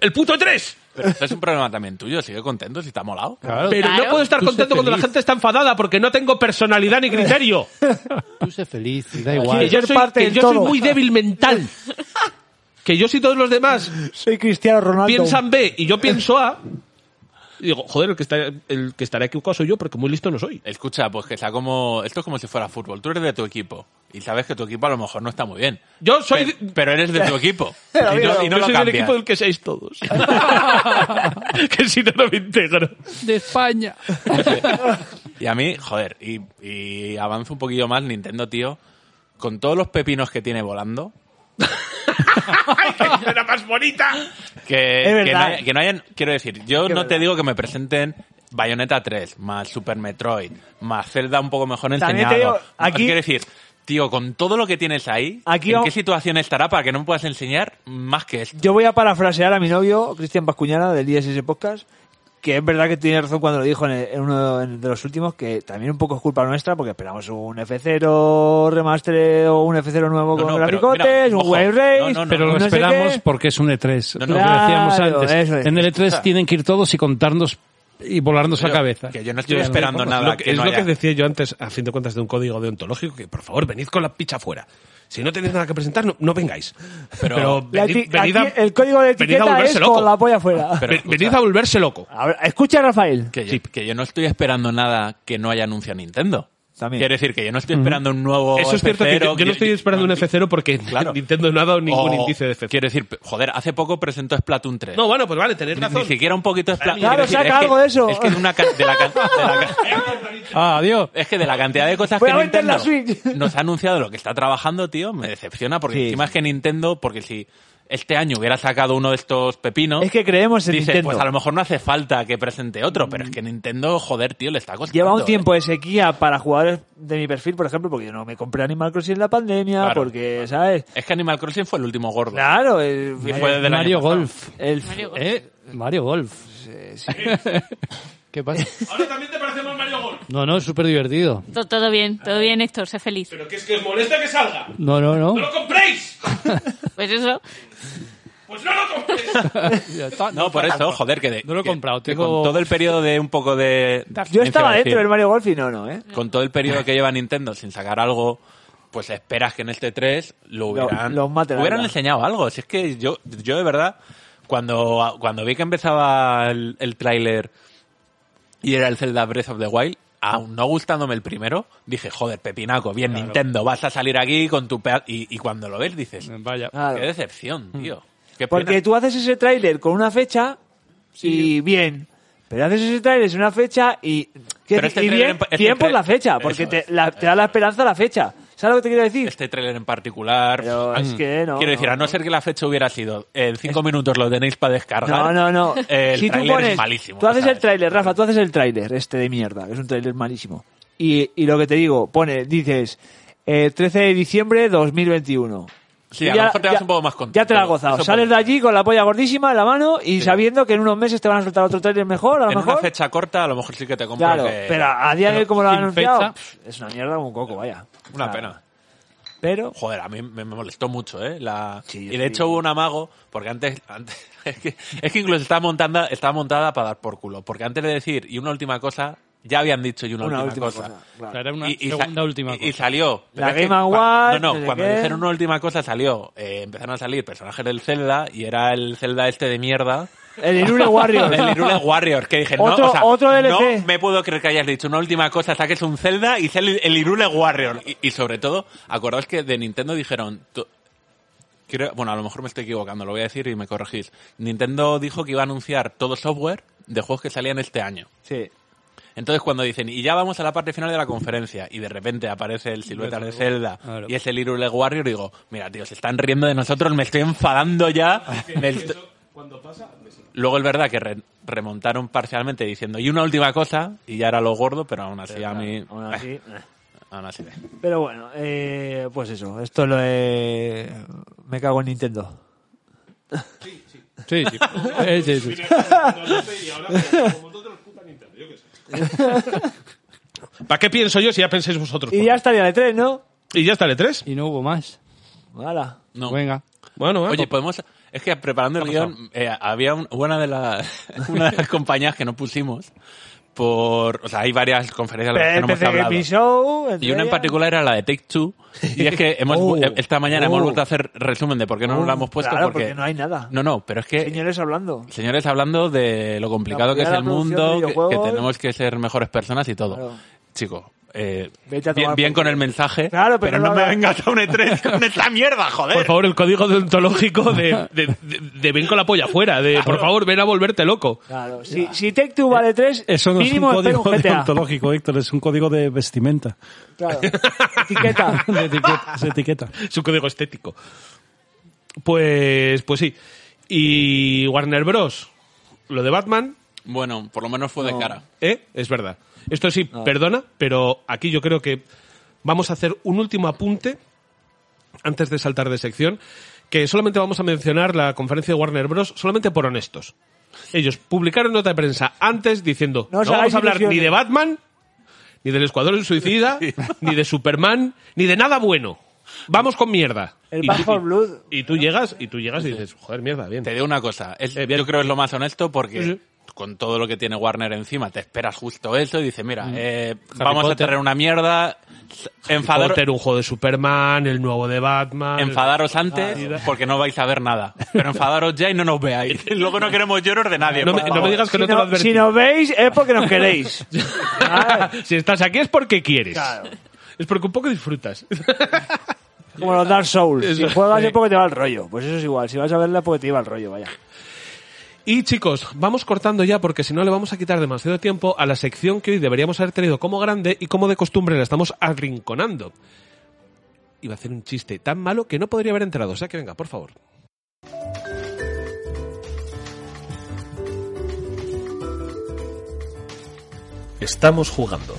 A: el puto E E3.
B: Pero esto es un problema también tuyo, sigue contento si está molado.
A: Pero no
E: Claro.
A: puedo estar
H: Tú sé
A: contento cuando la
H: feliz.
A: gente está enfadada porque no tengo personalidad ni criterio.
H: Tú sé feliz, y da
A: Que
H: igual.
A: yo
G: ser
A: soy,
G: parte
A: que
G: del
A: yo soy
G: todo.
A: muy débil mental. Que yo si todos los demás
G: Soy Cristiano Ronaldo.
A: piensan B y yo pienso A, y digo, joder, el que, está, el que estará equivocado soy yo porque muy listo no soy.
B: Escucha, pues que está como. Esto es como si fuera fútbol. Tú eres de tu equipo. Y sabes que tu equipo a lo mejor no está muy bien.
A: Yo soy...
B: Pe- Pero, eres de tu equipo. y
A: Yo-
B: no, y no
A: yo
B: lo
A: soy del
B: cambias.
A: equipo del que seáis todos. que si no, no me integro.
H: De España.
B: Y a mí, joder, y, y avanzo un poquillo más, Nintendo, tío. Con todos los pepinos que tiene volando.
A: era más bonita.
B: Que,
G: Es
B: que
G: verdad.
B: no haya- que no hayan. Quiero decir, yo no te digo que me presenten Bayonetta 3, más Super Metroid, más Zelda un poco mejor
G: También
B: enseñado.
G: te digo, aquí-
B: Quiero decir. Tío, con todo lo que tienes ahí,
G: Aquí
B: ¿en
G: va-
B: qué situación estará para que no me puedas enseñar más que esto?
G: Yo voy a parafrasear a mi novio, Cristian Bascuñana, del ISS Podcast, que es verdad que tiene razón cuando lo dijo en, el- en uno de los últimos, que también un poco es culpa nuestra, porque esperamos un F0 remaster o un F0 nuevo
B: No,
G: con
B: no, pero
G: graficotes,
B: mira,
G: un
B: ojo,
G: Wave Race.
B: no, no,
D: Pero lo
G: sé qué.
D: esperamos porque es un E3.
B: No, no.
D: lo que decíamos
G: Claro,
D: antes.
G: eso es.
D: En el E3 tienen que ir todos y contarnos y volarnos la
B: Yo-
D: cabeza.
B: Que yo no estoy
D: Yo-
B: esperando
A: Vamos,
B: nada.
A: lo que-
B: que
A: es
B: no
A: lo que
B: haya.
A: decía yo antes, a fin de cuentas, de un código deontológico, que por favor, venid con la picha fuera. Si no tenéis nada que presentar, no, no vengáis. Pero,
G: La
A: venid,
G: eti-
A: venid
G: aquí
A: a,
G: el código de
A: venid a
G: etiqueta
A: volverse
G: es
A: loco.
G: con la polla afuera.
B: Pero
A: Ven-
B: escucha.
A: venid a volverse loco.
G: A ver, Escucha, Rafael.
B: Que, yo, que yo no estoy esperando nada que no haya anunciado Nintendo.
G: También.
B: Quiere decir que yo no estoy esperando un nuevo.
A: Eso es cierto que yo,
B: F0,
A: yo no estoy esperando un F0 porque
B: Claro. Oh,
A: Nintendo no ha dado ningún
B: o-
A: índice de F0.
B: Quiero decir, joder, hace poco presentó Splatoon 3.
A: No, bueno, pues vale, tenéis
B: Ni-
A: razón.
B: Ni siquiera un poquito de Splatoon
G: Claro,
B: Quiero decir,
G: saca
B: es que-
G: algo de eso.
B: Es que de, una can- de la can- de la can-
D: Ah, adiós.
B: es que de la cantidad de cosas
G: Voy
B: que
G: a meter
B: Nintendo
G: la Switch.
B: nos ha anunciado lo que está trabajando, tío, me decepciona. Porque
G: Sí.
B: encima es que Nintendo, porque si este año hubiera sacado uno de estos pepinos.
G: Es que creemos en
B: Dice,
G: Nintendo.
B: pues a lo mejor no hace falta que presente otro, pero es que Nintendo, joder, tío, le está costando.
G: Lleva un
B: ¿eh?
G: tiempo de sequía para jugadores de mi perfil, por ejemplo, porque yo no me compré Animal Crossing en la pandemia,
B: Claro.
G: porque, ¿sabes?
B: Es que Animal Crossing fue el último gordo.
G: Claro, el,
B: Y fue desde el año
H: Mario
B: pasado.
H: Golf.
G: el-
E: Mario Golf.
H: ¿Eh? Mario Golf. ¿Qué pasa?
A: Ahora también te parece mal Mario Golf.
H: No, no, es súper divertido.
E: To- Todo bien, todo bien, Héctor, sé feliz.
A: Pero que es que os molesta que salga.
H: No, no, no.
A: lo compréis!
E: Pues eso,
A: Pues no lo compréis.
B: No, por eso, joder, que de-
H: No lo he
B: que-
H: comprado,
B: que
H: tengo-
B: Con todo el periodo de un poco de.
G: Yo
B: abstinencia,
G: estaba
B: voy a
G: dentro
B: decir,
G: del Mario Golf y no, no, ¿eh?
B: Con todo el periodo que lleva Nintendo sin sacar algo, pues esperas que en este 3 lo hubieran.
G: lo maten
B: hubieran
G: ahora.
B: enseñado algo. Si es que yo, yo de verdad, cuando, cuando vi que empezaba el, el tráiler y era el Zelda Breath of the Wild. Aún no gustándome el primero, dije, joder, Pepinaco, bien Nintendo, vas a salir aquí con tu... pea- Y, y cuando lo ves dices,
H: Vaya.
G: Claro.
B: qué decepción, tío. Qué
G: Porque
B: pena.
G: tú haces ese tráiler con una fecha y bien. Pero haces ese tráiler en una fecha y. quiero
B: Pero
G: decir,
B: este
G: y
B: tráiler
G: bien,
B: en pa- este
G: bien por
B: tráiler-
G: la fecha, porque
B: eso
G: te,
B: es,
G: la- te da la esperanza la fecha. ¿Sabes lo que te quiero decir?
B: este tráiler en particular.
G: Pero
B: Ah,
G: es que no,
B: Quiero decir,
G: no,
B: a no ser que la fecha hubiera sido en cinco minutos lo tenéis para descargar.
G: No, no, no.
B: El
G: si tú
B: tráiler
G: pones,
B: es malísimo.
G: Tú haces
B: ¿sabes?
G: el tráiler, Rafa, tú haces el tráiler este de mierda, que es un tráiler malísimo. Y, y lo que te digo, pone, dices, eh, 13 de diciembre 2021.
B: Sí,
G: Y
B: a lo mejor te vas un poco más contento.
G: Ya te la has gozado.
B: Eso
G: Sales
B: por-
G: de allí con la polla gordísima en la mano y sabiendo que en unos meses te van a soltar otro tráiler mejor, a lo
B: En
G: mejor.
B: una fecha corta, a lo mejor sí que te compras.
G: claro,
B: que-
G: pero a día de hoy como lo han
H: sin
G: anunciado,
H: fecha.
G: pf, es una mierda como un coco, vaya.
B: Una
G: Claro.
B: pena.
G: Pero
B: Joder, a mí me me molestó mucho, ¿eh? La... y
G: Sí, yo
B: de
G: estoy-
B: hecho hubo un amago, porque antes... antes es, que, es que incluso estaba, montada, estaba montada para dar por culo. Porque antes de decir, y una última cosa, ya habían dicho y una,
G: una
B: última,
G: última
B: cosa.
G: cosa, claro.
H: O sea, era una
B: sa-
H: segunda última
B: y- y
H: cosa.
B: salió. Pero
G: La
B: es que
G: Game
B: cua-
G: Award,
B: No,
G: no sé
B: no, cuando
G: qué.
B: dijeron una última cosa salió. eh, empezaron a salir personajes del Zelda y era el Zelda este de mierda.
G: El Irule Warriors.
B: El Irule Warriors, que dije,
G: Otro-
B: no, o sea,
G: otro DLC.
B: no me puedo creer que hayas dicho una última cosa, saques un Zelda y sale el Irule Warrior. Y, y sobre todo, acordaos que de Nintendo dijeron, tú- creo- bueno, a lo mejor me estoy equivocando, lo voy a decir y me corregís. Nintendo dijo que iba a anunciar todo software de juegos que salían este año.
G: Sí.
B: Entonces cuando dicen, y ya vamos a la parte final de la conferencia, y de repente aparece el silueta de Zelda
H: Claro.
B: y es el Irule Warrior, digo, mira, tío, se están riendo de nosotros, me estoy enfadando ya. Me est- Luego es verdad que re- remontaron parcialmente diciendo, y una última cosa, y ya era lo gordo, pero aún así a mí...
G: Aún así, eh.
B: aún así.
G: Pero bueno, eh, pues eso, esto lo de... Me cago en Nintendo.
H: Sí, sí. Eh, sí, sí.
A: ¿Para qué pienso yo si ya pensáis vosotros?
G: Y
A: por
G: ya
A: mí?
G: estaría de tres, ¿no?
A: y ya está el E3.
H: Y no hubo más.
G: Hala.
B: No.
H: Venga.
A: Bueno, va,
B: Oye,
A: pues-
B: podemos... Es que preparando el guión, eh, había un- una, de las, una de las compañías que no pusimos por... O sea, hay varias conferencias de las que
G: El
B: no hemos
G: PC
B: hablado.
G: Gaming Show. entre
B: Y una en
G: ellas.
B: particular era la de Take Two. Y es que hemos,
G: Oh,
B: esta mañana hemos
G: oh.
B: vuelto a hacer resumen de por qué no
G: Oh,
B: la hemos puesto.
G: claro,
B: porque,
G: porque no hay nada.
B: No, no, pero es que, señores,
G: Señores hablando.
B: hablando de lo complicado
G: La
B: que es
G: calidad
B: el
G: de la
B: mundo,
G: producción de
B: que, que
G: videojuegos.
B: tenemos que ser mejores personas y todo.
G: Claro.
B: Chico, eh,
G: Vete a
B: bien,
G: tomar
B: bien
G: por
B: con el mensaje,
G: Claro, pero
B: pero,
G: no
B: no
G: lo
B: me
G: hagas.
B: vengas a un E3 con esta mierda,
A: por
B: joder.
A: favor, el código deontológico de, de, de- de ven con la polla afuera, de por favor, ven a volverte loco.
G: Claro, si, si Take Two vale tres,
A: Eh,
D: Eso no es un
G: mínimo espera
D: código
G: un GTA.
D: deontológico, Héctor, es un código de vestimenta.
G: Claro.
A: Ah.
G: Etiqueta.
D: De etiqueta, es etiqueta.
A: Es un código estético. Pues, pues sí. Y Warner Bros. Lo de Batman,
B: Bueno, por lo menos fue de cara.
A: ¿eh? Es verdad. Esto sí,
G: Ah.
A: perdona, pero aquí yo creo que vamos a hacer un último apunte antes de saltar de sección, que solamente vamos a mencionar la conferencia de Warner Bros. solamente por honestos. Ellos publicaron nota de prensa antes diciendo,
G: No
A: no,
G: os
A: vamos
G: hagáis
A: a hablar ni
G: ilusiones".
A: de Batman, ni del Escuadrón Suicida, ni de Superman, ni de nada bueno. Vamos con mierda.
G: El
A: Y
G: Back
A: tú-
G: 4
A: y-
G: Blood.
A: Y tú llegas y tú llegas y dices, joder, mierda, bien.
B: Te digo una cosa, es-
A: Eh, bien.
B: yo creo que es lo más honesto porque
G: eh.
A: Sí, sí.
B: con todo lo que tiene Warner encima te esperas justo eso y dices, mira,
G: Mm.
B: eh,
H: Harry
B: vamos
H: Potter.
B: a tener una mierda, enfadar-
A: Potter, un juego de Superman, el nuevo de
B: Ah,
A: Batman.
B: enfadaros antes porque no vais a ver nada, pero enfadaros ya y no nos veáis. Luego no queremos lloros de nadie.
A: No
B: por
A: me, no
B: favor.
A: me digas que no,
G: si,
A: te lo
G: no,
A: advertí.
G: si nos veis es porque nos queréis. Ah,
A: si estás aquí es porque quieres. Es porque un poco disfrutas.
G: Como los Dark Souls.
A: Eso.
G: Si juegas
A: Sí.
G: es porque te va el rollo. Pues eso es igual. Si vas a verla porque te iba el rollo, vaya.
A: Y chicos, vamos cortando ya porque si no le vamos a quitar demasiado tiempo a la sección que hoy deberíamos haber tenido como grande y como de costumbre la estamos arrinconando. Iba a hacer un chiste tan malo que no podría haber entrado, o sea que venga, por favor. Estamos jugando.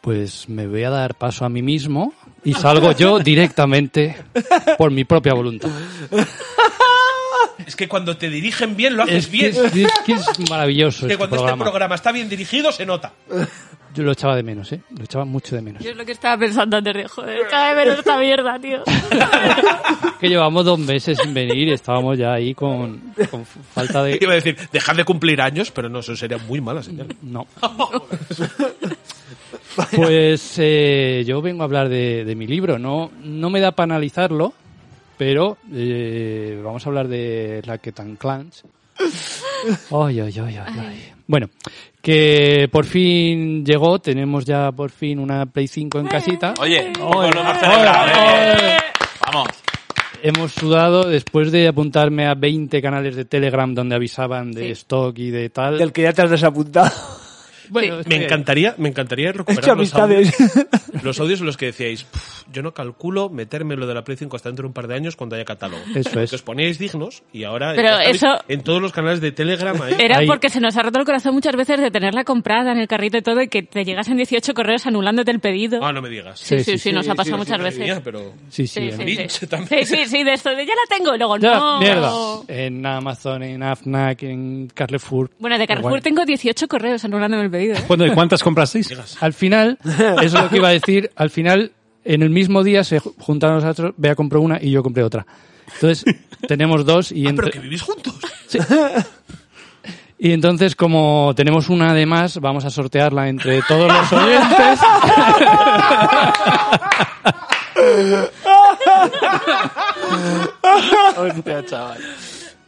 H: Pues me voy a dar paso a mí mismo y salgo yo directamente por mi propia voluntad.
A: Es que cuando te dirigen bien lo haces
H: que
A: bien.
H: es- es que es maravilloso
A: que
H: este
A: cuando este
H: programa.
A: programa está bien dirigido se nota.
H: Yo lo echaba de menos, ¿eh? Lo echaba mucho de menos.
E: Yo es lo que estaba pensando antes de, joder, cada vez menos esta mierda, tío.
H: Que llevamos dos meses sin venir y estábamos ya ahí con, con falta de...
A: Iba a decir, dejad de cumplir años, pero no, eso sería muy mala señal.
H: No. Pues eh, yo vengo a hablar de, de mi libro. No, no me da para analizarlo, pero eh, vamos a hablar de la que tan clans. Ay, ay, ay, ay, ay. Bueno, que por fin llegó. Tenemos ya por fin una Play 5 en casita.
B: Oye, pues lo hemos
H: Oye.
B: celebrado, eh. Vamos.
H: Hemos sudado después de apuntarme a 20 canales de Telegram donde avisaban de
E: Sí.
H: stock y de tal.
G: Del que ya te has desapuntado.
H: Bueno,
E: Sí.
H: está
A: Me
H: bien.
A: encantaría, me encantaría recuperar
G: Hecho
A: los audios,
G: amistades.
A: los audios en los que decíais, "Pff, yo no calculo meterme en lo de la Play 5 hasta dentro de un par de años cuando haya catálogo.
H: Eso es.
A: Que os poníais dignos y ahora
E: Pero
A: ya estáis
E: eso-
A: en todos los canales de Telegram ahí.
E: Era
H: Ahí.
E: porque se nos ha roto el corazón muchas veces de tenerla comprada en el carrito y todo y que te llegasen 18 correos anulándote el pedido.
A: Ah, no me digas.
E: sí, sí,
H: Sí,
E: sí,
H: sí,
E: nos ha pasado muchas
A: Madre mía,
E: veces.
A: pero
H: Sí,
E: Sí,
H: sí, eh.
E: sí, sí.
A: Lynch también.
E: Sí, sí, sí, de esto de ya la tengo y luego
H: Ya,
E: no.
H: mierda. En Amazon, en Afnac, en Carrefour.
E: Bueno, de Carrefour
H: Igual.
E: tengo 18 correos anulándome el pedido. ¿eh?
D: Bueno, ¿y cuántas comprasteis?
H: Al final, eso es lo que iba a decir, al final, en el mismo día se ju- juntaron nosotros, Bea compró una y yo compré otra. Entonces, tenemos dos y,
A: Ah, pero
H: entre-
A: que vivís juntos.
H: y entonces como tenemos una de más, vamos a sortearla entre todos los oyentes.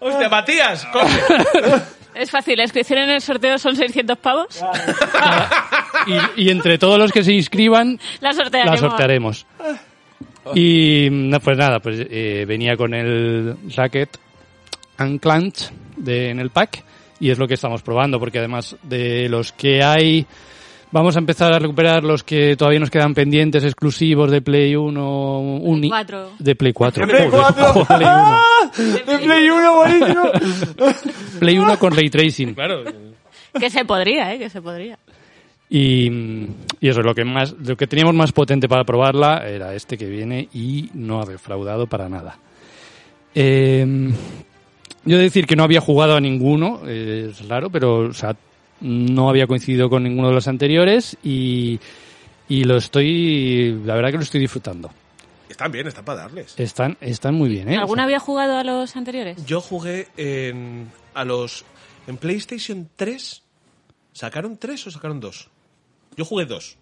A: Hostia, Matías, corre.
E: Es fácil, la inscripción en el sorteo son 600 pavos.
H: Y, y entre todos los que se inscriban,
E: La
H: la
E: sortearemos.
H: sortearemos. Y mm, no, pues nada, pues eh, venía con el racket and clanch de, en el pack y es lo que estamos probando porque además de los que hay vamos a empezar a recuperar los que todavía nos quedan pendientes exclusivos de Play 1 uni-
E: cuatro.
H: de Play 4
G: Play
H: Joder,
G: 4.
H: Play 1
G: De Play 1, buenísimo.
H: Play 1 con ray tracing
A: Claro.
E: Que se podría, ¿eh? Que se podría.
H: Y, mm, y eso es lo que más, lo que teníamos más potente para probarla era este que viene y no ha defraudado para nada. Eh, yo he de decir que no había jugado a ninguno, eh, es raro, pero o sea, no había coincidido con ninguno de los anteriores y, y lo estoy, la verdad que lo estoy disfrutando.
A: Están bien, están para darles.
H: Están, están muy bien, ¿eh? O
E: ¿Alguna
H: sea,
E: había jugado a los anteriores?
A: Yo jugué en, a los. En PlayStation 3. ¿Sacaron tres o sacaron dos? Yo jugué dos.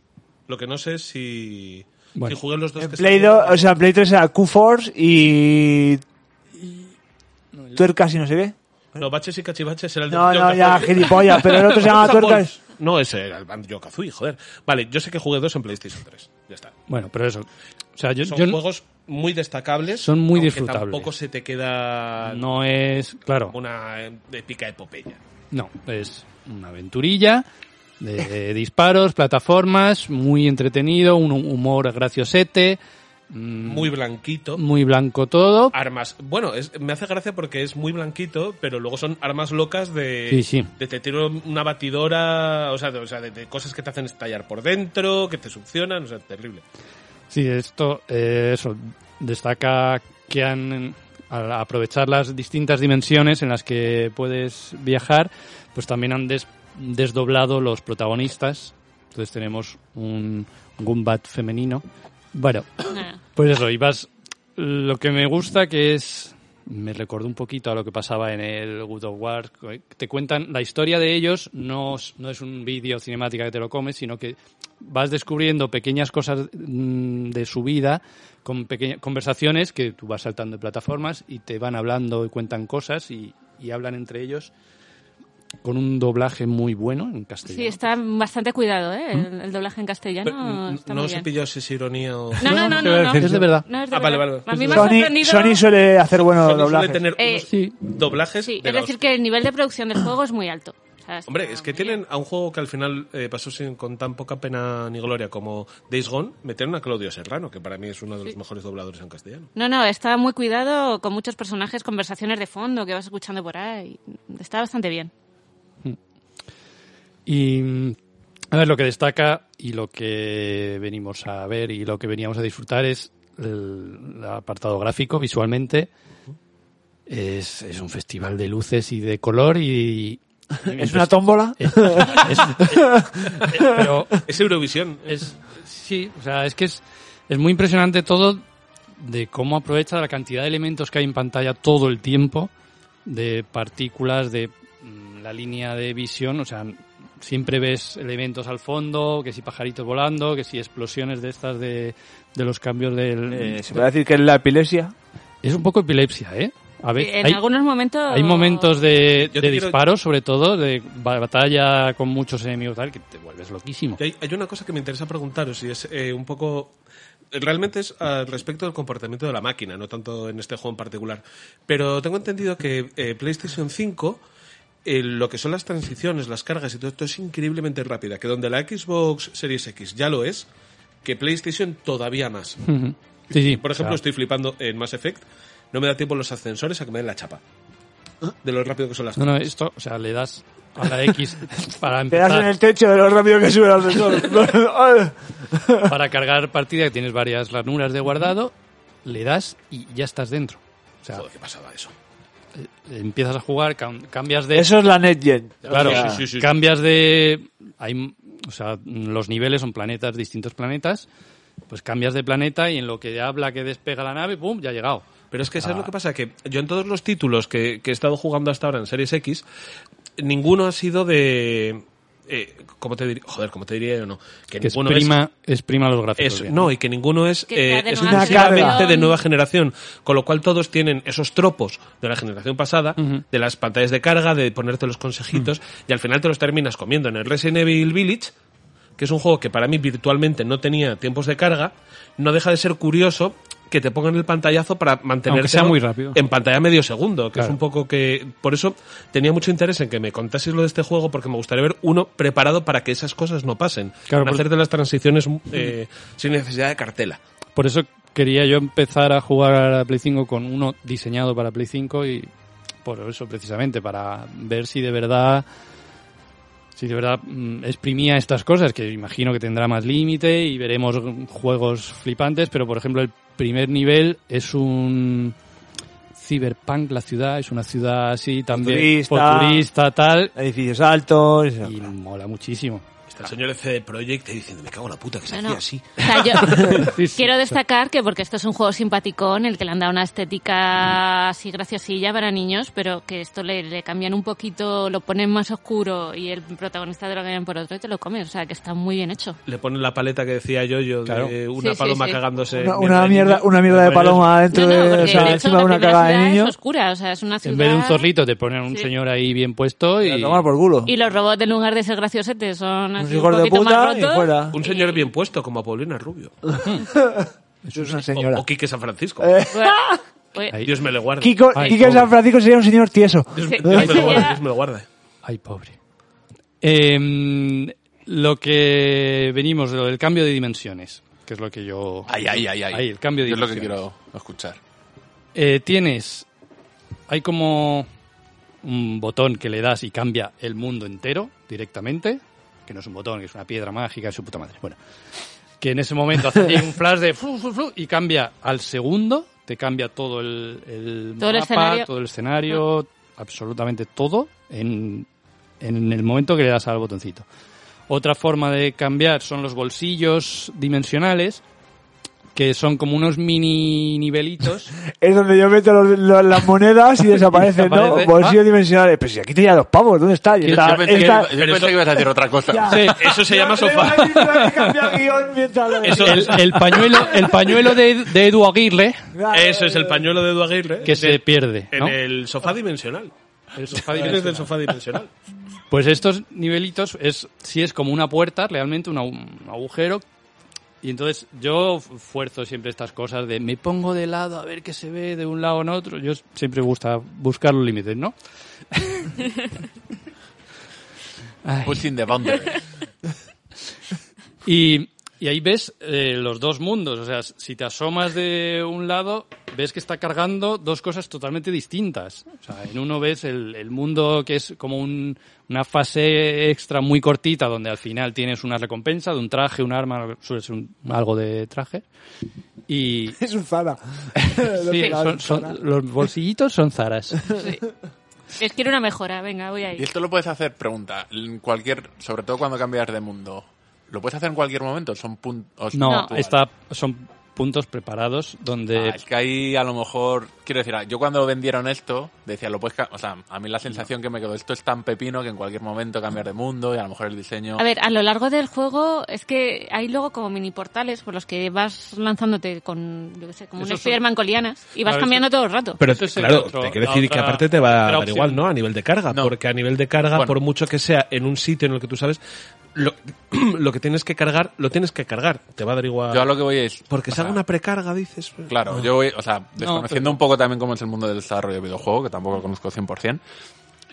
A: Lo que no sé es si. Si jugué los dos que
G: Play
A: salieron.
G: 2, o sea, Play 3 era Q-Force y... Tuercas y no sé qué.
A: No, baches y cachivaches era el de
G: No,
A: Banjo
G: no, ya,
A: Kazooie.
G: gilipollas, pero el otro se llamaba
A: Gusta
G: Tuercas.
A: Balls. No, ese era el Banjo Kazooie, joder. Vale, yo sé que jugué dos en PlayStation 3. Ya está.
H: Bueno, pero eso. O sea, yo,
A: Son
H: yo no-
A: juegos muy destacables.
H: Son muy
A: aunque
H: disfrutables.
A: Tampoco se te queda
H: no es. Claro,
A: una eh, épica epopeya.
H: no. Es una aventurilla de, de disparos, plataformas, muy entretenido, un humor graciosete, mm,
A: Muy Ah, blanquito.
H: muy blanco todo.
A: Armas. Bueno, es- me hace gracia porque es muy blanquito, pero luego son armas locas de.
H: Sí, sí.
A: De te tiro una batidora, o sea, de, o sea, de- de cosas que te hacen estallar por dentro, que te succionan, o sea, terrible.
H: Sí, esto eh, eso, destaca que han al aprovechar las distintas dimensiones en las que puedes viajar, pues también han des- desdoblado los protagonistas. Entonces tenemos un Gumbat femenino. Bueno,
E: Nada.
H: pues eso, y vas lo que me gusta que es me recordó un poquito a lo que pasaba en el Good of War. que Te cuentan la historia de ellos, no, es- no es un vídeo cinemática que te lo comes, sino que vas descubriendo pequeñas cosas mm, de su vida, con pequeñas conversaciones que tú vas saltando de plataformas y te van hablando y cuentan cosas y, y hablan entre ellos con un doblaje muy bueno en castellano.
E: Sí, está bastante cuidado, ¿eh? El, el doblaje en castellano
A: Pero,
E: Ah,
A: mm,
E: está
A: no
E: muy
A: se
E: bien.
A: pilló si es ironía o.
E: No, no, no,
H: te voy a
E: no. no.
H: decir, Es de verdad.
E: No, es de
A: Ah, vale,
E: verdad.
A: vale.
E: A mí me ha
G: Sony,
E: sorprendido...
G: Sony suele hacer buenos
A: Sony suele
G: doblajes.
A: tener
E: Eh,
A: unos
H: Sí.
A: doblajes.
E: Sí,
A: de
E: es
A: la
E: decir, que el nivel de producción del juego es muy alto. O sea, está
A: Hombre, es que
E: muy bien.
A: tienen a un juego que al final eh, pasó sin, con tan poca pena ni gloria como Days Gone, metieron a Claudio Serrano, que para mí es uno de los mejores dobladores en castellano.
E: No, no, está muy cuidado con muchos personajes, conversaciones de fondo que vas escuchando por ahí. Está bastante bien.
H: Y mm, a ver, lo que destaca y lo que venimos a ver y lo que veníamos a disfrutar es el, apartado gráfico visualmente. Es, es un festival de luces y de color y...
G: ¿Es una tómbola?
H: pero
A: Es Eurovisión.
H: es, sí, o sea, es que es, es muy impresionante todo de cómo aprovecha la cantidad de elementos que hay en pantalla todo el tiempo, de partículas, de mm, la línea de visión, o sea, siempre ves elementos al fondo, que si pajaritos volando, que si explosiones de estas de, de los cambios del...
G: Eh, ¿Se puede decir que es la epilepsia?
H: Es un poco epilepsia, ¿eh? A ver,
E: En
H: hay,
E: algunos momentos...
H: hay momentos de,
A: Yo te
H: de
A: quiero-
H: disparos, sobre todo, de ba- batalla con muchos enemigos, tal, que te vuelves loquísimo.
A: Y Hay, hay una cosa que me interesa preguntaros y es eh, un poco... Realmente es al respecto del comportamiento de la máquina, no tanto en este juego en particular. Pero tengo entendido que eh, PlayStation 5, eh, lo que son las transiciones, las cargas y todo esto es increíblemente rápida. Que donde la Xbox Series X ya lo es, que PlayStation todavía más.
H: Ujú. Sí, sí,
A: Por ejemplo,
H: o sea,
A: estoy flipando en Mass Effect. No me da tiempo en los ascensores a que me den la chapa. De lo rápido que son las
H: No, no, esto, o sea, le das a la X para
G: Te das en
H: empezar,
G: el techo de lo rápido que sube el ascensor.
H: para cargar partida, que tienes varias ranuras de guardado, le das y ya estás dentro. O sea,
A: Joder, qué pasada eso.
H: empiezas a jugar, cam- cambias de...
G: Eso es la NetGen.
H: claro,
A: Sí, sí, sí, sí.
H: cambias de... Hay, o sea, los niveles son planetas, distintos planetas, pues cambias de planeta y en lo que habla que despega la nave, ¡pum!, ya ha llegado.
A: Pero es que,
H: Ah.
A: ¿sabes lo que pasa? Que yo en todos los títulos que, que he estado jugando hasta ahora en Series X, ninguno ha sido de... eh, ¿Cómo te diría? Joder, ¿cómo te diría yo? No. Que,
H: Que es
A: ninguno
H: prima, es prima los gráficos.
A: es... es-
H: bien.
A: no, y que ninguno es
E: Que sea
A: eh,
E: de nueva
A: exclusivamente
E: generación.
A: de nueva generación, con lo cual todos tienen esos tropos de la generación pasada, de las pantallas de carga, de ponerte los consejitos, y al final te los terminas comiendo. En el Resident Evil Village, que es un juego que para mí virtualmente no tenía tiempos de carga, no deja de ser curioso que te pongan el pantallazo para mantenerse
H: sea muy rápido.
A: en pantalla medio segundo, que es
H: Claro.
A: un poco que por eso tenía mucho interés en que me contases lo de este juego porque me gustaría ver uno preparado para que esas cosas no pasen,
H: Claro,
A: para
H: pues-
A: hacerte las transiciones eh, sin necesidad de cartela.
H: Por eso quería yo empezar a jugar a Play 5 con uno diseñado para Play 5 y por eso precisamente, para ver si de verdad si de verdad mm, exprimía estas cosas, que imagino que tendrá más límite y veremos mm, juegos flipantes, pero por ejemplo el primer nivel es un cyberpunk la ciudad, es una ciudad así también
G: Futurista.
H: futurista tal
G: Edificios altos.
H: y mola muchísimo.
A: Está el señor de CD Projekt ahí diciendo, me cago en la puta, que se
E: No,
A: hacía
E: no.
A: así.
E: O sea, yo
H: Sí, sí.
E: quiero destacar que porque esto es un juego simpaticón, el que le han dado una estética así graciosilla para niños, pero que esto le, le cambian un poquito, lo ponen más oscuro y el protagonista te lo cambian por otro y te lo comes. O sea, que está muy bien hecho.
A: Le ponen la paleta que decía yo, yo de una
E: Sí, sí,
A: paloma
E: sí.
A: cagándose.
C: Una,
A: mientras
C: una
A: el
C: mierda,
A: niño-
C: una mierda de
A: Pero
C: paloma dentro
E: no, no, porque
C: de, o sea,
E: de hecho
C: encima
E: la
C: de una
E: primera
C: cagada de
E: ciudad
C: niño.
E: es oscura, o sea, es una ciudad...
H: En vez de un zorrito te ponen un señor ahí bien puesto
C: A
H: y...
C: tomar por culo.
E: Y los robots en lugar de ser graciosetes son así un
C: hijos de
E: poquito más
C: puta y
E: rotos.
C: fuera.
A: Un señor bien puesto, como Apolina Rubio.
C: Eso es una
A: O,
C: señora. Eh,
A: o Quique San Francisco.
E: Bueno, pues, oye,
A: Dios me le guarde.
C: Kiko,
H: Ay,
C: Kike
H: pobre.
C: San Francisco sería un señor tieso.
A: Dios,
E: Sí.
A: Dios me lo guarde,
E: Ya.
A: Dios me lo guarde.
H: Ay, pobre. Em, lo que venimos, lo del cambio de dimensiones, que es lo que yo...
B: Ay, ay, ay, ay.
H: Ahí, el cambio de
B: Yo es lo que
H: dimensiones.
B: quiero escuchar.
H: Eh, tienes... Hay como un botón que le das y cambia el mundo entero directamente, que no es un botón, que es una piedra mágica, es su puta madre. Bueno, que en ese momento hace ahí un flash de flu, flu, flu, y cambia al segundo, te cambia todo el, el
E: Todo el
H: mapa,
E: escenario.
H: todo el escenario, absolutamente todo en, en el momento que le das al botoncito. Otra forma de cambiar son los bolsillos dimensionales, que son como unos mini nivelitos.
C: Es donde yo meto los- los- las monedas y desaparecen, ¿no?
H: Desaparece.
C: Bolsillos dimensionales. Eh, Pero si aquí tenía dos pavos, ¿dónde está? Y está-
B: Yo pensé, que,
C: está-
B: yo pensé que ibas a decir otra cosa.
C: Ya.
H: Sí.
A: Eso se llama
C: Yo le
A: sofá.
C: iba a decir, pero hay que cambiar guión mientras lo
A: Eso,
C: decía.
H: El, el pañuelo, el pañuelo de, de Edu Aguirre,
A: eso es el pañuelo de Edu Aguirre.
H: que se
A: de- Ah,
H: pierde.
A: En
H: ¿no?
A: el sofá dimensional. El sofá
H: dimensional.
A: del sofá dimensional.
H: Pues estos nivelitos es si es como una puerta, realmente un, agu- un agujero. Y entonces yo fuerzo siempre estas cosas de me pongo de lado a ver qué se ve de un lado en otro. Yo siempre gusta buscar los límites, ¿no? Ay.
B: Pushing the boundary.
H: Y, y ahí ves eh, los dos mundos. O sea, si te asomas de un lado, ves que está cargando dos cosas totalmente distintas. O sea, en uno ves el, el mundo que es como un- una fase extra muy cortita, donde al final tienes una recompensa de un traje, un arma, suele ser un- algo de traje. Y.
C: Es un Zara. Lo
H: sí,
C: he pegado,
H: son- son-
C: Zara.
H: los bolsillitos son zaras.
E: les quiero una mejora, venga, voy
B: Y
E: ahí.
B: esto lo puedes hacer, pregunta, en cualquier, sobre todo cuando cambias de mundo. ¿Lo puedes hacer en cualquier momento? Son puntos.
H: No,
E: No.
H: está, son puntos preparados donde.
B: Ah, es que ahí a lo mejor, quiero decir, ah, yo cuando vendieron esto, decía, lo puedes, ca- o sea, a mí la sensación que me quedó, esto es tan pepino que en cualquier momento cambiar de mundo y a lo mejor el diseño...
E: A ver, a lo largo del juego es que hay luego como mini portales por los que vas lanzándote con, yo qué sé, como un
H: Esos son-
E: Spider-Man con lianas y vas
H: Claro,
E: cambiando todo el rato.
A: Pero
H: Ese es el
A: claro,
H: otro-
A: te quiero
H: la
A: decir que
H: otra-
A: aparte te va a
H: otra
A: dar igual,
H: opción.
A: ¿no? A nivel de carga,
B: No.
A: porque a nivel de carga,
B: Bueno.
A: por mucho que sea en un sitio en el que tú sabes, lo, lo que tienes que cargar, lo tienes que cargar. Te va a dar igual.
B: Yo a lo que voy es...
A: Porque se
B: o
A: haga
B: sea,
A: una precarga, dices. pues,
B: Claro, yo voy, o sea, desconociendo un poco también cómo es el mundo del desarrollo de videojuego, que tampoco lo conozco 100%,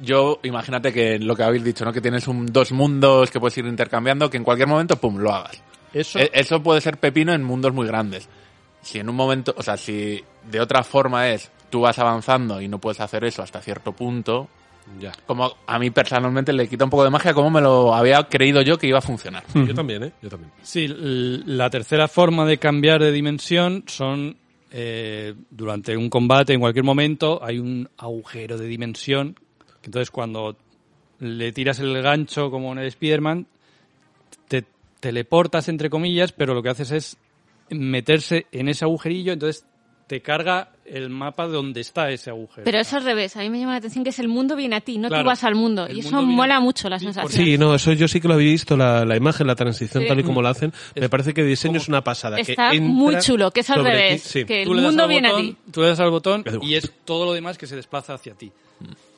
B: yo imagínate que lo que habéis dicho, ¿no? Que tienes un, dos mundos que puedes ir intercambiando, que en cualquier momento, pum, lo hagas.
H: Eso-
B: E- eso puede ser pepino en mundos muy grandes. Si en un momento, o sea, si de otra forma es, tú vas avanzando y no puedes hacer eso hasta cierto punto,
A: Ya.
B: como a mí personalmente le quita un poco de magia como me lo había creído yo que iba a funcionar.
A: Yo también, ¿eh? Yo también.
H: Sí, l- la tercera forma de cambiar de dimensión son eh, durante un combate, en cualquier momento, hay un agujero de dimensión. que Entonces, cuando le tiras el gancho como en el Spider-Man, te teleportas, entre comillas, pero lo que haces es meterse en ese agujerillo, entonces te carga el mapa donde está ese agujero.
E: Pero es al revés, a mí me llama la atención que es el mundo viene a ti, no
H: Claro.
E: tú vas al mundo.
H: El
E: Y eso
H: mundo viene-
E: mola mucho la
H: Sí,
E: sensación.
A: Sí, no, eso yo sí que lo había visto, la, la imagen, la transición
E: Sí.
A: tal y como la hacen. Me parece que el diseño es una pasada. que
E: Está
A: entra
E: muy chulo, que es al
A: sobre ti.
E: revés,
A: Sí.
E: que el
H: Tú le das
E: mundo
H: al
E: viene a
H: botón,
E: ti.
H: Tú le das al botón
A: Me da igual.
H: y es todo lo demás que se desplaza hacia ti.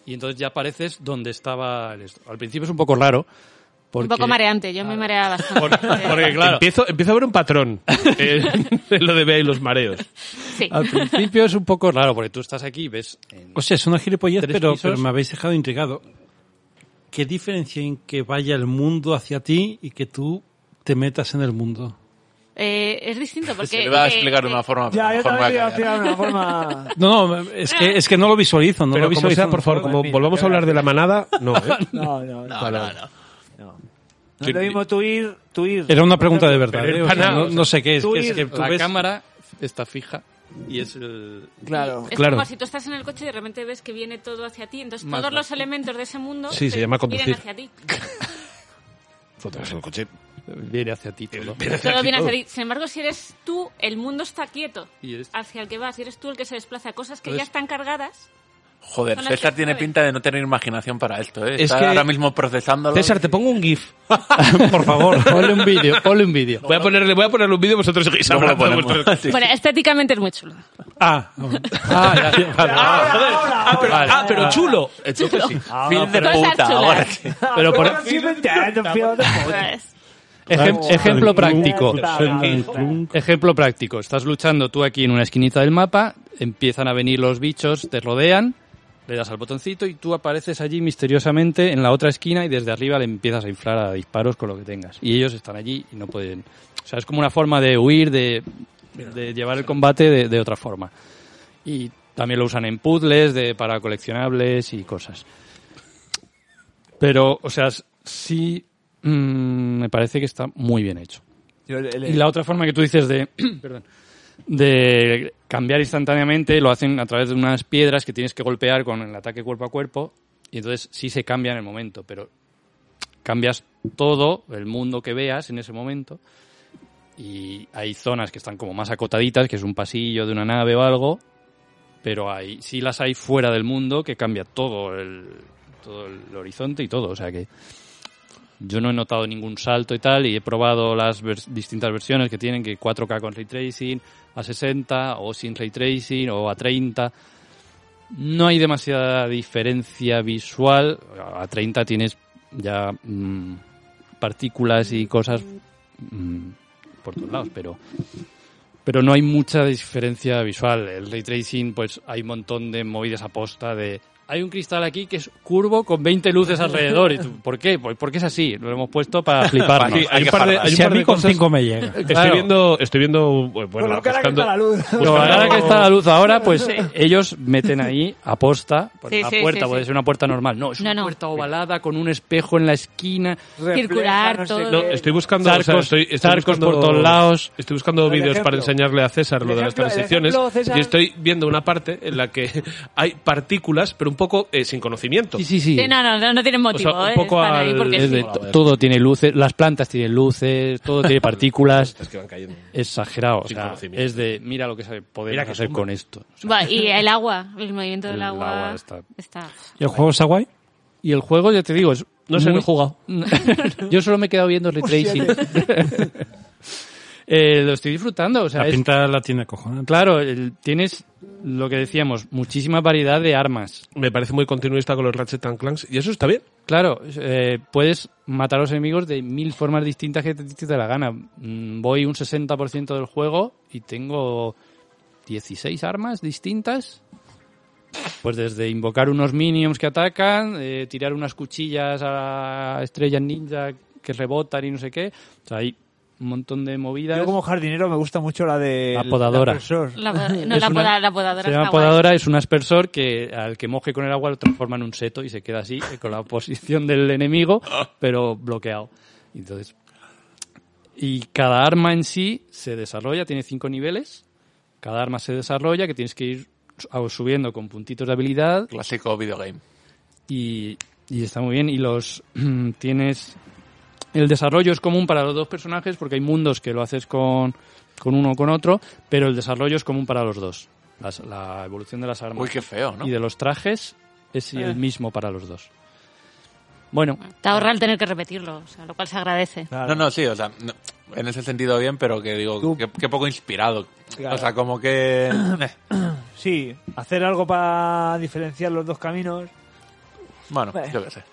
H: Y entonces ya apareces donde estaba el esto. Al principio es un poco raro. Porque,
E: Un poco mareante, yo me marea bastante.
H: Porque, porque, claro,
A: Empiezo, empiezo a ver un patrón eh, en lo de Bea y los mareos.
E: Sí.
H: al principio es un poco raro porque tú estás aquí y ves... en-
D: O sea, es una gilipollez,
H: Tres
D: pero,
H: pisos.
D: pero me habéis dejado intrigado. ¿Qué diferencia en que vaya el mundo hacia ti y que tú te metas en el mundo?
E: Eh, es distinto porque...
B: Se le va a
E: eh,
B: explicar de
E: eh,
B: una forma. pero a
C: Ya,
B: lo
C: yo
B: mejor me va a
C: también iba a
B: callar.
C: tirar una forma.
D: No, no, es que, es que no lo visualizo, no
A: Ah.
D: lo
A: Pero como
D: visualizo.
A: sea, por favor, como volvamos a hablar de la manada, no, ¿eh?
C: No, no, no.
A: Vale, vale.
C: No es lo mismo tú ir, tú ir.
D: Era una pregunta de verdad.
A: Pero
D: ¿eh? O sea,
A: hermana,
D: no,
A: o sea,
D: no sé qué es.
C: tú
D: que es
C: ir-
D: que tú
H: la
D: ves-
H: cámara está fija y es el...
C: Claro.
E: Es
A: Claro.
E: como si tú estás en el coche y de repente ves que viene todo hacia ti, entonces
H: Más
E: todos
H: bajo.
E: los elementos de ese mundo
A: Sí, se
E: te
A: llama
E: miran
A: conducir.
E: hacia ti.
H: Entonces el coche viene hacia ti todo.
E: Todo viene hacia ti. Sin embargo, si eres tú, el mundo está quieto
H: Y eres-
E: hacia el que vas. Si eres tú el que se desplaza, cosas que
H: Entonces-
E: ya están cargadas.
B: Joder,
E: Son las
B: César
E: que
B: tiene
E: mueven.
B: pinta de no tener imaginación para esto, ¿eh?
H: Es
B: Está
H: que-
B: ahora mismo procesándolo.
A: César, te pongo un GIF.
H: Por favor, ponle un vídeo, ponle un vídeo.
A: Voy a ponerle, voy a ponerle un vídeo y vosotros seguís
B: Luego lo
A: hablando. Ah, de
B: ponemos.
A: vuestros-
B: Sí.
E: Bueno, estéticamente es muy chulo.
H: Ah, ah, ya, ya, vale,
A: Ah, joder. Ah, pero,
H: Vale.
A: ah, pero chulo.
B: Entonces sí. Fin de
E: Ah,
B: puta,
E: pero- Cosas chulas.
B: ahora sí.
H: Pero por
E: Pues,
H: ejem- ejemplo práctico.
F: Plunk.
H: Ejemplo práctico. Estás luchando tú aquí en una esquinita del mapa, empiezan a venir los bichos, te rodean, le das al botoncito y tú apareces allí misteriosamente en la otra esquina y desde arriba le empiezas a inflar a disparos con lo que tengas. Y ellos están allí y no pueden... O sea, es como una forma de huir, de, de llevar el combate de, de otra forma. Y también lo usan en puzzles de, para coleccionables y cosas. Pero, o sea, s- sí mm, me parece que está muy bien hecho. Y la otra forma que tú dices de, perdón, de cambiar instantáneamente lo hacen a través de unas piedras que tienes que golpear con el ataque cuerpo a cuerpo y entonces sí se cambia en el momento, pero cambias todo el mundo que veas en ese momento y hay zonas que están como más acotaditas, que es un pasillo de una nave o algo, pero hay sí las hay fuera del mundo que cambia todo el todo el horizonte y todo, o sea que yo no he notado ningún salto y tal, y he probado las vers- distintas versiones que tienen, que 4K con ray tracing, a 60 o sin ray tracing o a 30. No hay demasiada diferencia visual. A 30 tienes ya mm, partículas y cosas mm, por todos lados, pero pero no hay mucha diferencia visual. El ray tracing, pues hay un montón de movidas a posta de hay un cristal aquí que es curvo con 20 luces alrededor. ¿Y tú, ¿Por qué? Pues porque es así. Lo hemos puesto para fliparnos.
B: Sí,
A: hay
B: que
A: un par de,
B: farrar.
A: hay un
D: Si a
A: par de
D: mí con
A: cosas-
D: cinco me llega.
A: Estoy
H: Claro.
A: viendo, estoy viendo, bueno, buscando-
G: luz.
H: Pero ahora que está la luz ahora, pues eh, ellos meten ahí aposta por
E: Sí,
H: la
E: sí,
H: puerta,
E: sí,
H: puede
E: sí.
H: ser una puerta normal. No, es
E: No,
H: una
E: no.
H: puerta ovalada con un espejo en la esquina.
E: Circular, todo.
A: No, eh, estoy buscando,
H: Zarcos-
A: o sea, estoy, estoy
H: zarcos
A: buscando-
H: por todos lados.
A: Estoy buscando vídeos
G: ejemplo.
A: para enseñarle a César lo
G: El
A: de las
G: ejemplo- el
A: transiciones
G: ejemplo, César.
A: y estoy viendo una parte en la que hay partículas, pero un poco eh, sin conocimiento.
H: Sí, sí, sí.
E: Sí, no, no, no, no tienen motivo.
A: un
E: ¿eh?
A: poco
E: Están ahí
A: al-
E: porque
H: Es
E: sí.
H: de to- todo tiene luces, las plantas tienen luces, todo tiene partículas.
A: que van cayendo.
H: Exagerado, o
A: Sin
H: sea,
A: conocimiento.
H: es de mira lo que se
A: Mira
H: podemos
A: que
H: hacer
A: zumba.
H: con esto. O sea,
E: Va, y el agua, el movimiento del
H: El
E: agua.
H: agua está-
D: ¿Y el juego está guay?
H: y el juego, ya te digo, es
A: No sé, no he jugado.
H: Yo solo me he quedado viendo el
A: Pues
H: retracing. Eh, lo estoy disfrutando, o sea,
D: La
H: es-
D: pinta la tiene cojonante.
H: claro, el- tienes lo que decíamos, muchísima variedad de armas.
A: Me parece muy continuista con los Ratchet and Clanks y eso está bien.
H: Claro, eh, puedes matar a los enemigos de mil formas distintas que te, te dé la gana. Mm, Voy un 60% del juego y tengo 16 armas distintas. Pues desde invocar unos minions que atacan, eh, tirar unas cuchillas a estrellas ninja que rebotan y no sé qué. O sea, hay un montón de movidas.
G: Yo como jardinero me gusta mucho la de...
H: La podadora.
G: aspersor.
E: La, poda- no,
H: Es
E: la,
H: una-
E: poda- la podadora
H: Se llama
E: está guay.
H: podadora, es un aspersor que al que moje con el agua lo transforma en un seto y se queda así, eh, con la posición del enemigo, pero bloqueado. Entonces, y cada arma en sí se desarrolla, tiene cinco niveles. Cada arma se desarrolla, que tienes que ir su- subiendo con puntitos de habilidad
B: Clásico videogame.
H: y, y está muy bien. Y los tienes. El desarrollo es común para los dos personajes porque hay mundos que lo haces con, con uno o con otro, pero el desarrollo es común para los dos. Las- la evolución de las armas
B: Uy, qué feo, ¿no?
H: y de los trajes es
G: Eh.
H: el mismo para los dos. Bueno,
E: Te ahorra el tener que repetirlo, o sea, lo cual se agradece.
B: No, no, sí, o sea, no, en ese sentido bien, pero que digo, qué, qué poco inspirado. O sea, como que... eh,
G: Sí, hacer algo para diferenciar los dos caminos.
B: Bueno, yo qué sé.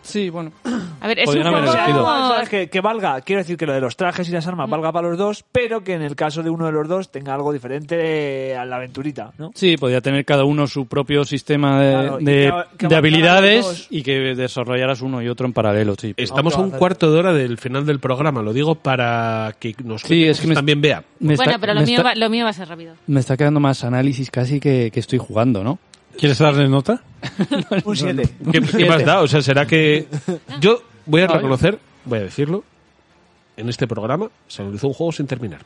H: sí, bueno.
E: A ver, es un
H: Podrían
E: juego...
H: haber elegido.
G: ¿Sabes? Que, que valga, quiero decir que lo de los trajes y las armas valga para los dos, pero que en el caso de uno de los dos tenga algo diferente a la aventurita, ¿no?
H: Sí, podría tener cada uno su propio sistema de,
G: Claro, y
H: de-
G: que a- que
H: de
G: avanzaran
H: habilidades
G: los dos.
H: y que desarrollaras uno y otro en paralelo, sí. pero-
A: Estamos a un cuarto de hora del final del programa, lo digo para que nos
H: Sí, es que me-
A: también vea.
H: Me
E: Bueno,
H: está-
E: pero lo
H: me
E: mío,
H: está-
E: va, lo mío va a ser rápido.
H: Me está quedando más análisis casi que, que estoy jugando, ¿no?
D: ¿Quieres darle nota?
G: Un 7.
A: ¿Qué, qué más da? O sea, será que yo voy a
H: Ay.
A: reconocer, voy a decirlo, en este programa se realizó un juego sin terminar.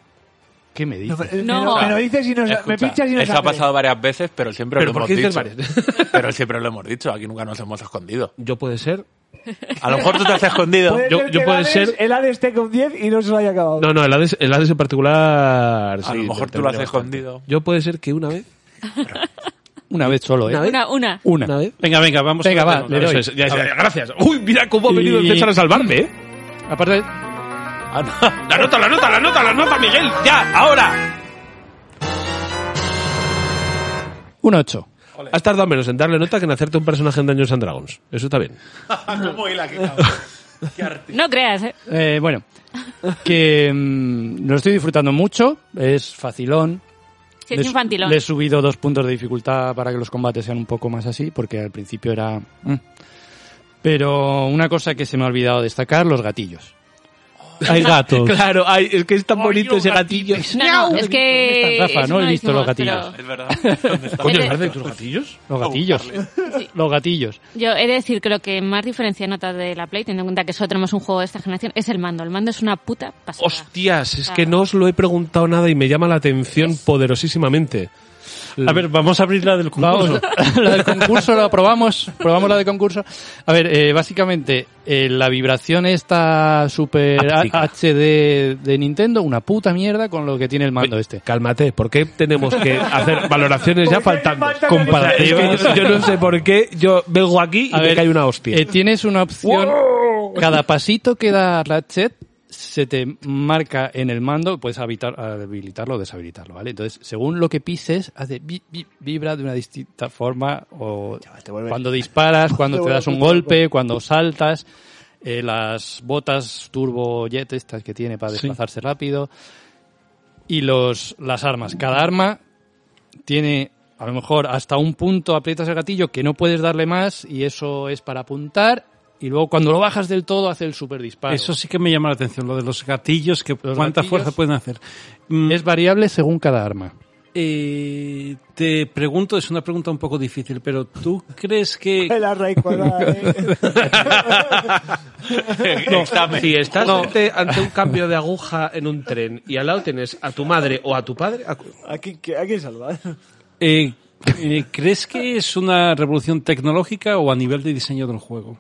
H: ¿Qué me dices?
E: No.
G: Me, lo, me lo dices y nos, me
B: Escucha,
G: pinchas y nos
B: eso ha
G: haces.
B: pasado varias veces, pero siempre
A: ¿Pero
B: lo
A: por
B: hemos
A: qué dices
B: dicho. pero siempre lo hemos dicho, aquí nunca nos hemos escondido.
A: Yo puede ser,
B: A lo mejor tú te has escondido.
G: Pues,
A: Yo- yo puede ser-
G: El Hades tenga un 10 y no se lo haya acabado.
A: No, no, el Hades, el Hades en particular.
B: A lo mejor tú lo has escondido.
A: Yo puede ser que una vez.
H: Una vez solo, ¿eh?
A: Una vez.
E: Una, una.
H: Una.
A: Una vez.
D: Venga, venga, vamos.
H: Venga,
D: a
H: va,
D: verlo,
H: le
D: ¿no?
H: doy.
A: Eso es, ya,
H: A
A: ya,
H: ver.
A: gracias. Uy, mira cómo ha venido
H: Y-
A: César a salvarme, ¿eh?
H: Aparte,
A: Ah, La nota, la nota, la nota, la nota, Miguel. Ya, ahora.
H: un 8.
A: Has tardado menos en darle nota que en hacerte un personaje en Dungeons and Dragons. Eso está bien.
B: ¿Cómo hila aquí,
E: No creas, ¿eh?
H: Eh, bueno, que mm, lo estoy disfrutando mucho, es facilón.
E: Si es
H: su-
E: infantilón.
H: le he subido dos puntos de dificultad para que los combates sean un poco más así, porque al principio era... mm. Pero una cosa que se me ha olvidado destacar, los gatillos. Hay gatos.
A: Claro, ay, es que es tan bonito ese gatillo.
E: No, no, es que...
H: Esta Rafa,
E: eso
H: no he
E: lo
H: visto los
E: decimos,
H: gatillos.
B: Es verdad. ¿Dónde está?
A: Coño,
E: Ese-
A: ¿verdad? ¿Tus gatillos?
H: Los gatillos. Los gatillos.
E: pero Yo he de decir que lo que más diferencia nota de la Play, teniendo en cuenta que solo tenemos un juego de esta generación, es el mando. El mando es una puta pasada.
A: Hostias, es que no os lo he preguntado nada y me llama la atención poderosísimamente.
H: A ver, vamos a abrir la del concurso. la del concurso la probamos. Probamos la del concurso. A ver, eh, básicamente, eh, la vibración esta super
A: Áptica.
H: HD de Nintendo, una puta mierda con lo que tiene el mando este.
A: Cálmate, ¿por qué tenemos que hacer valoraciones ya faltando?
H: Comparativas.
A: Es que yo, yo no sé por qué yo vengo aquí y
H: A
A: me
H: ver,
A: cae una hostia.
H: eh, tienes una opción. Cada pasito que da Ratchet se te marca en el mando, puedes habitar- habilitarlo o deshabilitarlo, ¿vale? Entonces, según lo que pises, hace vi- vi- vibra de una distinta forma o cuando disparas, cuando te das un golpe, cuando saltas, eh, las botas turbo jet estas que tiene para desplazarse rápido y los las armas. Cada arma tiene a lo mejor hasta un punto aprietas el gatillo que no puedes darle más y eso es para apuntar y luego cuando lo bajas del todo hace el super disparo.
D: Eso sí que me llama la atención, lo de los gatillos, que cuánta
H: gatillos.
D: fuerza pueden hacer. Mm,
H: es variable según cada arma.
D: eh, te pregunto, es una pregunta un poco difícil, pero ¿tú crees que
G: El array cuadrada, eh.
H: eh,
A: Si estás ante, ante un cambio de aguja en un tren y al lado tienes a tu madre o a tu padre, a-
G: Aquí, que- hay que salvar.
D: Eh, eh, ¿Crees que es una revolución tecnológica o a nivel de diseño del juego?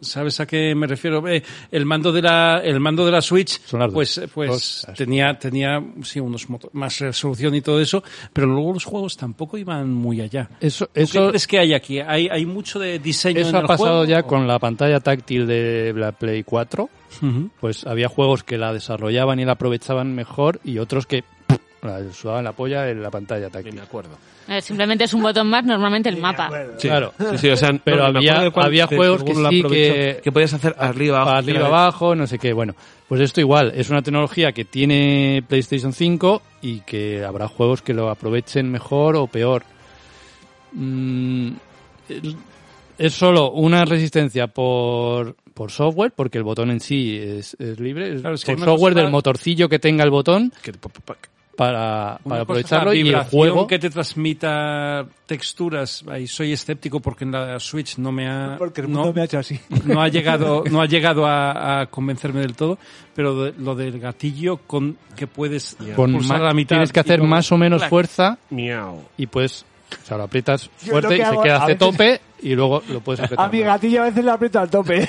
D: ¿Sabes a qué me refiero? Eh, el mando de la el mando de la Switch
H: Son las
D: pues
H: dos.
D: pues
H: Cosas.
D: tenía tenía sí unos moto- más resolución y todo eso, pero luego los juegos tampoco iban muy allá.
H: Eso
D: ¿Tú ¿Qué
H: eso
D: crees que hay aquí? Hay hay mucho de diseño en
H: eso ha
D: el
H: pasado
D: juego?
H: ya con la pantalla táctil de la Play 4.
D: Ujú.
H: pues había juegos que la desarrollaban y la aprovechaban mejor y otros que ¡pum!, la sudaban la polla en la pantalla táctil.
A: acuerdo.
E: A ver, simplemente es un botón más, normalmente el mapa.
H: Claro.
A: Sí, sí, o sea,
H: Pero
A: no, me
H: había-
A: acuerdo de cuál-
H: había
A: de-
H: juegos que
A: según lo
H: sí,
A: aprovechó,
H: que-
A: que podías hacer arriba,
D: Ah,
A: abajo,
H: Para arriba,
A: otra vez.
H: abajo, no sé qué. Bueno, pues esto igual, es una tecnología que tiene PlayStation 5 y que habrá juegos que lo aprovechen mejor o peor. Mm, el- es solo una resistencia por, por software, porque el botón en sí es, es libre, es
D: Claro, es que
H: por
D: una cosa
H: software
D: es la-
H: del motorcillo que tenga el botón
A: Que- pa- pa- pa-
H: para, para
D: Una cosa es la
H: aprovecharlo y el
D: vibración
H: juego...
D: que te transmita texturas. Ahí soy escéptico porque en la Switch no me ha
G: Porque el
D: no-
G: mundo me ha hecho así.
D: no ha llegado, no ha llegado a, a convencerme del todo, pero de- lo del gatillo con que puedes
H: con
D: pulsar
H: más-
D: la mitad
H: tienes que
D: y
H: hacer
D: luego-
H: más o menos
D: clac.
H: fuerza
A: Miau.
H: y pues o sea, lo aprietas
G: Yo
H: fuerte
G: lo que
H: y se
G: hago
H: queda
G: a
H: hacia
G: veces-
H: tope y luego lo puedes apretar.
G: A mi
H: más.
G: gatillo a veces le aprieto al tope.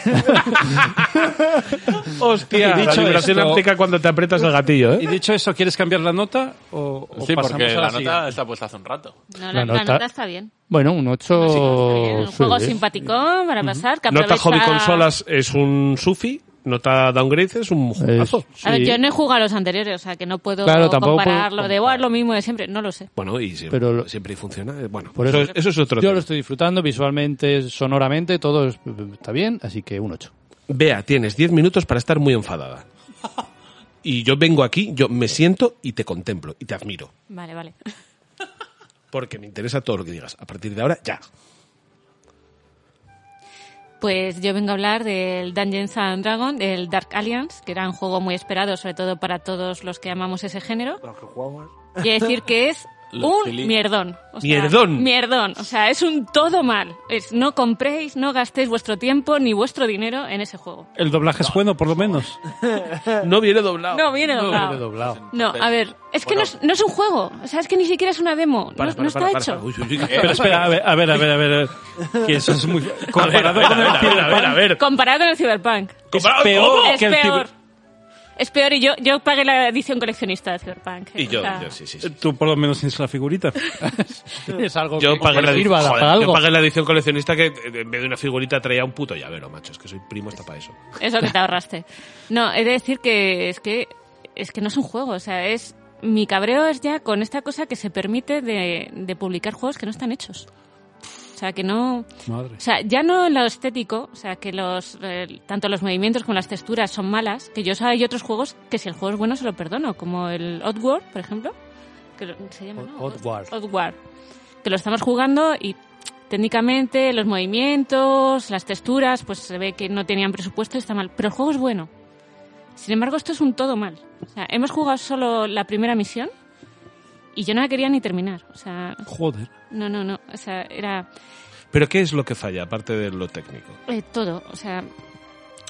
A: Hostia,
D: dicho
A: la vibración
D: esto-
A: áptica cuando te aprietas el gatillo,
D: Y
A: ¿eh?
D: dicho eso, ¿quieres cambiar la nota o, o
B: Sí,
D: pasamos
B: porque
D: a la,
B: la
D: siguiente?
B: nota está puesta hace un rato.
E: No, la,
H: La
E: la nota.
H: nota
E: está bien.
H: Bueno, un 8
E: Está bien, Un juego
H: sube.
E: simpaticón para pasar. que
A: Nota
E: aprovecha-
A: Hobby Consolas es un sufi, nota Downgrade es un jugazo.
H: Es-
E: A ver,
H: sí,
E: yo no he jugado a los anteriores, o sea que no puedo
H: Claro, tampoco puedo
E: compararlo de "Buah, es lo mismo de siempre, no lo sé.
A: Bueno, y siempre,
H: Pero lo-
A: siempre funciona. eh, Bueno,
H: Por
A: eso,
H: eso-
A: es- eso es otro
H: yo
A: tema.
H: lo estoy disfrutando visualmente, sonoramente, todo es- está bien, así que un 8.
A: Vea, tienes 10 minutos para estar muy enfadada. Y yo vengo aquí, yo me siento y te contemplo y te admiro.
E: Vale, vale.
A: Porque me interesa todo lo que digas. A partir de ahora, ya.
E: Pues yo vengo a hablar del Dungeons and Dragons, del Dark Alliance, que era un juego muy esperado, sobre todo para todos los que amamos ese género. Y he de decir que es
B: Los
E: un
B: Philly-
E: mierdón. O sea,
A: Mierdón.
E: Mierdón. O sea, es un todo mal. Es, no compréis, no gastéis vuestro tiempo ni vuestro dinero en ese juego.
D: El doblaje es bueno, por lo menos.
A: No viene doblado.
E: No viene doblado.
D: Doble doblado.
E: No, a ver, es que no, es, no es un juego. O sea, es que ni siquiera es una demo. No- no, Pues está hecho.
D: Pero espera, a ver, a ver, a ver, a ver. Que eso es muy. Comparado
A: a
D: con
A: ver,
D: el
A: a ver, a ver, a ver.
E: Comparado con el Cyberpunk.
A: Comparado-
D: peor.
A: ¿cómo?
E: Es
D: que el
E: peor.
D: ciber-
E: Es peor y yo, yo pagué la edición coleccionista de Cyberpunk. ¿eh?
J: Y yo,
E: O sea,
J: yo, sí, sí, sí.
D: Cyberpunk, Eh, tú por lo menos tienes la figurita.
H: Es algo
A: Yo
H: que
A: pagué, la edición,
H: sirva
A: joder,
H: para
A: yo
H: algo.
A: pagué la edición coleccionista que eh, en vez de una figurita traía un puto llavero, macho. Es que soy primo hasta para eso.
E: Eso que te ahorraste. No, he de decir que es que es que no es un juego, o sea, es mi cabreo es ya con esta cosa que se permite de, de publicar juegos que no están hechos. O sea, que no...
D: Madre.
E: O sea, ya no en lo estético, o sea, que los eh, tanto los movimientos como las texturas son malas, que yo o sea, hay otros juegos que si el juego es bueno se lo perdono, como el Oddworld, por ejemplo, que lo- se llama, ¿no?
H: Oddworld.
E: Oddworld. Que lo estamos jugando y técnicamente los movimientos, las texturas, pues se ve que no tenían presupuesto y está mal, pero el juego es bueno. Sin embargo, esto es un todo mal. O sea, hemos jugado solo la primera misión y yo no la quería ni terminar, o sea,
D: Joder.
E: no, no, no, o sea, era
A: Pero ¿qué es lo que falla, aparte de lo técnico?
E: eh, todo, o sea...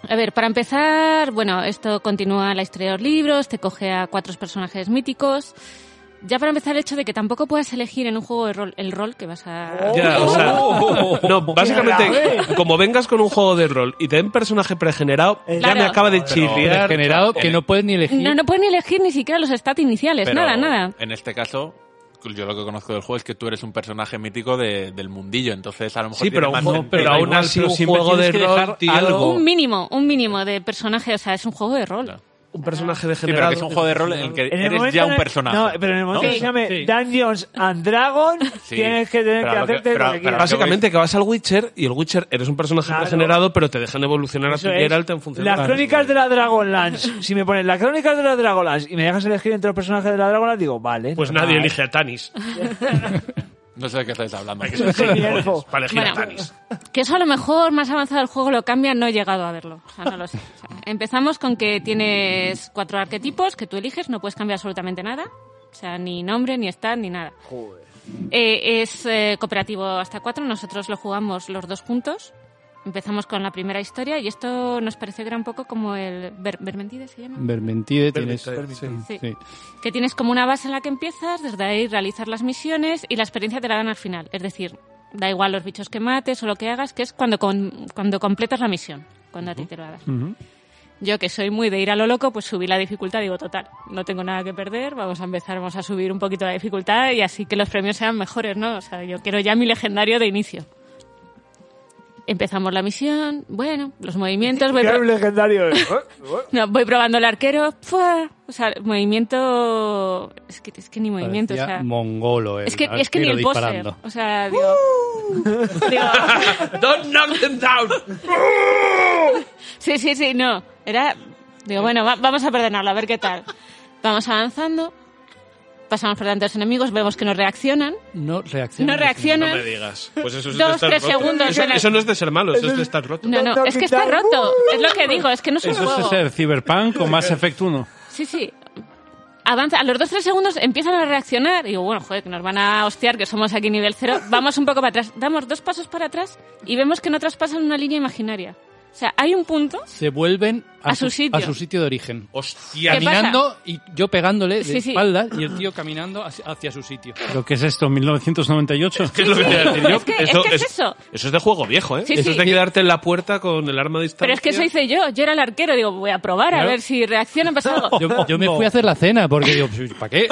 E: A ver, para empezar, bueno, esto continúa la historia de los libros, te coge a cuatro personajes míticos. Ya para empezar el hecho de que tampoco puedas elegir en un juego de rol el rol que vas a...
A: Ya, o sea, Oh. no, básicamente, como vengas con un juego de rol y te den personaje pregenerado, ya
E: Claro.
A: me acaba de chirriar.
H: Generado que no puedes ni elegir.
E: No, no puedes ni elegir ni siquiera los stats iniciales,
B: Pero
E: Pues nada, nada.
B: En este caso, yo lo que conozco del juego es que tú eres un personaje mítico de- del mundillo, entonces a lo mejor
A: Sí,
B: tiene
A: pero,
B: más
A: un-
B: sentido.
A: pero
D: da
A: aún
D: igual,
A: así
D: pero
A: un
D: siempre
A: juego de
D: tienes que
A: rol,
D: dejar
A: tío,
D: algo.
E: Un mínimo, un mínimo de personaje, o sea, es un juego de rol.
A: un personaje
B: Sí, pero
A: degenerado.
B: que es un juego de rol en el que
G: En el
B: eres
G: momento
B: ya
G: en
B: un
G: el-
B: personaje.
G: No, pero en el momento
B: ¿no?
G: que se llame Dungeons and Dragons,
B: Sí.
G: tienes que tener
B: Pero
G: que
B: a lo que-
G: hacerte
B: pero- pero
G: lo que
B: a
G: quieras.
B: lo que
A: Básicamente que vas al Witcher y el Witcher eres un personaje
G: Claro.
A: regenerado, pero te dejan evolucionar a tu
G: Eso es.
A: Geralt en función
G: Las
A: de
G: crónicas de la Dragonlance. si me ponen las crónicas de la Dragonlance y me dejas elegir entre los personajes de la Dragonlance, digo, vale.
A: Pues
G: normal.
A: nadie elige a Tanis.
B: No sé de qué estáis hablando.
A: Hay que ser gilipollas
G: elfo.
A: Pues, para elegir a
E: Bueno.
A: Tanis.
E: Que eso a lo mejor más avanzado el juego lo cambia, no he llegado a verlo. O sea, no lo sé. O sea, empezamos con que tienes cuatro arquetipos que tú eliges, no puedes cambiar absolutamente nada. O sea, ni nombre, ni stat, ni nada. Eh, es eh, cooperativo hasta cuatro, nosotros lo jugamos los dos juntos. Empezamos con la primera historia y esto nos pareció que era un poco como el... Ber- ¿Bermentides se llama?
H: Vermentide tienes.
E: Sí.
H: Mm, Sí.
E: que tienes como una base en la que empiezas, desde ahí realizar las misiones y la experiencia te la dan al final. Es decir, da igual los bichos que mates o lo que hagas, que es cuando, con- cuando completas la misión, cuando a ti te lo hagas. Yo que soy muy de ir a lo loco, pues subí la dificultad, digo, total, no tengo nada que perder, vamos a empezar, vamos a subir un poquito la dificultad y así que los premios sean mejores, ¿no? O sea, yo quiero ya mi legendario de inicio. Empezamos la misión, bueno, los movimientos, voy
G: Era
E: pro-
G: un legendario. ¿eh?
E: no, voy probando el arquero. ¡fua! O sea, movimiento. Es que, es que ni movimiento,
H: Parecía
E: o sea.
H: mongolo. el
E: Es que, es que ni
H: arquero
E: el póster.
H: disparando.
E: O sea, digo. digo,
A: Don't knock them down.
E: sí, sí, sí, no. Era. Digo, bueno, va- vamos a perdonarlo, a ver qué tal. Vamos avanzando. Pasamos por tantos enemigos, vemos que no reaccionan.
H: No reacciona.
E: No reaccionan.
A: No me digas. Pues eso es
E: Dos,
A: de estar
E: tres
A: roto.
E: segundos
A: Eso,
E: en el-
A: eso no es de ser malo, eso es de estar roto.
E: No, no, es que está roto. Es lo que digo, es que no es un
D: Eso es
E: juego.
D: ser Cyberpunk o Mass Effect 1.
E: Sí, sí. Avanza. A los dos, tres segundos empiezan a reaccionar. Y digo, bueno, joder, que nos van a hostiar, que somos aquí nivel cero. Vamos un poco para atrás. Damos dos pasos para atrás y vemos que no traspasan una línea imaginaria. O sea, hay un punto.
H: Se vuelven a,
E: A su sitio.
H: a su sitio de origen.
A: Hostia.
E: ¿Qué pasa?
H: Caminando y yo pegándole de
E: Sí, sí.
H: espaldas y el tío caminando hacia, hacia su sitio.
D: ¿Lo que es esto? ¿1998?
A: ¿Qué es lo que te voy a decir yo?
E: Es que- es que es eso.
A: Eso es de juego viejo, ¿eh?
E: Sí,
A: eso
E: sí.
A: es de quedarte en la puerta con el arma a distancia.
E: Pero es que eso hice yo. Yo era el arquero. Digo, voy a probar a ver si reacciona, pasa algo.
H: Yo, yo me fui a hacer la cena porque yo, ¿para qué?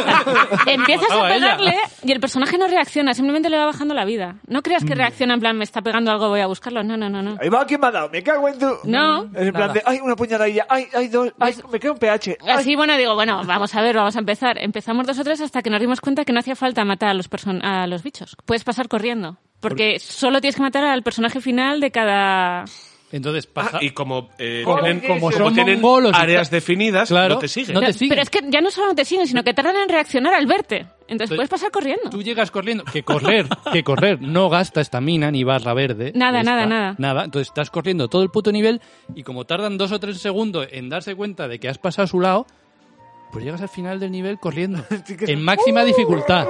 E: Empiezas a
H: Mataba a ella.
E: pegarle y el personaje no reacciona. Simplemente le va bajando la vida. No creas
H: Mm.
E: que reacciona en plan, me está pegando algo, voy a buscarlo. No, no, no, no.
G: Ahí va, ¿quién me ha dado? Me cago en tu...
E: No. Pues
G: Es en plan de, ay, una puñaladilla, ay, ay, dos, ay, me queda un pH. ay.
E: Así, bueno, digo, bueno, vamos a ver, vamos a empezar. Empezamos dos o tres hasta que nos dimos cuenta que no hacía falta matar a los, person- a los bichos. Puedes pasar corriendo. Porque solo tienes que matar al personaje final de cada...
H: Entonces pasa.
A: Ah, y como, eh,
H: Como-
A: tienen,
H: como
A: como
H: son
A: tienen
H: mongolos y
A: áreas
H: tal.
A: definidas,
H: Claro.
A: no te siguen.
H: No te
E: Pero-
H: siguen.
E: Pero es que ya no solo no te siguen, sino que tardan en reaccionar al verte. Entonces puedes pasar corriendo.
H: Tú llegas corriendo, que correr, que correr, no gasta estamina ni barra verde.
E: Nada,
H: esta,
E: nada, nada.
H: Nada, entonces estás corriendo todo el puto nivel y como tardan dos o tres segundos en darse cuenta de que has pasado a su lado, pues llegas al final del nivel corriendo. en máxima dificultad.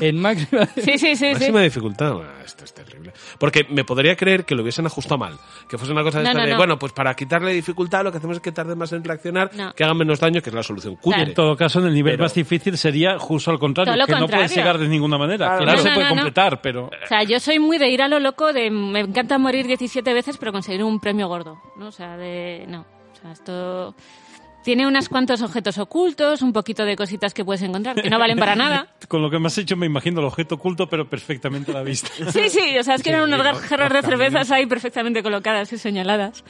H: En máxima.
E: Sí, sí, sí. sí.
A: Máxima dificultad. Ah, Esto es terrible. Porque me podría creer que lo hubiesen ajustado mal. Que fuese una cosa de
E: No,
A: esta
E: no,
A: de,
E: no.
A: bueno, pues para quitarle dificultad lo que hacemos es que tarde más en reaccionar,
E: No.
A: que hagan menos daño, que es la solución. Cúñere.
E: Claro.
D: En todo caso, en el nivel
A: Pero-
D: más difícil sería justo al contrario,
E: Todo lo
D: que no puedes
E: contrario.
D: llegar de ninguna manera, que
E: Claro.
D: no,
E: No,
D: se
E: no,
D: puede
E: no, no.
D: completar, pero...
E: O sea, yo soy muy de ir a lo loco, de me encanta morir 17 veces, pero conseguir un premio gordo, ¿no? O sea, de... No, o sea, esto... Tiene unos cuantos objetos ocultos, un poquito de cositas que puedes encontrar, que no valen para nada.
D: Con lo que me has hecho me imagino el objeto oculto, pero perfectamente a la vista.
E: Sí, sí, o sea, es que eran unas
D: los-
E: jarras
D: los
E: de cervezas ahí perfectamente colocadas y señaladas.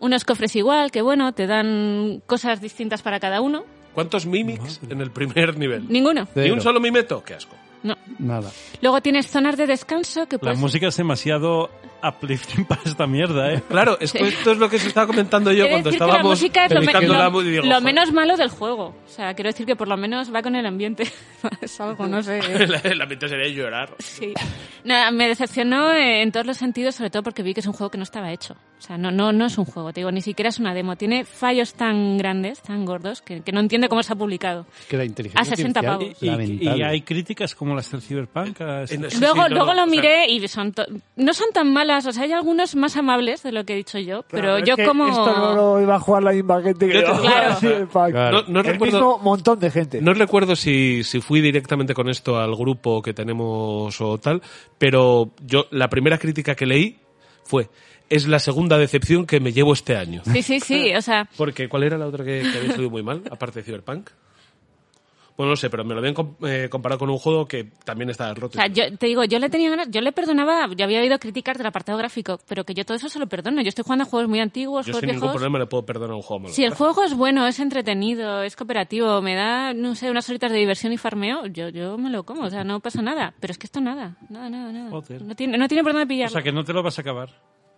E: Unos cofres igual, que bueno, te dan cosas distintas para cada uno.
A: ¿Cuántos mimics en el primer nivel?
E: Ninguno,
A: Ni un solo mimeto. Qué asco.
E: no.
H: Nada.
E: Luego tienes zonas de descanso que
D: La
E: puedes...
D: música es demasiado uplifting para esta mierda, ¿eh?
A: Claro, es que esto es lo que se estaba comentando yo
E: Quiero
A: cuando
E: decir que
A: estábamos
E: la música es lo, me-
A: criticando
E: lo-
A: la mu- y digo,
E: lo
A: joder,
E: menos malo del juego. O sea, quiero decir que por lo menos va con el ambiente. es algo, no sé.
A: La, la mitad sería llorar.
E: Sí. No, me decepcionó eh, en todos los sentidos, sobre todo porque vi que es un juego que no estaba hecho. O sea, no, no, no es un juego, te digo, ni siquiera es una demo. Tiene fallos tan grandes, tan gordos, que, que no entiendo cómo se ha publicado.
H: Que la inteligencia
E: A 60
H: artificial-
E: pavos.
D: Y, y
H: Lamentable.
D: hay críticas como las del Cyberpunk. a este-
A: En- sí,
E: luego
A: sí, no,
E: luego
A: no, o
E: lo
A: sea,
E: miré y son to- no son tan malas, o sea, hay algunos más amables de lo que he dicho yo, pero, yo como...
C: Esto no lo iba a jugar la misma gente que
A: Yo te-
C: lo juega
E: Claro.
C: así de pack.
A: No, no
C: El
A: recuerdo-
C: mismo montón de gente.
A: No recuerdo si, si fui directamente con esto al grupo que tenemos o tal, pero yo la primera crítica que leí fue es la segunda decepción que me llevo este año.
E: Sí, sí, sí, o sea...
A: Porque ¿cuál era la otra que, que había salido muy mal, aparte de Cyberpunk? Bueno, no sé, pero me lo habían com- eh, comparado con un juego que también está
E: O
A: roto.
E: sea, yo te digo, yo le tenía ganas, yo le perdonaba, yo había oído criticar del apartado gráfico, pero que yo todo eso se lo perdono. Yo estoy jugando a juegos muy antiguos,
A: Yo sin
E: juegos
A: ningún
E: viejos.
A: problema le puedo perdonar a un juego malo.
E: Si el juego es bueno, es entretenido, es cooperativo, me da, no sé, unas horitas de diversión y farmeo, yo, yo me lo como, o sea, no pasa nada. Pero es que esto nada, nada, nada, nada.
D: Joder.
E: No tiene, no tiene por dónde
D: O
E: pillarlo.
D: sea, que no te lo vas a acabar.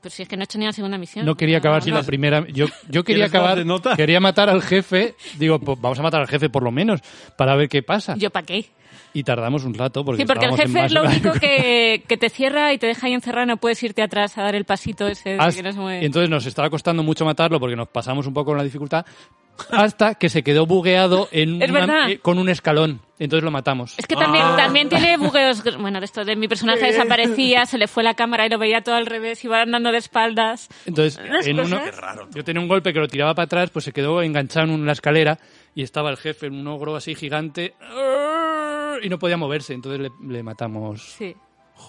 E: Pero si es que no he hecho ni la segunda misión.
H: No quería acabar sin la
E: no.
H: primera. Yo, yo quería
D: ¿Quieres darle
H: acabar.
D: nota?
H: Quería matar al jefe. Digo, pues vamos a matar al jefe por lo menos para ver qué pasa.
E: Yo pa' qué.
H: Y tardamos un rato porque
E: Sí, porque el
H: estábamos en
E: jefe es
H: más-
E: lo único que, que te cierra y te deja ahí encerrado, no puedes irte atrás a dar el pasito ese de
H: Hasta-
E: que no se mueve.
H: y entonces nos estaba costando mucho matarlo porque nos pasamos un poco con la dificultad hasta que se quedó bugueado en
E: Es
H: una-
E: verdad.
H: eh, con un escalón. Entonces lo matamos.
E: Es que también, también tiene bugueos. gr- Bueno, de esto de mi personaje desaparecía, se le fue la cámara y lo veía todo al revés, iba andando de espaldas.
H: Entonces,
E: Unas
H: en uno,
E: cosas. Qué
H: yo tenía un golpe que lo tiraba para atrás, pues se quedó enganchado en una escalera y estaba el jefe, en un ogro así gigante, y no podía moverse. Entonces le, le matamos.
E: Sí,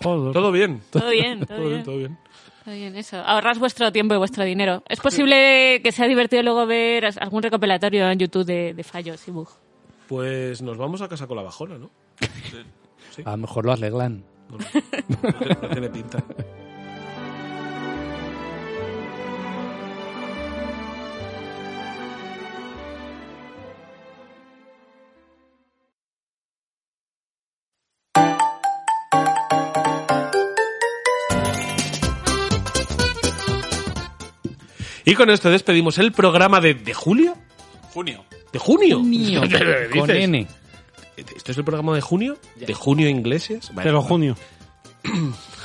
A: Todo bien.
E: todo bien, todo bien.
A: Todo bien.
E: Todo bien, eso. Ahorras vuestro tiempo y vuestro dinero. Es posible que sea divertido luego ver as- algún recopilatorio en YouTube de, de fallos y bug.
A: Pues nos vamos a casa con la bajona, ¿no?
H: A lo mejor lo arreglan.
A: No tiene pinta. Y con esto despedimos el programa de, ¿de julio.
B: Junio.
A: ¿De junio? ¿Dices?
H: Con N.
A: ¿Esto es el programa de junio? ¿De junio Iglesias? Vale.
D: Pero junio.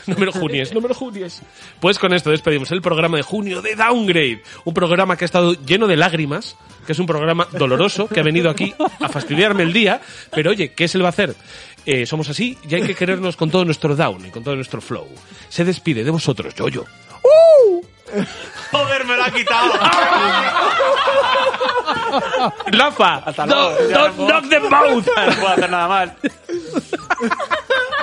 A: Número junies, número junies. Pues con esto despedimos el programa de junio de Downgrade. Un programa que ha estado lleno de lágrimas, que es un programa doloroso, que ha venido aquí a fastidiarme el día. Pero oye, ¿qué se le va a hacer? Eh, somos así y hay que querernos con todo nuestro down y con todo nuestro flow. Se despide de vosotros, yo, yo.
B: Joder, me lo ha quitado.
A: Rafa, don't, don't knock the boat.
G: No puedo hacer nada más.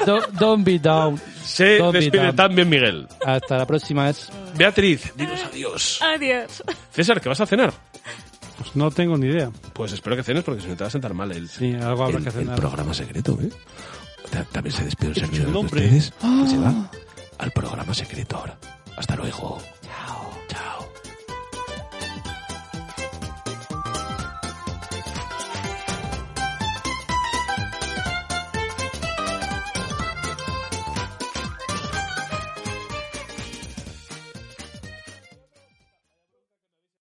H: Don't, don't be down.
A: Se
H: Don't be
A: despide
H: down.
A: también Miguel.
H: Hasta la próxima.
A: Beatriz, dinos adiós.
E: Adiós.
A: César, ¿qué vas a cenar?
D: Pues no tengo ni idea.
A: Pues espero que cenes porque si no te va a sentar mal el,
D: Sí, algo habrá
A: el-
D: que hacer.
A: el
D: nada.
A: programa secreto, ¿eh? Ta- También se despide el servidor de
D: nombre.
A: ustedes que se va al programa secreto ahora. Hasta luego.